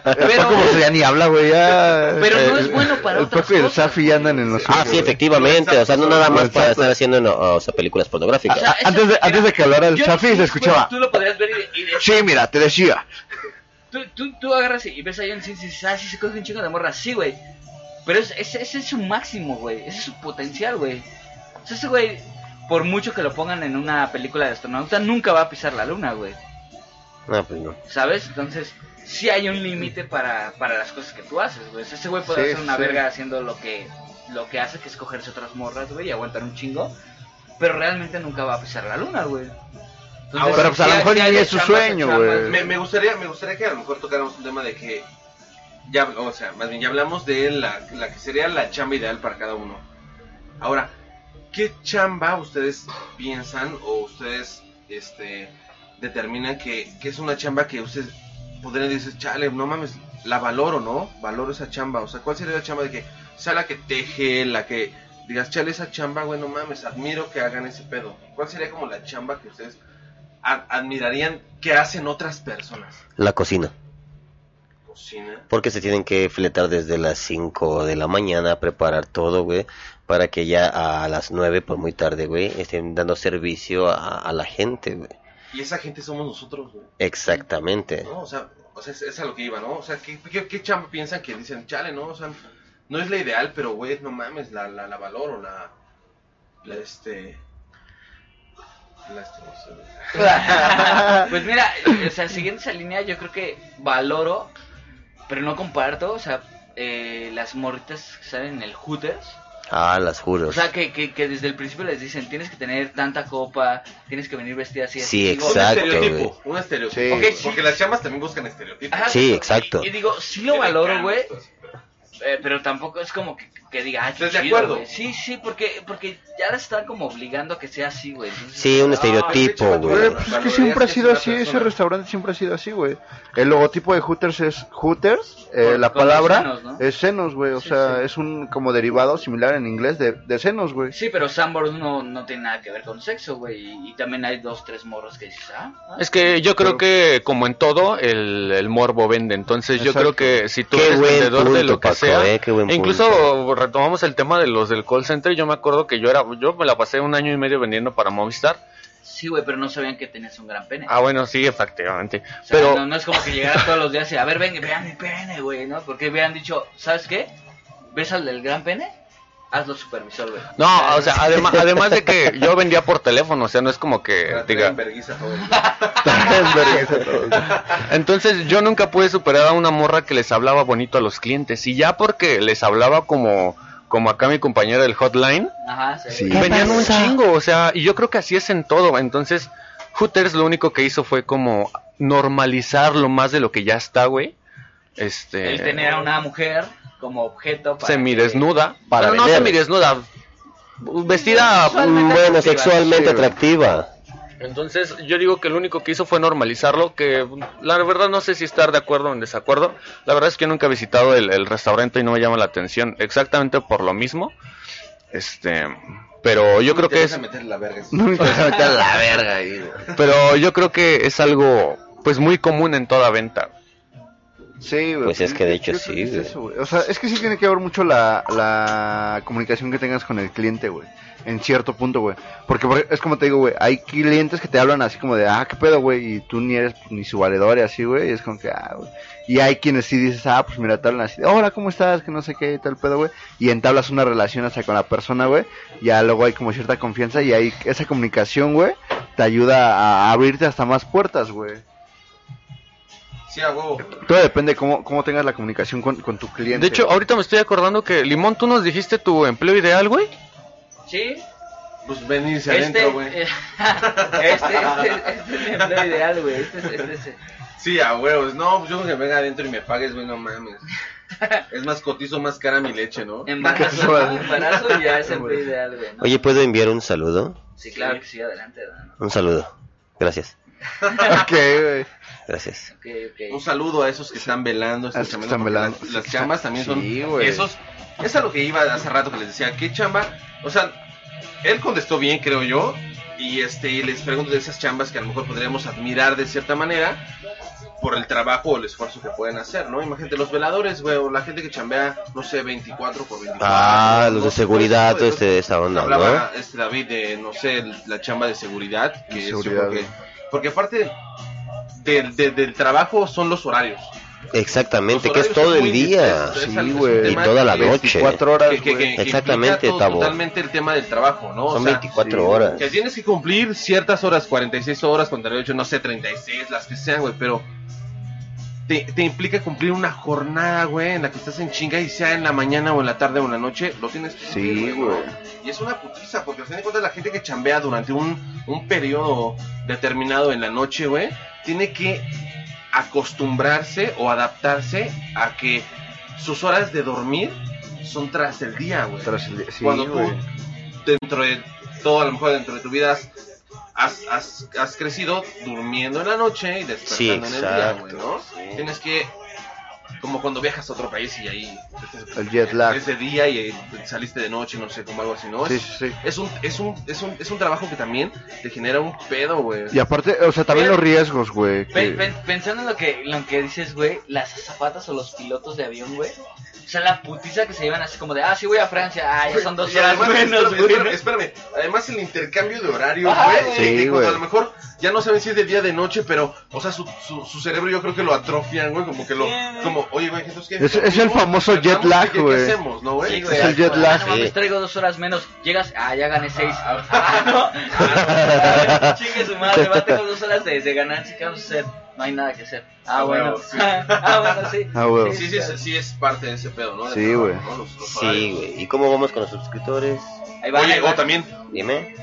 Speaker 5: Pero como se ya ni habla, güey. Ya...
Speaker 1: Pero no
Speaker 5: el-
Speaker 1: es bueno para
Speaker 5: El
Speaker 1: otras
Speaker 5: Paco y el
Speaker 1: cosas,
Speaker 5: Safi ya andan en los.
Speaker 3: Ah, sí, efectivamente. O sea, no nada más para estar haciendo no, o sea, películas
Speaker 5: Ah,
Speaker 3: pornográficas.
Speaker 5: ah, antes, de, antes de que hablara el
Speaker 1: Yo-
Speaker 5: Safi,
Speaker 1: sí,
Speaker 5: se escuchaba.
Speaker 1: Tú lo podrías ver y, y de-
Speaker 5: Sí, mira, te decía.
Speaker 1: tú, tú, tú agarras y ves a John Cena y dices, ah, sí, se coge un chingo de morra, sí, güey. Pero es- ese ese es su máximo, güey. Ese es su potencial, güey. O sea, ese güey, por mucho que lo pongan en una película de astronauta, nunca va a pisar la luna, güey.
Speaker 3: No, pues no.
Speaker 1: ¿Sabes? Entonces, sí hay un límite para, para las cosas que tú haces, güey. O sea, Ese güey puede
Speaker 5: Sí,
Speaker 1: hacer una
Speaker 5: sí.
Speaker 1: verga haciendo lo que, lo que hace, que es cogerse otras morras, güey, y aguantar un chingo. Pero realmente nunca va a pisar la luna, güey. Entonces,
Speaker 5: Ahora, pues, a
Speaker 1: sí
Speaker 5: lo
Speaker 1: hay-
Speaker 5: mejor
Speaker 1: sí
Speaker 5: ni
Speaker 1: hay
Speaker 5: es su
Speaker 1: chambas,
Speaker 5: sueño,
Speaker 1: chambas,
Speaker 5: güey.
Speaker 6: me, me gustaría, me gustaría que a lo mejor tocáramos un tema de que ya, o sea, más bien ya hablamos de la, la que sería la chamba ideal para cada uno. Ahora, ¿qué chamba ustedes piensan o ustedes este determinan que, que es una chamba que ustedes podrían decir, chale, no mames, la valoro, ¿no? Valoro esa chamba. O sea, ¿cuál sería la chamba de que sea la que teje, la que digas, chale, esa chamba, güey, no mames, admiro que hagan ese pedo? ¿Cuál sería como la chamba que ustedes ad- admirarían que hacen otras personas?
Speaker 3: La cocina.
Speaker 6: Cocina.
Speaker 3: Porque se tienen que fletar desde las 5 de la mañana, preparar todo, güey, para que ya a las 9, por muy tarde, güey, estén dando servicio a, a la gente, güey.
Speaker 6: Y esa gente somos nosotros, güey.
Speaker 3: Exactamente.
Speaker 6: ¿no? O sea, o sea es, es a lo que iba, ¿no? O sea, ¿qué, qué, qué chamba piensan que dicen, chale, no? O sea, no es la ideal, pero, güey, no mames, la, la, la valoro, la, la, este... La, este, no sé, güey.
Speaker 1: pues mira, o sea, siguiendo esa línea, yo creo que valoro, pero no comparto, o sea, eh, las morritas que salen en el Hooters.
Speaker 3: Ah, las juro.
Speaker 1: O sea, que, que, que desde el principio les dicen, tienes que tener tanta copa, tienes que venir vestida así. así".
Speaker 3: Sí,
Speaker 1: Digo,
Speaker 6: Un
Speaker 3: Exacto,
Speaker 6: estereotipo, un estereotipo.
Speaker 5: Sí,
Speaker 6: Ok,
Speaker 1: güey.
Speaker 6: Porque las chambas también buscan estereotipos.
Speaker 1: Ajá,
Speaker 3: Sí, exacto.
Speaker 1: Y, y digo, sí lo valoro, güey, eh, pero tampoco es como que, que diga, ah, qué
Speaker 6: ¿Estás de
Speaker 1: chido,
Speaker 6: acuerdo?
Speaker 1: güey. Sí, sí, porque, porque ya les están como obligando a que sea así, güey. Entonces,
Speaker 3: Sí, un
Speaker 1: ah,
Speaker 3: estereotipo,
Speaker 6: chaval, tú
Speaker 3: güey.
Speaker 6: eres-
Speaker 5: Pero, pues, es que siempre ha sido así, ese restaurante siempre ha sido así, güey. El logotipo de Hooters es Hooters, eh,
Speaker 1: Con-
Speaker 5: la
Speaker 1: con los
Speaker 5: palabra
Speaker 1: senos, ¿no?
Speaker 5: es senos, güey. O
Speaker 1: Sí,
Speaker 5: sea,
Speaker 1: sí.
Speaker 5: es un como derivado similar en inglés de, de senos, güey.
Speaker 1: Ah, Sí, pero Sambor no, no tiene nada que ver con sexo, güey. Y, y también hay dos, tres morros que dices, ah, ah,
Speaker 4: Es que yo creo que, como en todo, el, el morbo vende. Entonces,
Speaker 5: Exacto.
Speaker 4: yo creo que si tú
Speaker 3: Qué
Speaker 4: eres
Speaker 3: buen
Speaker 4: vendedor de
Speaker 3: punto,
Speaker 4: lo que
Speaker 3: Paco,
Speaker 4: sea.
Speaker 3: eh, qué buen
Speaker 4: e incluso
Speaker 3: punto.
Speaker 4: retomamos el tema de los del call center. Yo me acuerdo que yo era yo me la pasé un año y medio vendiendo para Movistar.
Speaker 1: sí, güey, pero no sabían que tenías un gran pene.
Speaker 4: Ah, bueno, sí, efectivamente.
Speaker 1: O sea,
Speaker 4: Pero
Speaker 1: no, no es como que llegara todos los días y a ver, ven, vean mi pene, güey, ¿no? Porque hubieran dicho, ¿sabes qué? ¿Ves al del gran pene? Hazlo supervisor, güey.
Speaker 4: No, o sea, además, además de que yo vendía por teléfono, o sea, no es como que
Speaker 6: Para tener
Speaker 4: diga. "Ah,
Speaker 6: en vergüenza todo.
Speaker 4: Entonces yo nunca pude superar a una morra que les hablaba bonito a los clientes y ya porque les hablaba como, como acá mi compañero del hotline,
Speaker 1: Ajá, sí.
Speaker 5: Sí. ¿Qué
Speaker 4: venían un
Speaker 3: pasó?
Speaker 4: chingo, o sea, y yo creo que así es en todo. Entonces Hooters lo único que hizo fue como normalizarlo más de lo que ya está, güey. Este,
Speaker 1: El tener a una mujer como objeto para.
Speaker 4: semidesnuda,
Speaker 3: Para
Speaker 4: Bueno, no
Speaker 3: vender.
Speaker 4: semidesnuda, vestida mm,
Speaker 1: Sexualmente
Speaker 3: Mm, Bueno,
Speaker 1: atractiva.
Speaker 3: sexualmente
Speaker 5: Sí, güey.
Speaker 3: atractiva.
Speaker 4: Entonces, yo digo que lo único que hizo fue normalizarlo, que la verdad no sé si estar de acuerdo o en desacuerdo. La verdad es que yo nunca he visitado el, el restaurante y no me llama la atención, exactamente por lo mismo. Este, pero yo creo que es,
Speaker 6: Interesa meter la verga.
Speaker 5: No me interesa meter la-
Speaker 6: verga ahí, güey.
Speaker 4: pero yo creo que es algo pues muy común en toda venta.
Speaker 5: Sí, güey.
Speaker 3: Pues es que de hecho
Speaker 5: Yo creo
Speaker 3: sí,
Speaker 5: que es
Speaker 3: güey.
Speaker 5: eso, güey. O sea, es que sí tiene que ver mucho la, la comunicación que tengas con el cliente, güey. En cierto punto, güey. Porque por- es como te digo, güey, hay clientes que te hablan así como de, ah, qué pedo, güey, y tú ni eres pues, ni su valedor y así, güey. Y es como que, ah, güey. Y hay quienes sí dices, ah, pues mira, te hablan así, de, hola, ¿cómo estás? Que no sé qué, y tal pedo, güey. Y entablas una relación hasta con la persona, güey. Ya luego hay como cierta confianza y ahí esa comunicación, güey, te ayuda a abrirte hasta más puertas, güey.
Speaker 6: Sí, a huevo.
Speaker 5: Todo depende cómo, cómo tengas la comunicación con, con tu cliente.
Speaker 4: De hecho, ahorita me estoy acordando que Limón, tú nos dijiste tu empleo ideal, güey.
Speaker 1: Sí.
Speaker 6: Pues venirse
Speaker 1: Este,
Speaker 6: adentro, güey.
Speaker 1: eh, este, este, este es mi empleo ideal, güey. Este, es- este, es-
Speaker 6: Sí, a huevos. No, pues yo con que venga adentro y me pagues, güey, no mames. Es más cotizo, más cara mi leche, ¿no?
Speaker 1: Embarazo, embarazo ya es el
Speaker 6: Bueno.
Speaker 1: ideal, güey. ¿no?
Speaker 3: Oye, ¿puedo enviar un saludo?
Speaker 1: Sí, claro que sí, adelante, Dan.
Speaker 3: Un saludo. Gracias.
Speaker 5: Ok, güey.
Speaker 3: Gracias.
Speaker 1: Ok,
Speaker 6: Un
Speaker 1: ok.
Speaker 6: saludo a esos que están velando.
Speaker 5: A
Speaker 6: Estos
Speaker 5: esos que
Speaker 6: chamacos,
Speaker 5: están
Speaker 6: porque
Speaker 5: velando.
Speaker 6: Las, las chambas también
Speaker 5: Sí,
Speaker 6: son.
Speaker 5: güey.
Speaker 6: Esos. Es a lo que iba hace rato que les decía. ¿Qué chamba? O sea, él contestó bien, creo yo. Y este, y les pregunto de esas chambas que a lo mejor podríamos admirar de cierta manera por el trabajo o el esfuerzo que pueden hacer, ¿no? Imagínate los veladores, güey, o la gente que chambea, no sé, 24 por 24.
Speaker 3: Ah,
Speaker 6: No
Speaker 3: los de
Speaker 6: sé,
Speaker 3: seguridad,
Speaker 6: todo
Speaker 3: todo
Speaker 6: eso,
Speaker 3: este, esa onda, ¿no?
Speaker 6: Pues, Hablaba este David de, no sé, la chamba de seguridad, que
Speaker 5: De
Speaker 6: es, yo
Speaker 5: seguridad,
Speaker 6: creo que-
Speaker 5: güey.
Speaker 6: porque aparte del, del- del trabajo son los horarios. Los
Speaker 3: Exactamente, que es
Speaker 6: horarios
Speaker 3: todo
Speaker 6: son
Speaker 3: el
Speaker 6: muy
Speaker 3: día.
Speaker 6: intensos, es
Speaker 5: sí,
Speaker 6: algo- es un
Speaker 5: güey.
Speaker 3: Y
Speaker 6: tema
Speaker 3: toda la
Speaker 6: que-
Speaker 3: noche.
Speaker 5: Cuatro horas,
Speaker 6: que- que-
Speaker 5: güey.
Speaker 6: que
Speaker 3: Exactamente,
Speaker 6: implica
Speaker 3: Tavo.
Speaker 6: Totalmente el tema del trabajo, ¿no? O
Speaker 3: Son
Speaker 6: sea,
Speaker 3: 24
Speaker 5: sí,
Speaker 3: horas.
Speaker 6: que tienes que cumplir ciertas horas, 46 horas, 48, no sé, 36, las que sean, güey, pero te, te implica cumplir una jornada, güey, en la que estás en chinga y sea en la mañana o en la tarde o en la noche, lo tienes que cumplir,
Speaker 5: Sí,
Speaker 6: ¿no?
Speaker 5: güey.
Speaker 6: Y es una putiza, porque al final de cuentas la gente que chambea durante un, un periodo determinado en la noche, güey, tiene que acostumbrarse o adaptarse a que sus horas de dormir son tras el día, güey.
Speaker 5: Tras el día- Sí,
Speaker 6: Cuando tú-
Speaker 5: güey.
Speaker 6: Dentro de todo, a lo mejor dentro de tu vida has, has, has- has crecido durmiendo en la noche y
Speaker 3: Sí,
Speaker 6: despertando en el día,
Speaker 3: exacto.
Speaker 6: güey, ¿no? Tienes que, como cuando viajas a otro país y ahí
Speaker 5: El jet lag.
Speaker 6: es de día y eh, saliste de noche, no sé, como algo así, ¿no?
Speaker 5: Sí,
Speaker 6: Es-
Speaker 5: sí, sí.
Speaker 6: es un, es un, es un, es un trabajo que también te genera un pedo, güey.
Speaker 5: Y aparte, o sea, también los riesgos, güey.
Speaker 1: Pe-
Speaker 5: que-
Speaker 1: pe- pensando en lo que, lo que dices, güey, las azafatas o los pilotos de avión, güey. O sea, la putiza que se llevan así como de, ah, sí voy a Francia, ah, ya son dos
Speaker 6: Y
Speaker 1: horas
Speaker 6: además,
Speaker 1: menos,
Speaker 6: espérame,
Speaker 1: güey.
Speaker 6: espérame, espérame. Además, el intercambio de horarios,
Speaker 1: Ajá,
Speaker 6: güey.
Speaker 1: güey.
Speaker 6: que- que
Speaker 5: Sí,
Speaker 6: cuando
Speaker 5: güey.
Speaker 6: A lo mejor ya no saben si es de día o de noche, pero, o sea, su, su, su cerebro yo creo que lo atrofian, güey. Como que lo.
Speaker 1: Sí, güey.
Speaker 6: Como, oye, güey, entonces qué.
Speaker 5: Es- es el famoso
Speaker 6: ¿Tratamos
Speaker 5: jet lag,
Speaker 6: de qué-
Speaker 5: güey.
Speaker 6: ¿Qué hacemos, no, güey?
Speaker 1: Sí, güey,
Speaker 5: Es el
Speaker 1: así como,
Speaker 5: jet lag,
Speaker 1: Ah, no mames,
Speaker 3: sí.
Speaker 1: traigo dos horas menos. Llegas, ah, ya gané seis. Ah, no. Ah, Chingue su madre, va, tengo dos horas de, de ganancia. ¿Qué vamos a hacer? No hay nada que hacer. Ah,
Speaker 6: Ah,
Speaker 1: bueno.
Speaker 6: huevo, sí.
Speaker 1: Ah, bueno, sí.
Speaker 5: Ah, güey.
Speaker 6: Sí, sí, es, sí, es parte de ese pedo, ¿no? Del
Speaker 5: Sí,
Speaker 6: trabajo,
Speaker 5: güey.
Speaker 6: ¿no? Los- los
Speaker 3: Sí,
Speaker 6: horarios.
Speaker 3: güey. ¿Y cómo vamos con los suscriptores?
Speaker 1: Ahí va, ahí
Speaker 6: Oye,
Speaker 1: va.
Speaker 6: o también,
Speaker 3: Dime.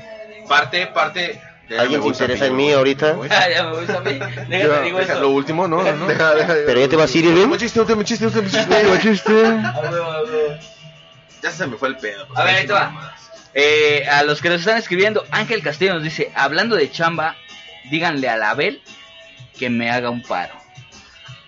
Speaker 6: parte, parte. Ya me
Speaker 3: ¿Alguien se
Speaker 6: voy,
Speaker 3: interesa en
Speaker 6: Sapi,
Speaker 3: mí
Speaker 6: güey.
Speaker 3: ahorita?
Speaker 6: Voy.
Speaker 1: Ah, ya me voy a mí. Déjate, digo
Speaker 6: Deja, Lo
Speaker 1: eso.
Speaker 6: último, ¿no? no, no.
Speaker 5: Deja, deja,
Speaker 3: ¿Pero ya te vas a ir, Irving?
Speaker 6: Un chiste, un chiste, un chiste.
Speaker 5: Ay, güey, chiste.
Speaker 1: Ah, huevo, ah, huevo.
Speaker 6: Ya se me fue el pedo. pues,
Speaker 1: A ver,
Speaker 6: ahí
Speaker 1: ahí te va.
Speaker 6: nomás.
Speaker 1: Eh, a los que nos están escribiendo, Ángel Castillo nos dice, hablando de chamba, díganle a la Abel que me haga un paro.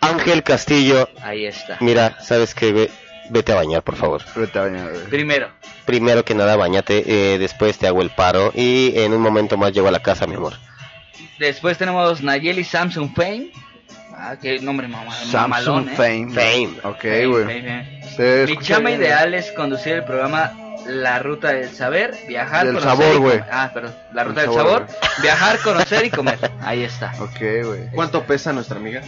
Speaker 3: Ángel Castillo.
Speaker 1: Ahí está.
Speaker 3: Mira, ¿sabes qué, güey? Vete a bañar, por favor.
Speaker 5: Vete a bañar, güey.
Speaker 1: Primero,
Speaker 3: Primero que nada, bañate. eh, después te hago el paro. Y en un momento más llego a la casa, mi amor.
Speaker 1: después tenemos Nayeli Samsung Fame. Ah, qué nombre mamá, mamalón,
Speaker 5: Samsung
Speaker 1: eh.
Speaker 5: Fame.
Speaker 3: Fame.
Speaker 5: Ok,
Speaker 1: Fame,
Speaker 5: güey.
Speaker 1: Fame, eh.
Speaker 5: Se
Speaker 1: Mi
Speaker 5: escucha
Speaker 1: chamba
Speaker 5: bien, eh.
Speaker 1: ideal es conducir el programa La Ruta del Saber, viajar,
Speaker 5: Del
Speaker 1: conocer
Speaker 5: sabor,
Speaker 1: y
Speaker 5: güey.
Speaker 1: comer. Ah, perdón, La Ruta
Speaker 5: Del
Speaker 1: del
Speaker 5: sabor,
Speaker 1: Sabor, viajar, conocer y comer. Ahí está.
Speaker 5: güey. Ok, güey.
Speaker 6: ¿Cuánto pesa nuestra amiga?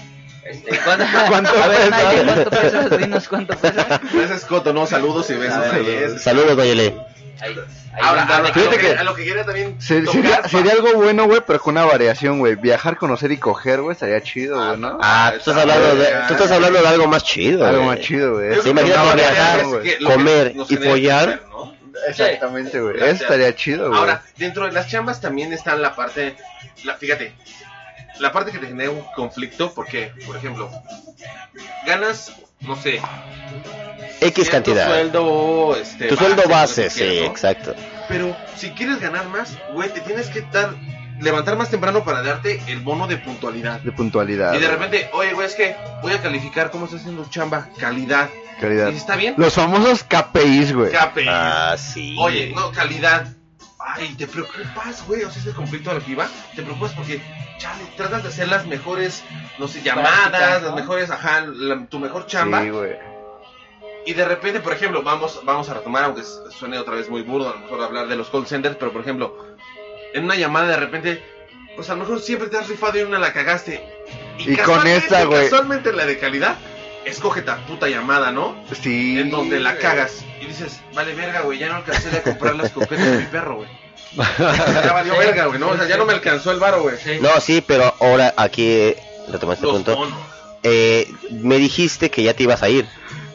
Speaker 1: Este, ¿cuánto,
Speaker 5: ¿Cuánto
Speaker 1: a ver,
Speaker 5: pesa?
Speaker 1: Nayeli, ¿cuánto pesas? Dinos cuánto pesas.
Speaker 6: Gracias, Coto, ¿no? Saludos y besos.
Speaker 1: Saludos.
Speaker 6: Ahí es.
Speaker 3: Saludos, Nayeli.
Speaker 1: Ahí, ahí
Speaker 6: Ahora,
Speaker 1: mandaron.
Speaker 6: a lo, que-
Speaker 5: Fíjate que-
Speaker 6: a lo que quería también
Speaker 5: Se-
Speaker 6: tocar
Speaker 5: sería,
Speaker 6: pa-
Speaker 5: sería algo bueno, güey, pero con una variación, güey. Viajar, conocer y coger, güey, estaría chido, güey, ¿no?
Speaker 3: Ah, tú estás hablando de, tú estás hablando de algo más chido.
Speaker 5: Algo
Speaker 3: güey.
Speaker 5: más chido, güey.
Speaker 6: Yo creo que
Speaker 3: imagínate
Speaker 6: lo que
Speaker 3: viajar,
Speaker 6: haría es
Speaker 5: güey.
Speaker 6: que lo que
Speaker 3: comer
Speaker 6: nos
Speaker 3: y
Speaker 6: genera
Speaker 3: follar.
Speaker 6: placer, ¿no?
Speaker 5: Exactamente, güey.
Speaker 6: Gracias.
Speaker 5: Eso estaría chido, güey.
Speaker 6: Ahora, dentro de las chambas también está la parte, la, fíjate, la parte que te genera un conflicto porque, por ejemplo, ganas, no sé,
Speaker 3: X
Speaker 6: cierto
Speaker 3: cantidad.
Speaker 6: sueldo, este,
Speaker 3: tu sueldo base,
Speaker 6: lo que
Speaker 3: sí,
Speaker 6: quieras, ¿no?
Speaker 3: exacto.
Speaker 6: Pero si quieres ganar más, güey, te tienes que dar, levantar más temprano para darte el bono de puntualidad.
Speaker 5: De puntualidad.
Speaker 6: Y de
Speaker 5: güey.
Speaker 6: repente, oye, güey, es que voy a calificar cómo está haciendo tu chamba, calidad.
Speaker 5: Calidad.
Speaker 6: Y está bien,
Speaker 5: Los famosos KPIs, güey.
Speaker 6: Escape.
Speaker 3: Ah, sí.
Speaker 6: Oye, no, calidad. Ay, te preocupas, güey. O sea, ese conflicto a lo que iba, te preocupas porque, chale, tratas de hacer las mejores, no sé, llamadas,
Speaker 1: Prácticas, ¿no?
Speaker 6: las mejores, ajá, la- tu mejor chamba.
Speaker 5: Sí, güey.
Speaker 6: Y de repente, por ejemplo, vamos, vamos a retomar, aunque s- suene otra vez muy burdo, a lo mejor hablar de los call centers, pero por ejemplo, en una llamada de repente, pues a lo mejor siempre te has rifado y una la cagaste.
Speaker 5: Y con
Speaker 6: casualmente-
Speaker 5: esta, güey.
Speaker 6: Casualmente la de calidad, escoge tu puta llamada, ¿no?
Speaker 5: Sí.
Speaker 6: en donde la
Speaker 5: güey.
Speaker 6: cagas y dices, vale verga, güey, ya no alcancé a comprar las coquetas de mi perro, güey. Ya valió verga, güey, ¿no? O sea, ya no me alcanzó el varo, güey.
Speaker 1: Sí.
Speaker 3: No, sí, pero ahora aquí eh, retomo este
Speaker 6: Los
Speaker 3: punto.
Speaker 6: tonos.
Speaker 3: Eh, me dijiste que ya te ibas a ir.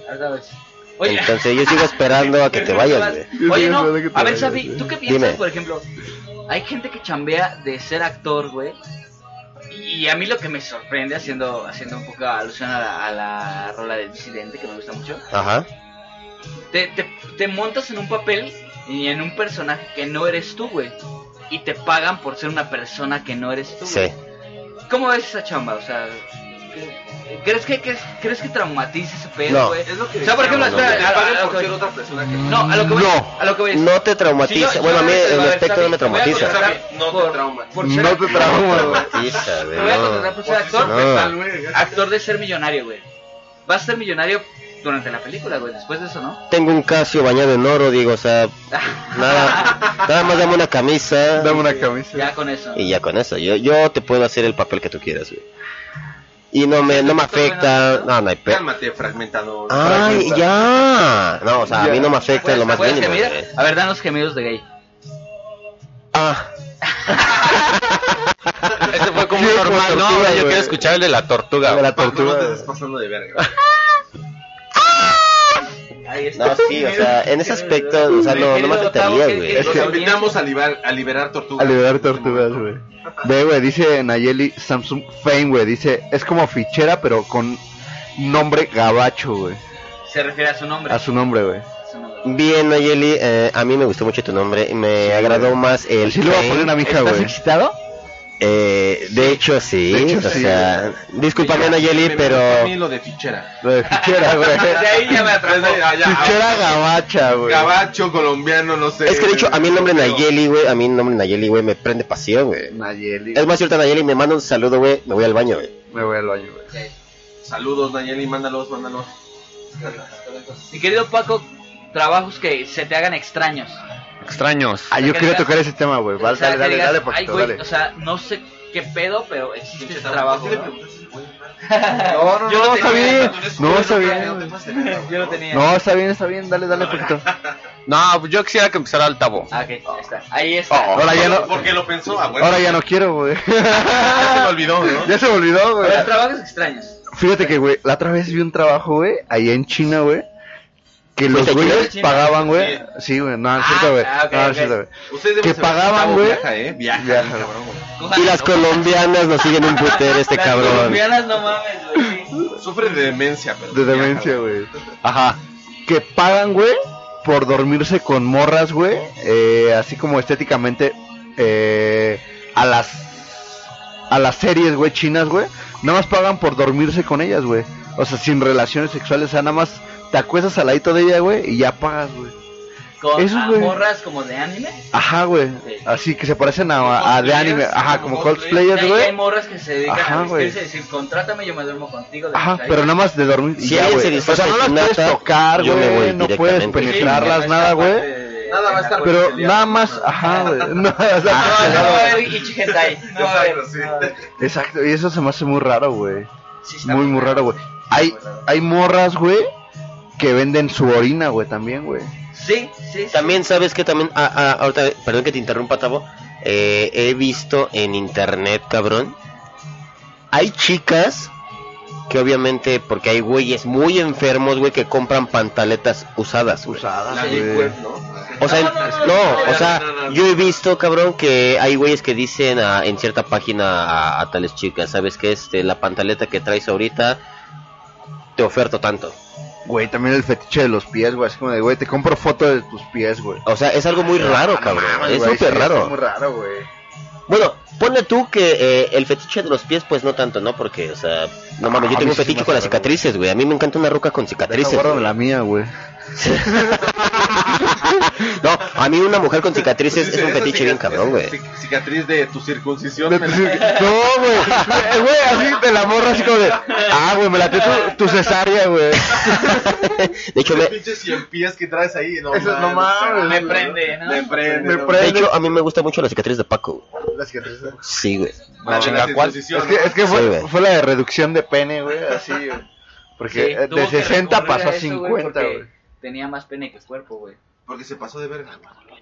Speaker 1: Ahorita ves. Oye,
Speaker 3: Entonces yo sigo esperando a que te vayas, güey.
Speaker 1: Oye, no,
Speaker 5: Yo
Speaker 1: a ver,
Speaker 5: creo
Speaker 1: Safi,
Speaker 5: que
Speaker 1: ¿tú qué piensas,
Speaker 3: Dime.
Speaker 1: por ejemplo? Hay gente que chambea de ser actor, güey, Y a mí lo que me sorprende, haciendo, haciendo un poco alusión a la, a la rola de Disidente, que me gusta mucho,
Speaker 3: Ajá.
Speaker 1: te, te, te montas en un papel y en un personaje que no eres tú, güey. Y te pagan por ser una persona que no eres tú.
Speaker 3: Sí.
Speaker 1: güey. ¿Cómo ves esa chamba? O sea, ¿crees que, que- crees que traumatice ese
Speaker 3: No.
Speaker 1: pedo, güey?
Speaker 6: Es lo que
Speaker 1: O sea, por ejemplo, ah,
Speaker 6: decíamos,
Speaker 1: espera,
Speaker 6: ¿no? Que te
Speaker 1: a- a-
Speaker 6: pagan
Speaker 1: a lo
Speaker 6: por
Speaker 1: que
Speaker 6: ser
Speaker 1: voy.
Speaker 6: otra persona que no.
Speaker 1: No, a lo que voy.
Speaker 5: No.
Speaker 1: a lo que voy.
Speaker 3: No te traumatiza.
Speaker 1: Sí, pues, yo-
Speaker 3: bueno, a mí
Speaker 1: yo-
Speaker 3: en
Speaker 1: a
Speaker 3: lo
Speaker 1: ver, está
Speaker 3: aspecto no
Speaker 1: bien,
Speaker 3: me
Speaker 1: te voy a
Speaker 3: traumatiza.
Speaker 1: contratar
Speaker 6: No te
Speaker 1: por-
Speaker 6: traumatiza.
Speaker 1: por ser-
Speaker 5: No te trauma, güey.
Speaker 3: Traumatiza,
Speaker 1: Te
Speaker 3: güey,
Speaker 1: voy a
Speaker 3: no.
Speaker 1: contratar por ser actor,
Speaker 3: No.
Speaker 1: actor de ser millonario, güey. Vas a ser millonario durante la película, güey. Después de eso, ¿no?
Speaker 3: Tengo un casio bañado en oro, digo, o sea, nada, nada más dame una camisa
Speaker 5: Dame una camisa.
Speaker 1: Ya con eso. ¿no?
Speaker 3: y ya con eso. Yo, yo te puedo hacer el papel que tú quieras, güey. Y no me, no me afecta. No, no hay pe...
Speaker 6: Cálmate, fragmentador.
Speaker 5: Ah,
Speaker 3: ¡Ay, ya! No, o sea, a mí no me afecta en lo más
Speaker 1: ¿Puedes
Speaker 3: mínimo. eh.
Speaker 1: gemir?
Speaker 3: güey.
Speaker 1: A ver, dan los gemidos de gay.
Speaker 3: Ah,
Speaker 4: Ese fue como
Speaker 5: Sí,
Speaker 4: normal.
Speaker 5: como
Speaker 4: No,
Speaker 5: tortuga,
Speaker 4: ahora yo
Speaker 5: güey.
Speaker 4: quiero escuchar el de la tortuga.
Speaker 5: Dame la
Speaker 6: Paco, no te
Speaker 5: tortuga.
Speaker 6: estés pasando de verga.
Speaker 1: Ahí está.
Speaker 3: No, sí, o sea, en ese aspecto, o sea, no, no me afectaría, güey.
Speaker 5: Es
Speaker 6: Nos
Speaker 5: que-
Speaker 6: invitamos a liberar, a liberar tortugas.
Speaker 5: A liberar tortugas, güey. Ve, güey, dice Nayeli Samsung Fame, güey. Dice, es como fichera, pero con nombre gabacho, güey.
Speaker 1: Se refiere a su nombre.
Speaker 5: A su nombre, güey.
Speaker 1: Su nombre.
Speaker 3: Bien, Nayeli, eh, a mí me gustó mucho tu nombre. Me agradó más el.
Speaker 5: Así le voy a
Speaker 3: Fame.
Speaker 5: poner a mi hija,
Speaker 4: ¿Estás
Speaker 5: güey.
Speaker 4: excitado?
Speaker 3: Eh, de hecho, sí.
Speaker 5: De hecho,
Speaker 3: o
Speaker 5: sí.
Speaker 3: sea, discúlpame, Nayeli,
Speaker 6: Me
Speaker 3: pero.
Speaker 6: gusta A mí lo de fichera.
Speaker 5: Lo de fichera, güey.
Speaker 1: De ahí ya me atrapó.
Speaker 6: Desde allá,
Speaker 5: Fichera gabacha, güey.
Speaker 6: Gabacho, colombiano, no sé.
Speaker 3: Es que de hecho, a mí el nombre Nayeli, güey, a mí el nombre Nayeli, güey, me prende pasión, güey.
Speaker 5: Nayeli.
Speaker 3: Es más cierto, Nayeli, me manda un saludo, güey, me voy al baño, güey.
Speaker 5: Me voy al baño, güey.
Speaker 6: Saludos, Nayeli, mándalos, mándalos.
Speaker 1: Mi querido Paco, trabajos que se te hagan extraños.
Speaker 4: Extraños.
Speaker 5: Ah, yo quería tocar ese tema,
Speaker 3: Pues
Speaker 5: güey. Vale,
Speaker 1: O sea,
Speaker 5: dale,
Speaker 1: que
Speaker 5: dale,
Speaker 1: digas,
Speaker 5: dale,
Speaker 1: "Ay,
Speaker 5: Paquito,
Speaker 1: güey,
Speaker 5: dale.
Speaker 1: O sea, no sé qué pedo, pero existe ese trabajo. ¿no?
Speaker 5: No, no,
Speaker 1: yo
Speaker 5: no,
Speaker 1: lo
Speaker 5: está
Speaker 1: tenía,
Speaker 5: bien. No, está bien.
Speaker 6: No te
Speaker 5: güey.
Speaker 6: pases de verga,
Speaker 1: Yo
Speaker 6: güey.
Speaker 1: lo tenía.
Speaker 5: No, está bien, está bien. Dale, dale, Paquito.
Speaker 4: No, yo quisiera que empezara el tabo.
Speaker 1: Ah, ok, ahí está. Ahí
Speaker 3: Oh.
Speaker 1: está.
Speaker 5: Ahora ya no,
Speaker 6: Porque lo pensó, ah, bueno.
Speaker 5: ahora ya no quiero, güey.
Speaker 6: se me olvidó, ¿no?
Speaker 5: Ya se me olvidó, güey.
Speaker 1: Pero trabajos extraños.
Speaker 5: Fíjate que, güey, la otra vez vi un trabajo, güey, allá en China, güey. Que los
Speaker 3: ¿Fuiste a
Speaker 5: güeyes
Speaker 1: China?
Speaker 5: pagaban, güey. Sí, güey, no, no es cierto, güey.
Speaker 1: Ah, ok,
Speaker 5: no, no
Speaker 1: ok.
Speaker 5: es cierto, güey.
Speaker 6: Ustedes deben
Speaker 5: Que
Speaker 6: saber
Speaker 5: pagaban,
Speaker 6: Tavo
Speaker 5: güey.
Speaker 6: Viaja, eh. Viaja,
Speaker 5: Viaja.
Speaker 6: bien cabrón, güey.
Speaker 1: Cojan,
Speaker 3: Y las
Speaker 1: ¿no?
Speaker 3: colombianas nos siguen un putero este
Speaker 1: Las
Speaker 3: cabrón.
Speaker 1: colombianas no mames, güey.
Speaker 6: Sufre de demencia, pero.
Speaker 5: De
Speaker 6: viaja,
Speaker 5: demencia,
Speaker 6: güey.
Speaker 5: güey. Ajá. Que pagan, güey, por dormirse con morras, güey. eh, así como estéticamente eh, a las a las series, güey, chinas, güey. Nada más pagan por dormirse con ellas, güey. O sea, sin relaciones sexuales. O sea, nada más te acuestas al ladito de ella, güey, y ya pagas, güey.
Speaker 1: Con
Speaker 5: Esos,
Speaker 1: ah,
Speaker 5: güey.
Speaker 1: morras como de anime.
Speaker 5: Ajá, güey.
Speaker 1: Sí.
Speaker 5: Así que se parecen a,
Speaker 6: Como
Speaker 5: a de
Speaker 6: cosplayers,
Speaker 5: anime. Ajá,
Speaker 6: como
Speaker 5: como
Speaker 6: cosplayers.
Speaker 5: cosplayers,
Speaker 1: Hay, hay
Speaker 5: güey.
Speaker 1: morras que se dedican
Speaker 5: Ajá,
Speaker 1: a vestirse
Speaker 5: güey.
Speaker 1: y decir, contrátame, yo me duermo contigo. de
Speaker 5: Ajá,
Speaker 1: ahí".
Speaker 5: pero nada más de dormir. y
Speaker 3: Si
Speaker 5: ya,
Speaker 3: alguien se
Speaker 5: güey. O
Speaker 3: disfraza
Speaker 5: sea, no
Speaker 3: de
Speaker 5: las puedes
Speaker 3: pirata,
Speaker 5: tocar,
Speaker 3: yo me
Speaker 5: güey.
Speaker 3: voy
Speaker 5: No puedes
Speaker 3: directamente.
Speaker 1: Sí,
Speaker 5: penetrarlas,
Speaker 1: esa
Speaker 5: nada,
Speaker 1: parte
Speaker 5: güey.
Speaker 1: de-
Speaker 6: Nada va a estar
Speaker 5: Pero
Speaker 1: pues,
Speaker 6: peleado,
Speaker 5: nada
Speaker 6: ¿no?
Speaker 5: más, ajá, güey. No, o
Speaker 1: No, no, no, va a
Speaker 5: sea,
Speaker 1: haber Ichi Hentai, No, va a haber,
Speaker 6: Exacto, sí.
Speaker 1: no va a haber.
Speaker 5: Exacto, y eso se me hace muy raro, güey.
Speaker 1: Sí, está
Speaker 5: Muy, muy raro, güey. Hay, hay morras, güey, que venden su orina, güey, también, güey.
Speaker 1: Sí, sí, sí.
Speaker 3: También sabes que también, ah, ah, ahorita, perdón que te interrumpa, Tavo, eh, he visto en internet, cabrón, hay chicas que obviamente, porque hay güeyes muy enfermos, güey, que compran pantaletas usadas, güey.
Speaker 6: La
Speaker 1: Ah,
Speaker 5: Usadas,
Speaker 6: Deep
Speaker 5: güey.
Speaker 6: Web, ¿no?
Speaker 3: O sea,
Speaker 1: No,
Speaker 3: no,
Speaker 1: no, no, no,
Speaker 3: o
Speaker 6: no,
Speaker 3: sea,
Speaker 6: no, no, no.
Speaker 3: yo he visto, cabrón, que hay güeyes que dicen a- en cierta página a, a tales chicas, ¿sabes qué? Este, la pantaleta que traes ahorita te oferto tanto.
Speaker 5: Güey, también el fetiche de los pies, güey. Así como de, güey, te compro foto de tus pies, güey. Ah,
Speaker 3: O sea, es algo muy raro, cabrón. es
Speaker 5: Güey,
Speaker 3: súper
Speaker 5: sí,
Speaker 3: raro.
Speaker 5: Es muy raro, güey.
Speaker 3: Bueno, pone tú que eh, el fetiche de los pies, pues no tanto, ¿no? Porque, o sea, no mames,
Speaker 5: Ah,
Speaker 3: yo
Speaker 5: a
Speaker 3: tengo
Speaker 5: mí
Speaker 3: un
Speaker 5: sí
Speaker 3: fetiche
Speaker 5: me
Speaker 3: con las
Speaker 5: hace raro.
Speaker 3: cicatrices, güey. A mí me encanta una ruca con cicatrices.
Speaker 5: Guárdame
Speaker 3: güey.
Speaker 5: la mía, güey.
Speaker 3: No, a mí una mujer con cicatrices
Speaker 6: Pues Dice,
Speaker 3: es un
Speaker 6: esa
Speaker 3: fetiche bien
Speaker 6: cicatriz-
Speaker 3: cabrón, güey.
Speaker 6: cic- Cicatriz de tu circuncisión.
Speaker 5: De
Speaker 6: me
Speaker 5: tu
Speaker 6: la-
Speaker 5: cir- No, güey. Eh, Güey, así de la morra, así como de. Ah, güey, me la tu, tu cesárea, güey.
Speaker 3: De hecho, me,
Speaker 6: Ese pinche cien pies que traes ahí, no
Speaker 5: Eso no mames,
Speaker 6: o sea,
Speaker 1: me prende, ¿no?
Speaker 6: Me prende.
Speaker 5: Me
Speaker 6: no
Speaker 5: prende.
Speaker 3: de hecho, a mí me gusta mucho la cicatriz de Paco. güey.
Speaker 5: Las cicatrices.
Speaker 3: Sí, güey.
Speaker 6: La de la
Speaker 4: Chinga, ¿cuál?
Speaker 6: circuncisión,
Speaker 5: Es que,
Speaker 6: ¿no?
Speaker 5: es que
Speaker 3: Sí,
Speaker 5: fue,
Speaker 3: güey.
Speaker 5: fue la de reducción de pene, güey, así, güey. Porque
Speaker 1: Sí,
Speaker 5: eh,
Speaker 1: tuvo
Speaker 5: de
Speaker 1: que
Speaker 5: 60
Speaker 1: recurrir
Speaker 5: pasó a
Speaker 1: eso, güey,
Speaker 5: 50,
Speaker 1: porque
Speaker 5: güey.
Speaker 1: Tenía más pene que cuerpo, güey.
Speaker 6: Porque se pasó de verga.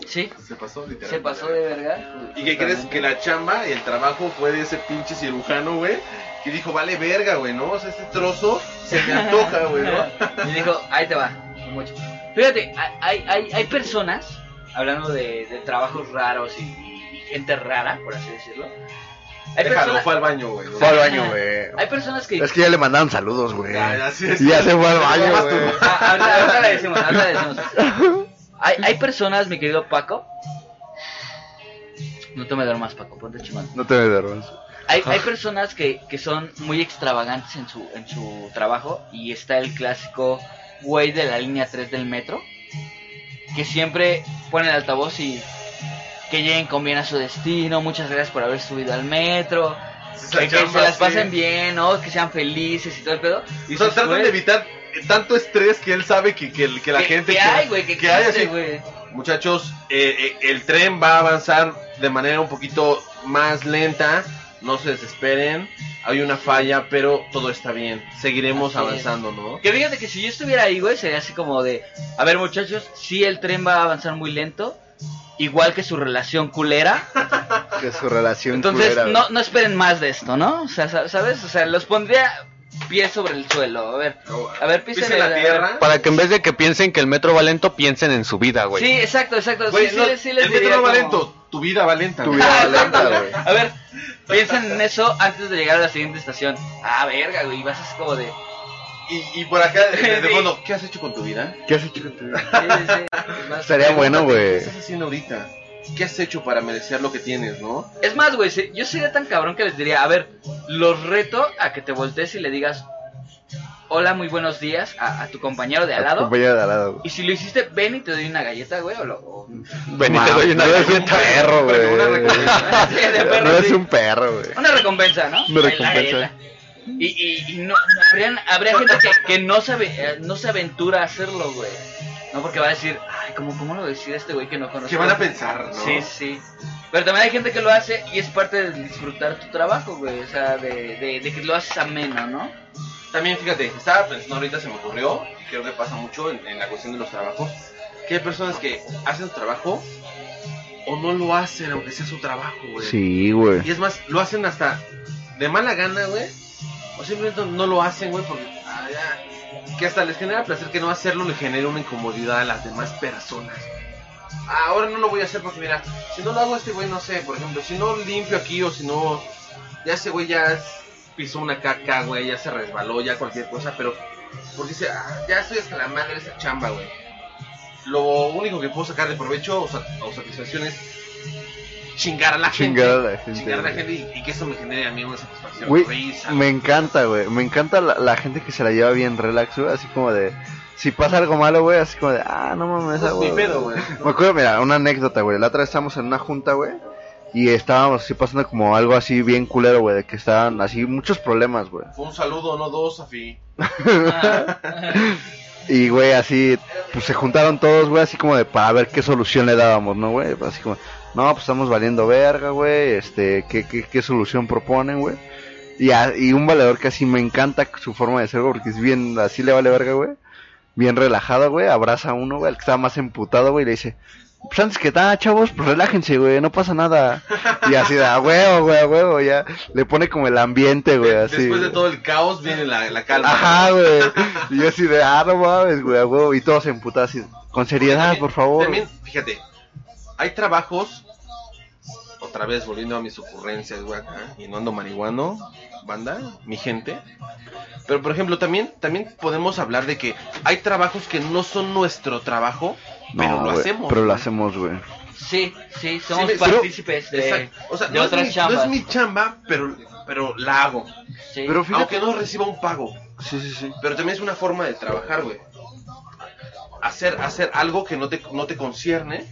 Speaker 1: Sí,
Speaker 6: Se pasó literalmente.
Speaker 1: se pasó de verga.
Speaker 6: ¿Y qué crees? Que la chamba y el trabajo fue de ese pinche cirujano, güey. Que dijo, vale verga, güey, ¿no? O sea, este trozo se me antoja, güey, ¿no?
Speaker 1: Y dijo, ahí te va. mucho". Fíjate, hay, hay, hay personas, hablando de, de trabajos raros y, y gente rara, por así decirlo, Hay
Speaker 6: Déjalo,
Speaker 1: persona-
Speaker 6: fue al baño, güey.
Speaker 5: Fue al baño, güey.
Speaker 1: Hay personas que...
Speaker 5: Es que ya le mandaron saludos, güey.
Speaker 6: Ya, así es.
Speaker 5: Y ya se fue al baño,
Speaker 6: Nomás tú.
Speaker 5: güey.
Speaker 1: Ah, ahorita, ahorita le decimos, ahorita le decimos. Hay, hay personas, mi querido Paco. No te me duermas, Paco, ponte chimando.
Speaker 5: No te me derrumbes.
Speaker 1: Hay, hay personas que, que son muy extravagantes en su, en su trabajo y está el clásico güey de la línea 3 del metro que siempre pone el altavoz y que lleguen con bien a su destino, muchas gracias por haber subido al metro,
Speaker 6: Esa
Speaker 1: que, que
Speaker 6: chamba,
Speaker 1: se las
Speaker 6: sí.
Speaker 1: pasen bien, ¿no? que sean felices y todo el pedo.
Speaker 6: O sea,
Speaker 1: dices,
Speaker 6: tratan
Speaker 1: güey,
Speaker 6: de evitar tanto estrés que él sabe que, que, que la
Speaker 1: ¿qué-
Speaker 6: gente...
Speaker 1: qué hay, güey,
Speaker 6: que,
Speaker 1: que,
Speaker 6: hay
Speaker 1: existe,
Speaker 6: así,
Speaker 1: güey.
Speaker 6: Muchachos, eh, eh, el tren va a avanzar de manera un poquito más lenta. No se desesperen. Hay una falla, pero todo está bien. Seguiremos
Speaker 1: Así es.
Speaker 6: avanzando, ¿no?
Speaker 1: Que fíjate que si yo estuviera ahí, güey, sería así como de, a ver muchachos, si el tren va a avanzar muy lento, igual que su relación culera,
Speaker 5: Que su relación
Speaker 1: entonces
Speaker 5: culera,
Speaker 1: no, no esperen más de esto, ¿no? O sea, sa- ¿sabes? O sea, los pondría pie sobre el suelo, a ver, a ver, pisen
Speaker 6: Pisen la
Speaker 1: el- a ver.
Speaker 6: tierra.
Speaker 4: Para que en vez de que piensen que el metro va lento, piensen en su vida, güey.
Speaker 1: Sí, exacto, exacto,
Speaker 6: Güey,
Speaker 1: sí, sí
Speaker 6: no,
Speaker 1: les- sí les
Speaker 6: el metro
Speaker 1: diría
Speaker 6: no va
Speaker 1: como-
Speaker 6: lento, tu vida va lenta.
Speaker 5: Tu
Speaker 6: güey.
Speaker 5: vida
Speaker 1: Ah,
Speaker 5: va lenta, güey.
Speaker 1: A ver, piensen en eso antes de llegar a la siguiente estación. Ah, verga, güey, vas así como de...
Speaker 6: Y, y por acá, de, de
Speaker 1: Sí.
Speaker 6: fondo, ¿qué has hecho con tu vida?
Speaker 5: ¿Qué has hecho con tu vida?
Speaker 1: sí, sí, sí, vas-
Speaker 5: Estaría bueno,
Speaker 6: ¿Qué
Speaker 5: güey.
Speaker 6: estás haciendo ahorita? ¿Qué has hecho para merecer lo que tienes, no?
Speaker 1: Es más, güey, se- yo sería tan cabrón que les diría, a ver, los reto a que te voltees y le digas, hola, muy buenos días a, a tu compañero de al
Speaker 5: A tu
Speaker 1: lado.
Speaker 5: compañero de al lado, güey.
Speaker 1: Y si lo hiciste, ven y te doy una galleta, güey, o lo... o-
Speaker 4: Ven y te doy una
Speaker 5: No eres un
Speaker 4: galleta.
Speaker 5: perro,
Speaker 6: Pero una
Speaker 5: güey.
Speaker 1: Sí, de perro,
Speaker 5: No eres
Speaker 1: sí.
Speaker 5: un perro, güey.
Speaker 1: Una recompensa, ¿no?
Speaker 5: Una
Speaker 1: La
Speaker 5: recompensa.
Speaker 1: galleta. Y, y, y no, no, habrían- habría gente que, que no, sabe, eh, no se aventura a hacerlo, güey. No, porque va a decir, ay, ¿cómo, cómo lo va a decir este güey que no conoce?
Speaker 6: ¿Qué van a pensar, no?
Speaker 1: Sí, sí. Pero también hay gente que lo hace y es parte de disfrutar tu trabajo, güey. O sea, de, de, de que lo haces ameno, ¿no?
Speaker 6: También fíjate, estaba pensando ahorita, se me ocurrió, y creo que pasa mucho en, en la cuestión de los trabajos, que hay personas que hacen su trabajo o no lo hacen, aunque sea su trabajo, güey.
Speaker 5: Sí, güey.
Speaker 6: Y es más, lo hacen hasta de mala gana, güey. O simplemente no lo hacen, güey, porque ah, ya, que hasta les genera placer que no hacerlo le genera una incomodidad a las demás personas. Ah, Ahora no lo voy a hacer porque mira, si no lo hago este güey, no sé, por ejemplo, si no limpio aquí o si no, ya ese güey ya es- pisó una caca, güey, ya se resbaló, ya cualquier cosa, pero porque dice, ah, ya estoy hasta la madre de esa chamba, güey. Lo único que puedo sacar de provecho o, sat- o satisfacción es chingar a la gente
Speaker 5: Chingar a la gente.
Speaker 6: chingar a la
Speaker 5: güey.
Speaker 6: gente y, y que eso me genere a mí una satisfacción,
Speaker 5: Güey,
Speaker 6: risa.
Speaker 5: me encanta, güey. Me encanta la, la gente que se la lleva bien relax, güey. Así como de. Si pasa algo malo, güey, así como de. Ah, no mames,
Speaker 6: Eso
Speaker 5: esa,
Speaker 6: es mi
Speaker 5: güey.
Speaker 6: pedo, güey.
Speaker 5: Me acuerdo, mira, una anécdota, güey. La otra vez estábamos en una junta, güey. Y estábamos así pasando como algo así bien culero, güey. De que estaban así muchos problemas, güey.
Speaker 6: Fue un saludo, no dos, Afi.
Speaker 5: Y, güey, así, pues se juntaron todos, güey, así como de para ver qué solución le dábamos, ¿no, güey? Así como, no, pues estamos valiendo verga, güey, este, ¿qué, qué, qué solución proponen, güey? Y, a- y un valedor que así me encanta su forma de ser, güey, porque es bien, así le vale verga, güey. Bien relajado, güey, abraza a uno, güey, al que estaba más emputado, güey, y le dice, pues antes que nada, chavos, pues relájense, güey, no pasa nada. Y así da, huevo, güey, a huevo, ya. Le pone como el ambiente, güey, así.
Speaker 6: Después de todo el caos viene la, la calma.
Speaker 5: Ajá, güey. Y yo así de, ah, no mames, güey, a huevo. Y todos emputados así, con seriedad,
Speaker 6: También-
Speaker 5: por favor.
Speaker 6: También, fíjate, hay trabajos, otra vez volviendo a mis ocurrencias, güey, acá, y no ando marihuano, banda, mi gente. Pero, por ejemplo, también, también podemos hablar de que hay trabajos que no son nuestro trabajo, pero lo
Speaker 5: güey,
Speaker 6: hacemos.
Speaker 5: Pero lo
Speaker 6: güey.
Speaker 5: hacemos, güey.
Speaker 1: Sí, sí, somos
Speaker 6: me-
Speaker 1: partícipes de,
Speaker 6: Exacto. O sea,
Speaker 1: de
Speaker 6: no, es
Speaker 1: otras
Speaker 6: mi, no
Speaker 1: chambas.
Speaker 6: es mi chamba, pero, pero la hago.
Speaker 1: Sí.
Speaker 5: Pero
Speaker 6: Aunque
Speaker 5: fíjate,
Speaker 6: no reciba un pago.
Speaker 5: sí, sí, sí.
Speaker 6: Pero también es una forma de trabajar, güey. Hacer, hacer algo que no te, no te concierne,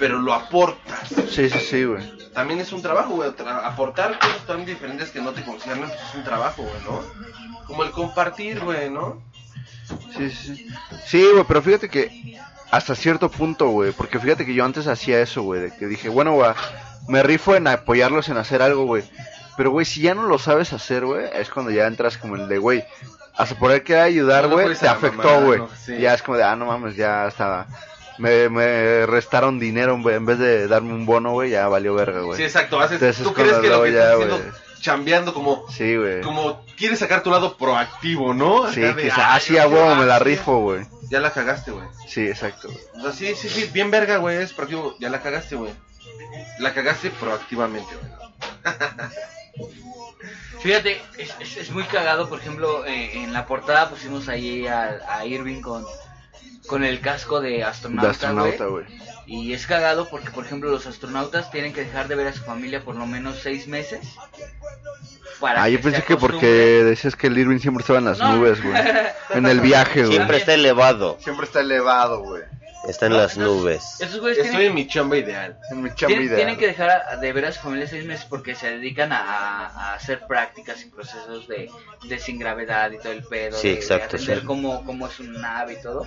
Speaker 6: pero lo aportas.
Speaker 5: Sí, sí, sí, güey.
Speaker 6: También es un trabajo, güey. tra- aportar cosas tan diferentes que no te conciernen pues, es un trabajo, güey, ¿no? Como el compartir, güey, ¿no?
Speaker 5: Sí, sí, sí. Sí, güey, pero fíjate que hasta cierto punto, güey. Porque fíjate que yo antes hacía eso, güey. De que dije, bueno, güey, me rifo en apoyarlos en hacer algo, güey. Pero, güey, si ya no lo sabes hacer, güey, es cuando ya entras como el de, güey, a suponer que era ayudar,
Speaker 6: No le
Speaker 5: güey,
Speaker 6: puedes
Speaker 5: te
Speaker 6: a la
Speaker 5: afectó,
Speaker 6: mamá,
Speaker 5: güey.
Speaker 6: no, sí.
Speaker 5: Ya es como de, ah, no mames, ya estaba. Me, me restaron dinero, güey. En vez de darme un bono, güey, ya valió verga,
Speaker 6: Sí,
Speaker 5: güey.
Speaker 6: exacto. Haces,
Speaker 5: Entonces es
Speaker 6: tú crees que lo
Speaker 5: cuando
Speaker 6: que
Speaker 5: luego
Speaker 6: estás
Speaker 5: ya,
Speaker 6: haciendo, chambeando como,
Speaker 5: Sí, güey.
Speaker 6: como quieres sacar tu lado proactivo, ¿no?
Speaker 5: Sí,
Speaker 6: Acá de,
Speaker 5: que
Speaker 6: "Ay,
Speaker 5: así a
Speaker 6: yo-
Speaker 5: huevo
Speaker 6: ah,
Speaker 5: me la
Speaker 6: sí,
Speaker 5: rifo, güey.
Speaker 6: Ya la cagaste, güey.
Speaker 5: Sí, exacto, güey.
Speaker 6: O sea, sí, sí, sí, bien verga, güey, es proactivo. Ya la cagaste, güey. La cagaste proactivamente, güey.
Speaker 1: Fíjate, es, es- es muy cagado, por ejemplo, eh, en la portada pusimos ahí a, a Irving con, con el casco de astronauta,
Speaker 5: De astronauta,
Speaker 1: güey.
Speaker 5: güey.
Speaker 1: Y es cagado porque, por ejemplo, los astronautas tienen que dejar de ver a su familia por lo menos seis meses. Para
Speaker 5: Ah, yo
Speaker 1: se
Speaker 5: pensé que porque
Speaker 1: acostumbren.
Speaker 5: decías que el Irving siempre estaba en las
Speaker 1: No.
Speaker 5: nubes, güey. En el viaje, güey.
Speaker 3: Siempre está elevado.
Speaker 5: Siempre está elevado, güey.
Speaker 3: Está en
Speaker 1: No,
Speaker 3: las
Speaker 1: entonces,
Speaker 3: nubes.
Speaker 1: Esos güeyes tienen,
Speaker 6: Estoy en mi chamba ideal.
Speaker 5: En mi
Speaker 1: tienen- tienen que dejar a- de ver a su familia seis meses porque se dedican a, a- a hacer prácticas y procesos de, de sin gravedad y todo el pedo.
Speaker 3: Sí,
Speaker 1: de,
Speaker 3: exacto,
Speaker 1: De atender
Speaker 3: sí.
Speaker 1: cómo, cómo es un nave y todo.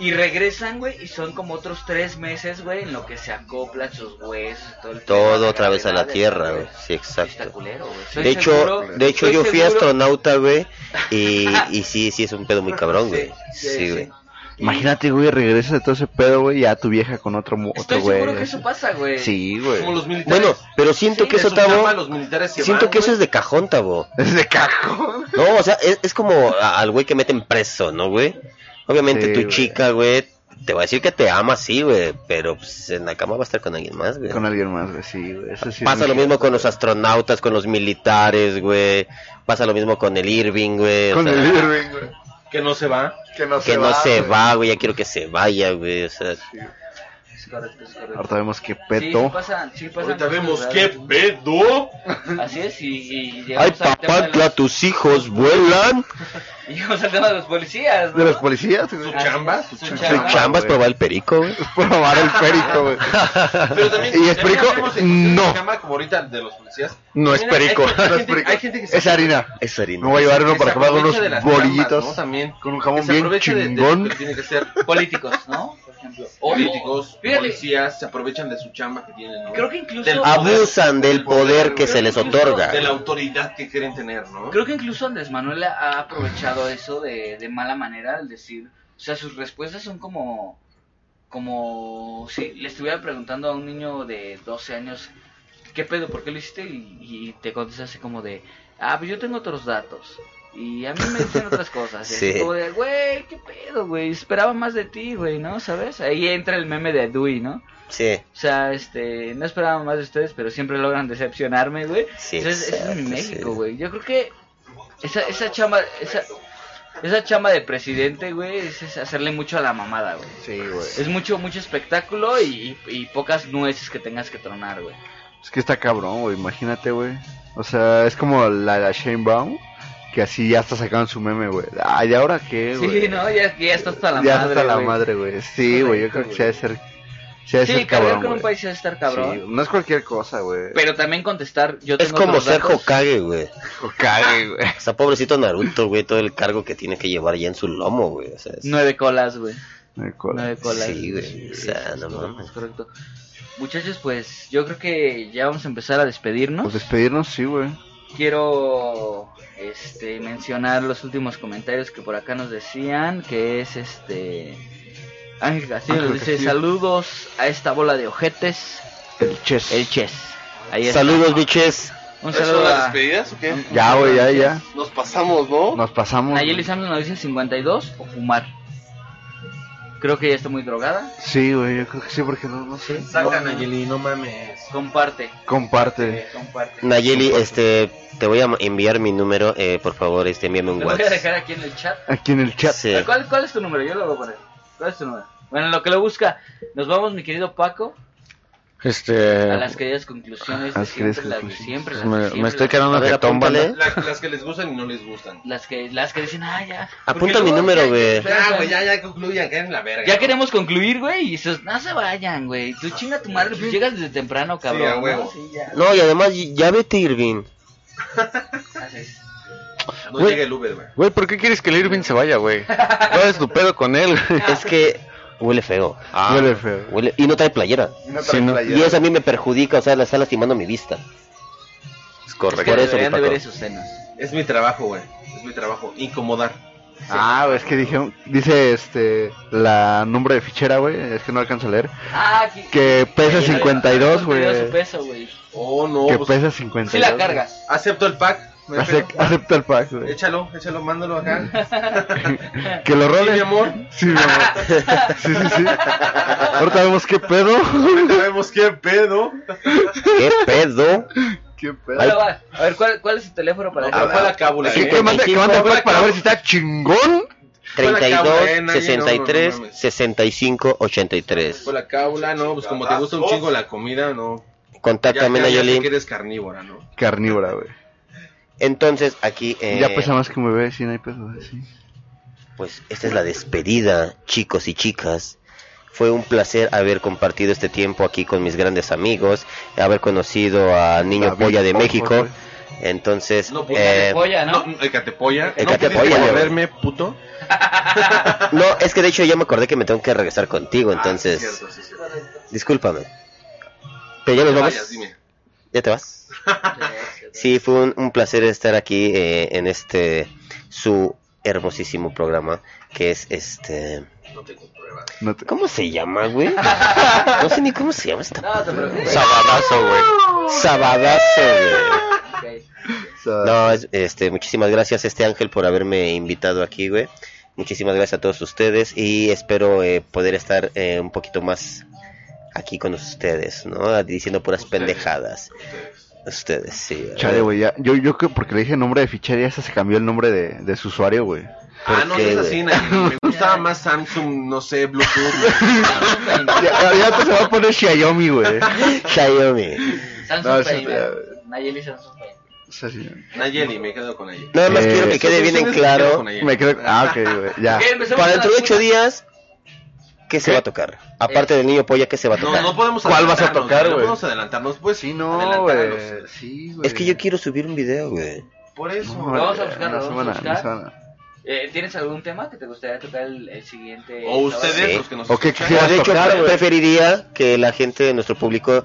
Speaker 1: Y regresan, güey, y son como otros tres meses, güey, en lo que se acoplan sus huesos, todo el pedo,
Speaker 3: Todo
Speaker 1: la
Speaker 3: otra vez a la
Speaker 1: gravedad,
Speaker 3: tierra,
Speaker 1: etcétera.
Speaker 3: güey. Sí,
Speaker 1: Está
Speaker 3: exacto.
Speaker 1: culero, güey. Estoy
Speaker 3: De hecho,
Speaker 1: seguro-
Speaker 3: de hecho yo
Speaker 1: estoy
Speaker 3: fui
Speaker 1: seguro-
Speaker 3: astronauta, güey. Y, y sí, sí es un pedo muy cabrón, güey.
Speaker 1: Sí, sí,
Speaker 3: Sí,
Speaker 1: sí.
Speaker 3: güey.
Speaker 5: Imagínate, güey, regresa de todo ese pedo, güey, ya tu vieja con otro, mu- otro
Speaker 1: Estoy
Speaker 5: güey.
Speaker 1: seguro que eso pasa, güey.
Speaker 5: Sí,
Speaker 6: Como
Speaker 5: güey.
Speaker 6: los militares.
Speaker 3: Bueno, pero siento
Speaker 1: Sí,
Speaker 3: que
Speaker 6: de
Speaker 3: eso,
Speaker 6: su
Speaker 3: Tabo.
Speaker 6: chamba, los militares se
Speaker 3: Siento
Speaker 6: van,
Speaker 3: que eso
Speaker 6: güey.
Speaker 3: es de cajón, Tabo.
Speaker 5: Es de cajón.
Speaker 3: No, o sea, es, es como a- al güey que meten preso, ¿no, güey? Obviamente
Speaker 5: Sí,
Speaker 3: tu
Speaker 5: güey.
Speaker 3: chica, güey, te va a decir que te ama, sí, güey, pero pues, en la cama va a estar con alguien más, güey.
Speaker 5: Con alguien más, güey, sí, güey. Eso sí es
Speaker 3: Pasa
Speaker 5: muy
Speaker 3: lo mismo con los astronautas, con los militares, güey. Pasa lo mismo con el Irving, güey. o
Speaker 5: Con
Speaker 3: sea,
Speaker 5: el Irving, güey.
Speaker 6: Que no se va.
Speaker 5: Que no
Speaker 3: que
Speaker 5: se
Speaker 3: no
Speaker 5: va.
Speaker 3: se
Speaker 5: güey.
Speaker 3: va, güey, ya quiero que se vaya, güey. O sea,
Speaker 1: Es correcto, es correcto.
Speaker 5: Ahorita vemos qué
Speaker 1: Sí, sí
Speaker 5: peto.
Speaker 1: pasan, sí pasan
Speaker 6: Ahorita
Speaker 1: cosas,
Speaker 6: vemos
Speaker 1: ¿verdad?
Speaker 6: qué
Speaker 1: pues,
Speaker 6: pedo.
Speaker 1: Así es, y, y
Speaker 3: Ay,
Speaker 1: llegamos, al tema de
Speaker 3: papá,
Speaker 1: los,
Speaker 3: tus hijos vuelan.
Speaker 1: llegamos al tema de los policías,
Speaker 5: De
Speaker 1: ¿no?
Speaker 5: los policías,
Speaker 6: Su
Speaker 5: güey.
Speaker 6: chamba.
Speaker 1: Su
Speaker 6: Su
Speaker 1: pues, chamba.
Speaker 6: chamba.
Speaker 3: Su chamba es
Speaker 5: güey.
Speaker 3: probar el perico, güey.
Speaker 5: Probar el perico, güey.
Speaker 6: Pero también,
Speaker 5: Y es
Speaker 6: también
Speaker 5: perico,
Speaker 6: hacemos discusión
Speaker 5: no.
Speaker 6: de chamba como ahorita de los policías.
Speaker 4: No es
Speaker 6: También hay-
Speaker 4: perico.
Speaker 6: hay gente-
Speaker 5: No es perico.
Speaker 6: Hay gente que se
Speaker 5: Es harina.
Speaker 3: Es
Speaker 5: Me
Speaker 3: harina.
Speaker 5: voy a llevar uno
Speaker 6: que
Speaker 5: para
Speaker 6: se
Speaker 5: comer unos
Speaker 6: aprovecha de las chambas,
Speaker 5: bolillitos.
Speaker 6: ¿no? También.
Speaker 5: Con un
Speaker 6: Que
Speaker 5: jamón
Speaker 6: se
Speaker 5: bien
Speaker 6: aprovecha de- de-
Speaker 5: chingón.
Speaker 6: de lo que tiene que ser
Speaker 1: políticos, ¿no? Por ejemplo. O-
Speaker 6: políticos,
Speaker 1: fíjate,
Speaker 6: policías, se aprovechan de su chamba que tienen, ¿no?
Speaker 1: creo que incluso...
Speaker 6: Del
Speaker 5: Ah,
Speaker 3: Abusan del poder que se les otorga.
Speaker 6: de la autoridad que quieren tener, ¿no?
Speaker 1: Creo que incluso Andrés Manuel ha aprovechado eso de, de mala manera al decir, o sea, sus respuestas son como, como si le estuviera preguntando a un niño de 12 años, ¿qué pedo? ¿Por qué lo hiciste? Y, y te contesta así como de, ah, pues yo tengo otros datos. Y a mí me dicen otras cosas. y así
Speaker 3: Sí.
Speaker 1: como de, güey, ¿qué pedo, güey? Esperaba más de ti, güey, ¿no? ¿Sabes? Ahí entra el meme de Dewey, ¿no?
Speaker 3: Sí,
Speaker 1: O sea, este, no esperaba más de ustedes, pero siempre logran decepcionarme, güey.
Speaker 3: Sí,
Speaker 1: Ese es, ese es mi
Speaker 3: exacto,
Speaker 1: México,
Speaker 3: sí.
Speaker 1: güey. Yo creo que esa, esa chamba, esa, esa chamba de presidente, güey, es, es hacerle mucho a la mamada, güey.
Speaker 5: Sí, güey.
Speaker 1: Es mucho, mucho espectáculo y, y pocas nueces que tengas que tronar, güey.
Speaker 5: Es que está cabrón, güey, imagínate, güey. O sea, es como la de Shane Brown, que así ya está sacando su meme, güey. Ah, ¿y ahora qué, güey?
Speaker 1: Sí, ¿no? Ya, ya está hasta la
Speaker 5: ya
Speaker 1: madre,
Speaker 5: está la
Speaker 1: güey.
Speaker 5: madre, güey. Sí, güey, yo creo que se ha de ser, se ha de
Speaker 1: Sí,
Speaker 5: ser
Speaker 1: cargar
Speaker 5: cabrón,
Speaker 1: con un
Speaker 5: güey.
Speaker 1: país es estar cabrón.
Speaker 5: Sí, no es cualquier cosa, güey.
Speaker 1: Pero también contestar, yo tengo
Speaker 3: Es como
Speaker 1: otros
Speaker 3: ser
Speaker 1: datos.
Speaker 3: Hokage, güey.
Speaker 1: Ah.
Speaker 5: Cague, güey.
Speaker 3: O sea, pobrecito Naruto, güey, todo el cargo que tiene que llevar ya en su lomo, güey. O sea, es-
Speaker 1: Nueve colas, güey.
Speaker 5: Me cola.
Speaker 1: Nueve colas.
Speaker 3: Sí, güey. O sea, no
Speaker 1: Es
Speaker 3: mames.
Speaker 1: correcto. Muchachos, pues yo creo que ya vamos a empezar a
Speaker 5: Pues
Speaker 1: despedirnos.
Speaker 5: despedirnos, sí, güey.
Speaker 1: Quiero este, mencionar los últimos comentarios que por acá nos decían, que es este... Ángel Castillo nos
Speaker 5: Ángel
Speaker 1: dice
Speaker 5: Castillo.
Speaker 1: saludos a esta bola de ojetes,
Speaker 5: El chess.
Speaker 1: el Ches. Ahí está.
Speaker 3: Saludos, biches.
Speaker 1: Un
Speaker 6: ¿Eso
Speaker 1: saludo
Speaker 6: las
Speaker 1: a
Speaker 6: despedidas o qué?
Speaker 5: Ya, güey, ya, ya.
Speaker 6: Nos pasamos, ¿no?
Speaker 5: Nos pasamos.
Speaker 1: Nayeli
Speaker 5: güey.
Speaker 1: Samson nos dice 52 o fumar. Creo que ya está muy drogada.
Speaker 5: Sí, güey, yo creo que sí, porque no, no sé.
Speaker 6: Sacan a Yeli, no mames.
Speaker 1: Comparte,
Speaker 5: Comparte.
Speaker 1: comparte.
Speaker 3: Nayeli, este, te voy a enviar mi número, eh, por favor, este, envíame un
Speaker 1: Lo voy a
Speaker 3: WhatsApp.
Speaker 1: dejar aquí en el chat.
Speaker 5: Aquí en el chat.
Speaker 3: Sí.
Speaker 1: Ah, ¿Cuál, ¿Cuál es tu número? Yo lo voy a poner. ¿Cuál es tu número? Bueno, en lo que lo busca. Nos vamos, mi querido Paco,
Speaker 4: Este. pues
Speaker 1: a las queridas conclusiones. de
Speaker 5: A las
Speaker 1: siempre,
Speaker 5: queridas
Speaker 1: las de
Speaker 5: conclusiones.
Speaker 1: siempre, las de
Speaker 4: Me,
Speaker 1: siempre,
Speaker 4: me estoy
Speaker 1: las-
Speaker 4: quedando
Speaker 3: A ver,
Speaker 4: jetón, banda.
Speaker 3: apúntale.
Speaker 6: La- las que les gustan y no les gustan.
Speaker 1: Las que, las que dicen, ah, ya.
Speaker 3: Apunta
Speaker 1: Porque
Speaker 3: mi
Speaker 1: luego
Speaker 3: número,
Speaker 1: ya-
Speaker 3: güey.
Speaker 1: espera, espera.
Speaker 6: Ah, pues ya concluyan, que en la verga.
Speaker 1: Ya queremos concluir, güey. Y esos, no se vayan, güey. Tú chinga tu madre, pues llegas desde temprano, cabrón.
Speaker 6: a
Speaker 1: ¿no?
Speaker 6: huevo.
Speaker 1: Sí, ya.
Speaker 3: No, y además, y- ya vete, Irving.
Speaker 1: Así es.
Speaker 6: No
Speaker 4: Güey.
Speaker 6: llega el Uber, güey.
Speaker 4: Güey, ¿por qué quieres que el Irving se vaya, güey? ¿Cuál es tu pedo con él?
Speaker 3: Es que huele feo.
Speaker 5: Huele feo.
Speaker 3: Huele- y no trae playera.
Speaker 5: No
Speaker 4: Sí, no.
Speaker 3: Y eso a mí me perjudica, o sea, la está lastimando mi vista.
Speaker 4: Es
Speaker 1: Es
Speaker 4: correcto.
Speaker 1: que
Speaker 3: Por eso,
Speaker 1: deberían de
Speaker 3: mi
Speaker 1: ver
Speaker 3: Paco.
Speaker 1: esos senos.
Speaker 6: Es mi trabajo, güey. Es mi trabajo. Incomodar.
Speaker 5: Ah, güey, es que dije, dice este, la nombre de fichera, güey, es que no alcanzo a leer,
Speaker 1: Ah, aquí.
Speaker 5: que pesa
Speaker 1: Ahí, ahí,
Speaker 5: 52,
Speaker 1: ahí,
Speaker 5: güey,
Speaker 1: perdió su peso, güey.
Speaker 6: Oh, no.
Speaker 5: que
Speaker 6: pues,
Speaker 5: pesa
Speaker 1: Sí
Speaker 5: 52.
Speaker 1: la cargas.
Speaker 6: Acepto el pack. no hay
Speaker 5: Ace-
Speaker 6: pedo.
Speaker 5: Acepta el pack, güey.
Speaker 6: Échalo, échalo, mándalo acá.
Speaker 5: Que lo
Speaker 6: Sí,
Speaker 5: role.
Speaker 6: mi amor.
Speaker 5: Sí, mi amor. Sí, sí, sí. Ahorita vemos qué pedo.
Speaker 6: Sabemos qué pedo.
Speaker 3: ¿Qué pedo?
Speaker 5: ¿Qué pedo?
Speaker 1: Ahora va. A ver, ¿cuál, cuál es su teléfono para
Speaker 6: Ah, fue la cábula,
Speaker 5: Así
Speaker 6: eh.
Speaker 5: que manda, que manda el pack para ver si está chingón.
Speaker 6: Fue la
Speaker 3: 32,
Speaker 6: cámara, eh, no, no, no
Speaker 3: 63,
Speaker 6: mames.
Speaker 3: 65,
Speaker 6: Fue
Speaker 3: 83.
Speaker 6: la cábula, no, pues como te gusta un chingo la comida, no.
Speaker 5: Ah,
Speaker 3: Contáctame,
Speaker 6: ya sé que
Speaker 3: Nayolín.
Speaker 6: eres carnívora, ¿no?
Speaker 5: Carnívora, güey.
Speaker 3: Entonces, aquí. eh,
Speaker 5: Ya pues, pesa más que me ve, si no hay peso. Sí.
Speaker 3: Pues esta es la despedida, chicos y chicas. Fue un placer haber compartido este tiempo aquí con mis grandes amigos, haber conocido a Niño
Speaker 5: David
Speaker 3: Polla de
Speaker 5: Ojo,
Speaker 3: México.
Speaker 5: güey.
Speaker 3: Entonces,
Speaker 6: No, pues,
Speaker 3: eh,
Speaker 1: Polla, ¿no?
Speaker 6: No, no, el catepolla.
Speaker 3: El
Speaker 6: no
Speaker 3: catepolla,
Speaker 6: pudiste
Speaker 3: güey.
Speaker 6: verme, puto. Ah,
Speaker 3: no, es que de hecho ya me acordé que me tengo que regresar contigo,
Speaker 6: Ah, sí,
Speaker 3: entonces,
Speaker 6: cierto, sí, cierto.
Speaker 3: discúlpame. Pero ya nos vamos.
Speaker 6: Vayas, dime.
Speaker 3: ¿Ya te vas? Sí, fue un, un placer estar aquí eh, en este su hermosísimo programa que es este
Speaker 6: No tengo pruebas.
Speaker 5: No te-
Speaker 3: ¿Cómo se llama, güey? No sé ni cómo se llama esta.
Speaker 1: No, te preocupes.
Speaker 4: Sabadazo, güey.
Speaker 3: Sabadazo, güey.
Speaker 1: Ok.
Speaker 3: No, es- este, muchísimas gracias, este Ángel, por haberme invitado aquí, güey. Muchísimas gracias a todos ustedes y espero eh, poder estar eh, un poquito más aquí con ustedes, ¿no? Diciendo puras pendejadas. Ustedes, sí.
Speaker 5: Chale, güey, ya. Yo, yo creo porque le dije nombre de fichera y hasta se cambió el nombre de, de su usuario, güey.
Speaker 6: Ah, no, no
Speaker 3: qué,
Speaker 6: es
Speaker 3: güey?
Speaker 6: así, Nayeli. Me gustaba más Samsung, no sé, Bluetooth. güey.
Speaker 5: Ya, ya te se va a poner Xiaomi, güey.
Speaker 3: Xiaomi.
Speaker 1: Samsung
Speaker 5: No, eso
Speaker 1: Pay,
Speaker 5: te-
Speaker 1: güey. Nayeli Samsung Pay.
Speaker 5: O sea, sí.
Speaker 6: Nayeli, me quedo con Nayeli.
Speaker 3: Nada más
Speaker 5: Eh,
Speaker 3: quiero que quede bien en claro.
Speaker 5: Me creo. Ah, ok, güey. Ya.
Speaker 1: Ok, empecemos
Speaker 3: Para
Speaker 1: con la
Speaker 3: dentro de ocho
Speaker 1: segunda.
Speaker 3: días, ¿qué se va a tocar? Aparte del niño polla, ¿qué se va a
Speaker 6: No,
Speaker 3: tocar?
Speaker 6: no podemos
Speaker 5: ¿Cuál vas a
Speaker 6: adelantarnos,
Speaker 5: tocar,
Speaker 6: No
Speaker 5: güey?
Speaker 6: podemos adelantarnos, pues
Speaker 5: Sí, no,
Speaker 6: adelantarnos.
Speaker 5: güey. Sí, güey.
Speaker 3: Es que yo quiero subir un video, güey.
Speaker 6: Por eso.
Speaker 5: No,
Speaker 1: Vamos a
Speaker 5: güey,
Speaker 1: buscarlo,
Speaker 5: una
Speaker 1: vamos a
Speaker 5: semana, una
Speaker 1: buscar.
Speaker 5: semana.
Speaker 1: Eh, ¿Tienes algún tema que te gustaría tocar el, el siguiente?
Speaker 6: O ustedes,
Speaker 3: Sí.
Speaker 6: los que nos
Speaker 5: Ok,
Speaker 6: escuchan.
Speaker 5: ¿qué
Speaker 3: Yo,
Speaker 5: vas
Speaker 3: de
Speaker 5: a
Speaker 3: hecho,
Speaker 5: tocar, güey?
Speaker 3: preferiría que la gente de nuestro público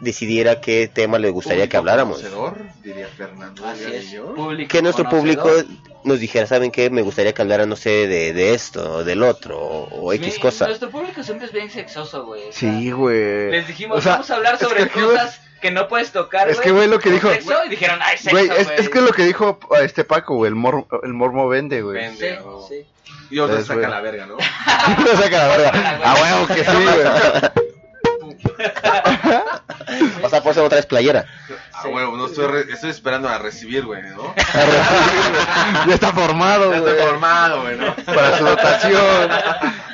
Speaker 3: decidiera qué tema les gustaría que
Speaker 6: Público
Speaker 3: habláramos.
Speaker 6: conocedor, diría Fernando.
Speaker 1: Así
Speaker 6: diría
Speaker 1: es.
Speaker 6: yo.
Speaker 1: Público
Speaker 3: Que nuestro público
Speaker 1: conocedor.
Speaker 3: nos dijera, ¿saben qué? Me gustaría que hablaran, no sé, de, de esto, o del otro, o, o X
Speaker 1: Mi-
Speaker 3: cosa.
Speaker 1: Nuestro público siempre es bien sexoso, güey. o sea,
Speaker 5: Sí, güey.
Speaker 1: Les dijimos,
Speaker 5: O sea,
Speaker 1: vamos a hablar
Speaker 5: es que
Speaker 1: sobre
Speaker 5: aquí, güey,
Speaker 1: cosas que no puedes tocar,
Speaker 5: es que, güey, lo que
Speaker 1: por
Speaker 5: dijo-
Speaker 1: sexo, y dijeron, ay, sexo,
Speaker 5: Güey,
Speaker 1: güey.
Speaker 5: es, es que lo que dijo uh, este Paco, güey, el, mor- el mormo vende, güey.
Speaker 6: Vende, o-
Speaker 1: Sí, sí.
Speaker 6: Y otra
Speaker 5: Es,
Speaker 6: saca
Speaker 5: Pues, güey.
Speaker 6: la verga, ¿no?
Speaker 5: Lo saca la verga. Ah, huevo que sí, güey.
Speaker 3: Vas a ponerse otra vez playera.
Speaker 6: Ah, huevo, no estoy, re- estoy esperando a recibir, güey, ¿no?
Speaker 5: Ya está formado,
Speaker 6: Ya
Speaker 5: güey.
Speaker 6: estoy formado, güey, ¿no?
Speaker 5: Para su dotación.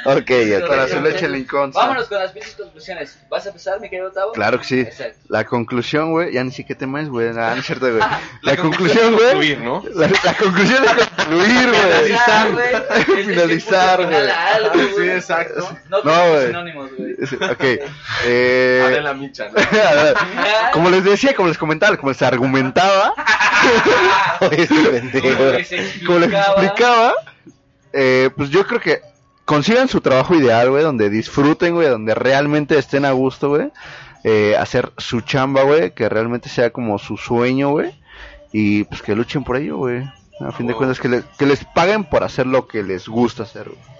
Speaker 3: Ok, ok.
Speaker 5: Para su leche Lincoln.
Speaker 1: Vámonos con las pinches conclusiones. ¿Vas a empezar, mi querido Tavo?
Speaker 5: Claro que sí.
Speaker 1: Exacto.
Speaker 5: La conclusión, güey, ya ni sé qué tema es, güey. Nada, no es cierto, güey. La
Speaker 6: La
Speaker 5: conclusión,
Speaker 6: conclusión es
Speaker 5: güey.
Speaker 6: concluir, ¿no?
Speaker 5: La, la conclusión es concluir, güey.
Speaker 1: Finalizar, güey.
Speaker 5: Finalizar,
Speaker 1: Es decir, punto final a algo,
Speaker 6: Sí,
Speaker 1: güey.
Speaker 6: exacto.
Speaker 1: No,
Speaker 5: No,
Speaker 1: no
Speaker 5: güey.
Speaker 1: sinónimos, güey.
Speaker 5: Sí, Ok. Eh,
Speaker 6: Adela Micha, ¿no?
Speaker 5: a ver, como les decía, como les comentaba, como les argumentaba,
Speaker 3: Este pendejo.
Speaker 1: Como les
Speaker 5: como les explicaba, eh, pues yo creo que consigan su trabajo ideal, güey, donde disfruten, güey, donde realmente estén a gusto, güey. Eh, hacer su chamba, güey, que realmente sea como su sueño, güey. Y pues que luchen por ello, güey. A fin de
Speaker 6: Oh.
Speaker 5: cuentas, que, le- que les paguen por hacer lo que les gusta hacer, güey.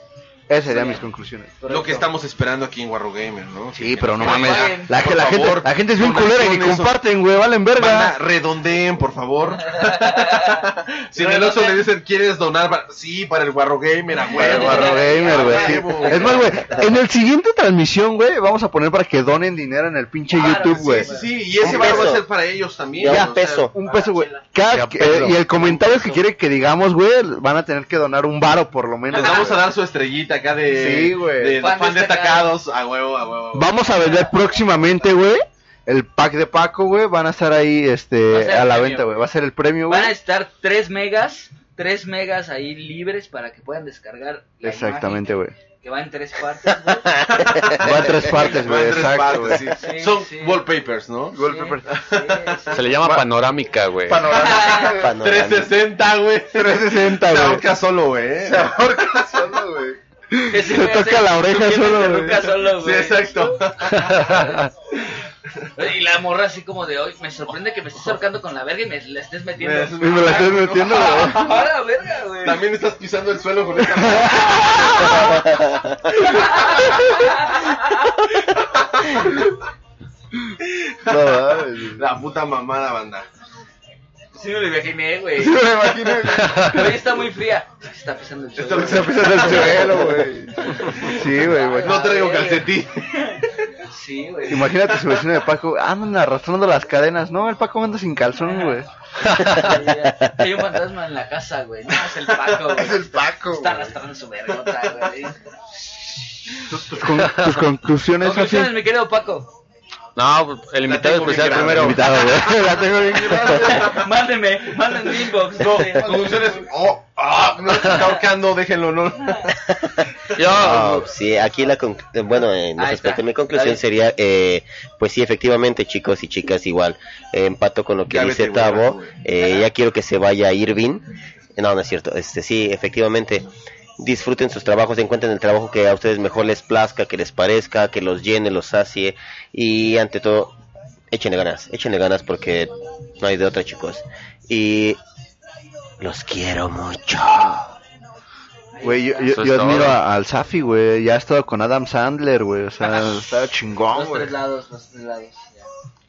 Speaker 5: Esas serían mis conclusiones.
Speaker 6: Lo que estamos esperando aquí en Warro Gamer, ¿no?
Speaker 5: Sí,
Speaker 6: Que
Speaker 5: pero
Speaker 6: nos
Speaker 5: no
Speaker 6: paguen.
Speaker 5: mames.
Speaker 1: paguen.
Speaker 5: La,
Speaker 6: Por
Speaker 5: la gente,
Speaker 6: favor,
Speaker 5: la gente es bien
Speaker 6: por
Speaker 5: culera y ni
Speaker 6: razón eso.
Speaker 5: comparten, güey. Valen verga.
Speaker 6: Banda, redondeen, por favor. si en el oso le dicen, ¿quieres donar? para-?" Sí, para el Warro Gamer, a
Speaker 5: Para el
Speaker 6: huevo.
Speaker 5: Barro Gamer, güey. sí.
Speaker 6: Huevo.
Speaker 5: Es más, güey, en el siguiente transmisión, güey, vamos a poner para que donen dinero en el pinche
Speaker 1: Claro,
Speaker 5: YouTube,
Speaker 1: sí,
Speaker 5: güey.
Speaker 6: Sí, sí, y ese
Speaker 3: Un
Speaker 6: barro va a
Speaker 3: peso.
Speaker 6: ser para ellos también.
Speaker 3: Ya,
Speaker 6: o
Speaker 3: un
Speaker 6: sea,
Speaker 3: peso.
Speaker 5: Un peso, güey.
Speaker 4: Ya,
Speaker 5: Cada que-
Speaker 4: pedo.
Speaker 5: eh, y el comentario que quiere que digamos, güey, van a tener que donar un varo por lo menos.
Speaker 6: Les vamos a
Speaker 5: güey.
Speaker 6: dar su estrellita acá de,
Speaker 5: Sí, güey.
Speaker 6: de
Speaker 1: Fan
Speaker 6: fan,
Speaker 1: destacado.
Speaker 6: destacados. A huevo, a huevo. a huevo.
Speaker 5: Vamos a vender próximamente, güey. El pack de Paco, güey, van a estar ahí,
Speaker 1: Va a ser
Speaker 5: este,
Speaker 1: el
Speaker 5: a la
Speaker 1: premio.
Speaker 5: venta, güey. Va a ser el premio, güey.
Speaker 1: Van a estar 3 megas, 3 megas ahí libres para que puedan descargar la
Speaker 5: Exactamente,
Speaker 1: imagen
Speaker 5: güey.
Speaker 1: que va en tres partes, güey.
Speaker 5: Va a tres partes,
Speaker 6: Van
Speaker 5: güey.
Speaker 6: tres
Speaker 5: Exacto, güey.
Speaker 6: partes, sí.
Speaker 1: Sí,
Speaker 6: Son
Speaker 1: sí.
Speaker 6: wallpapers, ¿no?
Speaker 5: Wallpaper.
Speaker 1: Sí, sí,
Speaker 4: Se le llama panorámica, güey.
Speaker 3: Panorama.
Speaker 6: 360, güey.
Speaker 5: 360,
Speaker 6: Se
Speaker 5: güey.
Speaker 6: ahorca solo, güey.
Speaker 1: sí. Que sí,
Speaker 5: Se
Speaker 1: güey,
Speaker 5: toca
Speaker 1: sí.
Speaker 5: la oreja
Speaker 1: Tú tienes
Speaker 5: solo,
Speaker 1: la
Speaker 5: güey.
Speaker 1: nuca solo,
Speaker 6: Sí,
Speaker 1: güey.
Speaker 6: exacto.
Speaker 1: Y la morra así como de hoy, me sorprende que me estés ahorcando con la verga y me la estés metiendo.
Speaker 6: Me-
Speaker 5: Y me la estoy metiendo, güey.
Speaker 1: A la verga, güey.
Speaker 6: También estás pisando el suelo con esta.
Speaker 5: No, mames, güey.
Speaker 6: La puta mamada, banda.
Speaker 1: Sí me lo imaginé, güey.
Speaker 5: Sí, me imagino,
Speaker 1: Hoy está muy fría. Es que está pisando el suelo.
Speaker 5: Pues Se pisa en el suelo, güey. Sí, güey, güey.
Speaker 6: No traigo calcetín.
Speaker 1: Sí, güey.
Speaker 5: Imagínate su vecino de Paco, ah, andan arrastrando las cadenas. No, el Paco anda sin calzón, güey.
Speaker 1: Hay un fantasma en la casa, güey. No, es el Paco, güey.
Speaker 7: Es el Paco,
Speaker 1: Está
Speaker 7: güey.
Speaker 1: arrastrando su vergota, güey.
Speaker 5: Tus, con- tus conclusiones,
Speaker 1: Conclusiones,
Speaker 5: Sofi.
Speaker 1: mi querido Paco.
Speaker 4: No, el invitado
Speaker 6: tengo
Speaker 4: especial
Speaker 6: bien grave.
Speaker 4: primero.
Speaker 5: Invitado, güey. La tengo bien
Speaker 1: Mándeme, mándenme un inbox. este.
Speaker 6: Conclusiones. Oh, ah, no se está ahorcando, déjenlo, no.
Speaker 4: Yo,
Speaker 3: No, Ah, sí, aquí la conc- eh, bueno, en
Speaker 1: Ahí
Speaker 3: ese
Speaker 1: está.
Speaker 3: aspecto mi conclusión
Speaker 1: Dale.
Speaker 3: sería, eh, pues sí, efectivamente, chicos y chicas, igual, eh, empato con lo que
Speaker 6: Ya
Speaker 3: dice
Speaker 6: vete, güey,
Speaker 3: Tavo,
Speaker 6: güey.
Speaker 3: eh, ya quiero que se vaya Irving, no, no es cierto, este sí, efectivamente, disfruten sus trabajos, encuentren el trabajo que a ustedes mejor les plazca, que les parezca, que los llene, los sacie, y ante todo, échenle ganas, échenle ganas porque no hay de otra, chicos, y los quiero mucho.
Speaker 5: Güey, yo, yo,
Speaker 4: Eso es
Speaker 5: yo admiro
Speaker 4: todo.
Speaker 5: a- al Safi, güey. Ya ha estado con Adam Sandler, güey. O sea, estaba chingón,
Speaker 1: Los
Speaker 5: güey.
Speaker 1: tres lados, los tres lados. ya.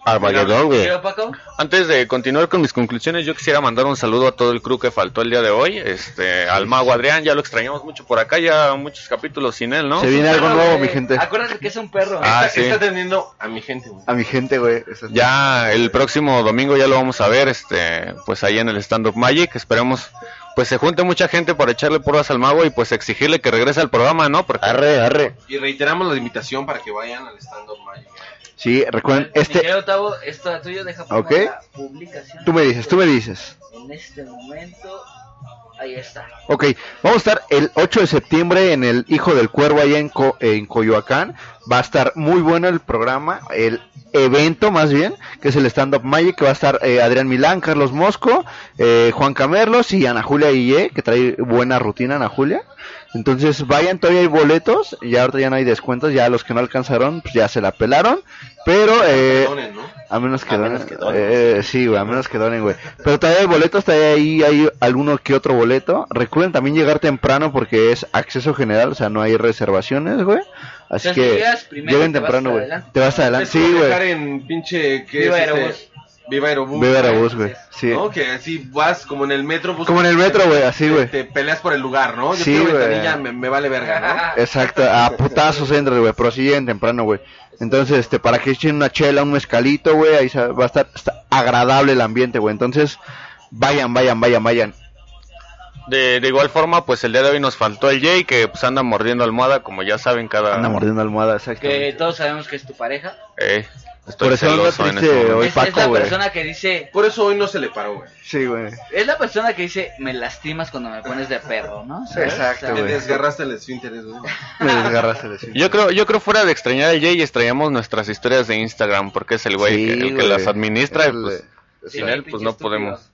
Speaker 3: Armagedón, güey.
Speaker 1: Querido Paco,
Speaker 4: antes de continuar con mis conclusiones, yo quisiera mandar un saludo a todo el crew que faltó el día de hoy. Este, al mago Adrián, ya lo extrañamos mucho por acá, ya muchos capítulos sin él, ¿no?
Speaker 5: Se viene algo
Speaker 1: Perro,
Speaker 5: nuevo, mi
Speaker 1: güey.
Speaker 5: gente.
Speaker 1: Acuérdate que es un perro.
Speaker 4: Ah,
Speaker 6: Está-
Speaker 4: sí.
Speaker 6: Está atendiendo a mi gente, güey.
Speaker 5: A mi gente, güey. Eso es-
Speaker 4: Ya el próximo domingo ya lo vamos a ver, este, pues ahí en el Stand Up Magic, esperemos pues se junte mucha gente para echarle porras al mago y pues exigirle que regrese al programa, ¿no? Porque
Speaker 3: Arre, arre.
Speaker 6: Y reiteramos la invitación para que vayan al stand-up Magic.
Speaker 5: Sí, recuerden,
Speaker 1: Mi
Speaker 5: este.
Speaker 1: querido Tavo, esto tuyo deja
Speaker 5: Ok.
Speaker 1: poner la publicación.
Speaker 5: Tú me dices, tú me dices.
Speaker 1: En este momento, ahí está.
Speaker 5: Ok, vamos a estar el 8 de septiembre en el Hijo del Cuervo allá en, Co- en Coyoacán. Va a estar muy bueno el programa, el evento más bien, que es el Stand Up Magic, que va a estar eh, Adrián Milán, Carlos Mosco, eh, Juan Camerlos y Ana Julia Guille, que trae buena rutina Ana Julia. Entonces vayan, todavía hay boletos, ya ahorita ya no hay descuentos, ya los que no alcanzaron pues ya se la pelaron, pero... Eh,
Speaker 6: Perdonen, ¿no?
Speaker 5: a menos que
Speaker 3: A
Speaker 5: donen.
Speaker 3: menos que donen.
Speaker 5: eh, sí, güey, a menos que donen, güey. Pero todavía hay boletos, todavía ahí hay alguno que otro boleto. Recuerden también llegar temprano porque es acceso general, o sea, no hay reservaciones, güey. Así
Speaker 1: Entonces,
Speaker 5: que
Speaker 1: llegas primero,
Speaker 5: lleguen
Speaker 1: te vas
Speaker 5: temprano, güey.
Speaker 1: adelante.
Speaker 5: Te vas adelante,
Speaker 6: Es como
Speaker 5: sí,
Speaker 6: viajar
Speaker 5: güey.
Speaker 6: en pinche. ¿qué
Speaker 1: Viva
Speaker 6: es este?
Speaker 1: Aerobús.
Speaker 6: Viva Aerobús.
Speaker 5: Beber a bus, güey. Sí.
Speaker 6: ¿No? Que así vas como en el metro. buscas-
Speaker 5: Como en el metro, güey, así, güey.
Speaker 6: Te peleas por el lugar, ¿no? Yo
Speaker 5: Sí,
Speaker 6: quiero
Speaker 5: güey.
Speaker 6: ventanilla, me, me vale verga,
Speaker 5: Exacto, a putazos entras, güey, pero sí lleguen temprano, güey. Entonces, este, para que echen una chela, un mezcalito, güey, ahí sa- va a estar está agradable el ambiente, güey. Entonces, vayan, vayan, vayan, vayan.
Speaker 4: de, de igual forma pues el día de hoy nos faltó el Jay que pues anda mordiendo almohada como ya saben cada...
Speaker 5: Anda mordiendo almohada, exacto.
Speaker 1: Que todos sabemos que es tu pareja.
Speaker 4: Eh, estoy
Speaker 5: Por eso anda
Speaker 4: celoso en
Speaker 5: triste
Speaker 4: este momento.
Speaker 5: Hoy
Speaker 1: es,
Speaker 5: Paco,
Speaker 1: es la
Speaker 5: güey.
Speaker 1: persona que dice,
Speaker 6: ¿no? Por eso hoy no se le paró, güey.
Speaker 5: Sí, güey.
Speaker 1: es la persona que dice, me lastimas cuando me pones de perro, ¿no? ¿Sabes?
Speaker 5: Exacto,
Speaker 1: O
Speaker 6: Te
Speaker 1: sea,
Speaker 5: güey.
Speaker 6: desgarraste el esfínteres, güey.
Speaker 5: Me desgarraste de sí.
Speaker 4: Yo creo, yo creo fuera de extrañar al Jay extrañamos nuestras historias de Instagram porque es el güey
Speaker 5: Sí,
Speaker 4: que, el que
Speaker 5: güey.
Speaker 4: las administra y,
Speaker 5: El-
Speaker 4: pues,
Speaker 1: sí,
Speaker 4: sin él pues
Speaker 1: pinche
Speaker 4: no
Speaker 1: estúpido.
Speaker 4: podemos.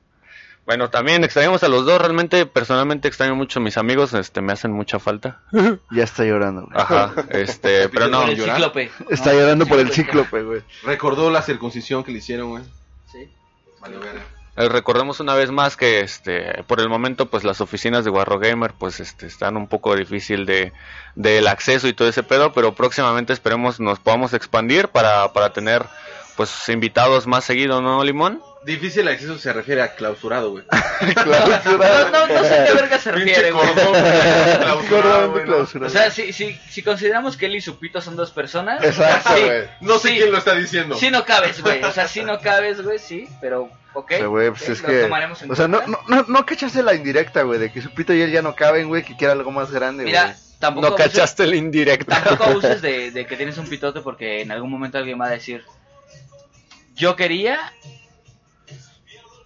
Speaker 4: Bueno, también extrañamos a los dos. Realmente, personalmente extraño mucho a mis amigos. Este, me hacen mucha falta.
Speaker 5: Ya está llorando, güey.
Speaker 4: Ajá, este, pero no.
Speaker 1: Por el cíclope. ¿no?
Speaker 5: Está llorando por el
Speaker 1: Cíclope.
Speaker 5: cíclope, güey.
Speaker 6: Recordó la circuncisión que le hicieron, güey.
Speaker 1: Sí.
Speaker 6: Vale, verga.
Speaker 4: Eh, Recordemos una vez más que, este, por el momento, pues las oficinas de Warro Gamer, pues, este, están un poco difícil de, del acceso y todo ese pedo. Pero próximamente esperemos nos podamos expandir para, para tener, pues, invitados más seguido, ¿no, Limón?
Speaker 6: Difícil acceso se refiere a clausurado, güey.
Speaker 1: No, no, no sé a qué verga se
Speaker 6: Pinche
Speaker 1: refiere, güey.
Speaker 6: cordón, güey. Clausurado,
Speaker 5: Cordón de
Speaker 6: güey, ¿no?
Speaker 5: clausura.
Speaker 1: O sea, si, si, si consideramos que él y su pito son dos personas,
Speaker 5: Exacto,
Speaker 1: sí,
Speaker 5: güey.
Speaker 6: No sé
Speaker 1: Sí.
Speaker 6: quién lo está diciendo.
Speaker 1: sí no cabes, güey. O sea, sí no cabes, güey, sí, pero ok.
Speaker 5: O sea, güey, pues
Speaker 1: ok,
Speaker 5: es
Speaker 1: lo
Speaker 5: que.
Speaker 1: tomaremos en
Speaker 5: O sea, no,
Speaker 1: cuenta.
Speaker 5: no, no, no cachaste la indirecta, güey, de que su pito y él ya no caben, güey, que quiera algo más grande, güey.
Speaker 1: Mira, tampoco
Speaker 4: No
Speaker 1: abuses-
Speaker 4: cachaste el indirecto.
Speaker 1: Tampoco abuses de, de que tienes un pitote porque en algún momento alguien va a decir, yo quería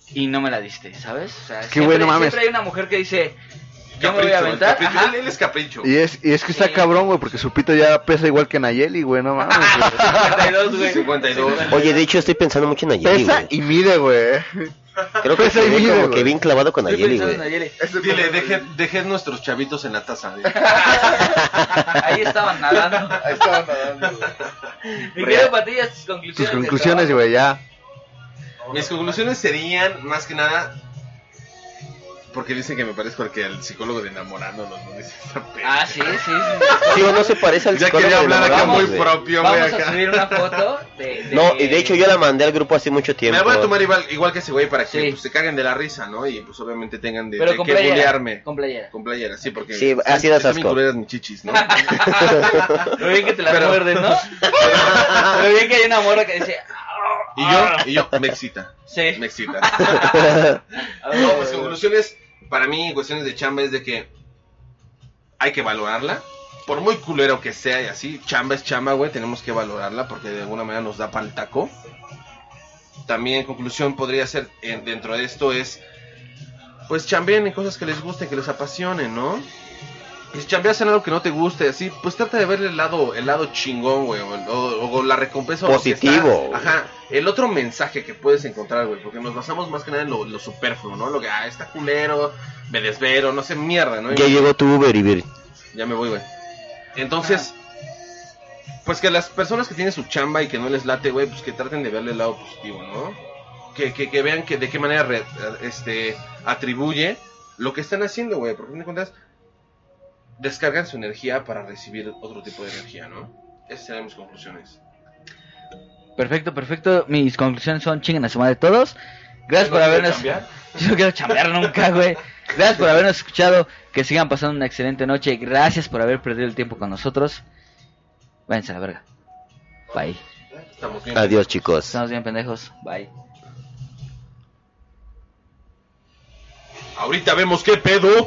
Speaker 1: y no me la diste, ¿sabes? O sea, siempre,
Speaker 5: güey, no mames.
Speaker 1: siempre hay una mujer que dice, yo me voy
Speaker 6: Capricho,
Speaker 1: a aventar.
Speaker 6: el capricho.
Speaker 1: ajá.
Speaker 6: Él, él es capricho.
Speaker 5: Y es, y es que está
Speaker 1: Sí.
Speaker 5: cabrón, güey, porque su pito ya pesa igual que Nayeli, güey, no mames.
Speaker 1: 52, güey.
Speaker 5: güey.
Speaker 6: 52.
Speaker 3: Oye, de hecho, estoy pensando mucho en Nayeli,
Speaker 5: Pesa
Speaker 3: güey.
Speaker 5: y mide, güey.
Speaker 3: Creo que
Speaker 5: pesa y
Speaker 3: estoy
Speaker 5: mide,
Speaker 3: como
Speaker 5: güey.
Speaker 3: que bien clavado con
Speaker 1: Estoy
Speaker 3: Nayeli,
Speaker 1: pensando
Speaker 3: güey.
Speaker 1: en Nayeli.
Speaker 6: Dile, deje, deje nuestros chavitos en la taza. güey.
Speaker 1: Ahí estaban nadando.
Speaker 5: Ahí estaba nadando, güey.
Speaker 1: Mi querido Patillas, tus conclusiones.
Speaker 5: Tus
Speaker 1: del
Speaker 5: conclusiones,
Speaker 1: trabajo.
Speaker 5: güey, ya.
Speaker 6: Mis conclusiones serían, más que nada, Porque dicen que me parezco al que el psicólogo de enamorándonos nos dice esa pena.
Speaker 1: Ah, sí, sí, sí.
Speaker 3: Sí, no se parece al
Speaker 6: Ya
Speaker 3: psicólogo
Speaker 6: quería
Speaker 3: de
Speaker 6: hablar acá
Speaker 3: Enamorándonos,
Speaker 6: muy
Speaker 3: güey.
Speaker 6: propio, güey.
Speaker 1: Vamos a
Speaker 6: Acá.
Speaker 1: subir una foto de, de-
Speaker 3: No, y de hecho yo la mandé al grupo hace mucho
Speaker 6: Me
Speaker 3: tiempo.
Speaker 6: la voy a tomar igual, igual que ese güey para que
Speaker 1: Sí.
Speaker 6: pues, se caguen de la risa, ¿no? Y pues obviamente tengan de,
Speaker 1: Pero
Speaker 6: de
Speaker 1: con
Speaker 6: qué
Speaker 1: playera.
Speaker 6: bullearme.
Speaker 1: Con playera.
Speaker 6: Con playera, sí, porque.
Speaker 3: Sí,
Speaker 6: están-
Speaker 3: así das
Speaker 6: están bien
Speaker 3: asco.
Speaker 6: culeras mis chichis, ¿no?
Speaker 1: Muy bien que te la
Speaker 6: Pero-
Speaker 1: muerdes, ¿no? Pero bien que hay una morra que dice. "Ah,
Speaker 6: y yo, y yo, me excita.
Speaker 1: Sí. Ah,
Speaker 6: Me excita. No, pues conclusiones, para mí, cuestiones de chamba es de que hay que valorarla. Por muy culero que sea y así, chamba es chamba, güey, tenemos que valorarla porque de alguna manera nos da pa'l taco. También, en conclusión, podría ser, eh, dentro de esto es, pues chambeen en cosas que les gusten, que les apasionen, ¿no? Y si chambeas en algo que no te guste, así, pues trata de ver el lado, el lado chingón, güey, o, el- o- o la recompensa. o lo que está.
Speaker 3: Positivo.
Speaker 6: Ajá, el otro mensaje que puedes encontrar, güey, porque nos basamos más que nada en lo, lo superfluo, ¿no? Lo que, ah, está culero, me desvero, no sé, mierda, ¿no? Y-
Speaker 3: Ya llegó tu Uber, Ibir.
Speaker 6: ya me voy, güey. Entonces, pues que las personas que tienen su chamba y que no les late, güey, pues que traten de verle el lado positivo, ¿no? Que, que, que vean que de qué manera re- este, atribuye lo que están haciendo, güey. Porque, a fin de cuentas, descargan su energía para recibir otro tipo de energía, ¿no? Esas serán mis conclusiones.
Speaker 1: Perfecto, perfecto. Mis conclusiones son chinguen a su madre todos. Gracias por
Speaker 6: ¿No quiero
Speaker 1: habernos.
Speaker 6: cambiar?
Speaker 1: Yo no quiero chambear nunca, güey. Gracias por habernos escuchado. Que sigan pasando una excelente noche. Gracias por haber perdido el tiempo con nosotros. Váyanse a la verga. Bye.
Speaker 6: Estamos bien.
Speaker 3: Adiós, chicos.
Speaker 1: Estamos bien, pendejos. Bye.
Speaker 6: Ahorita vemos qué pedo.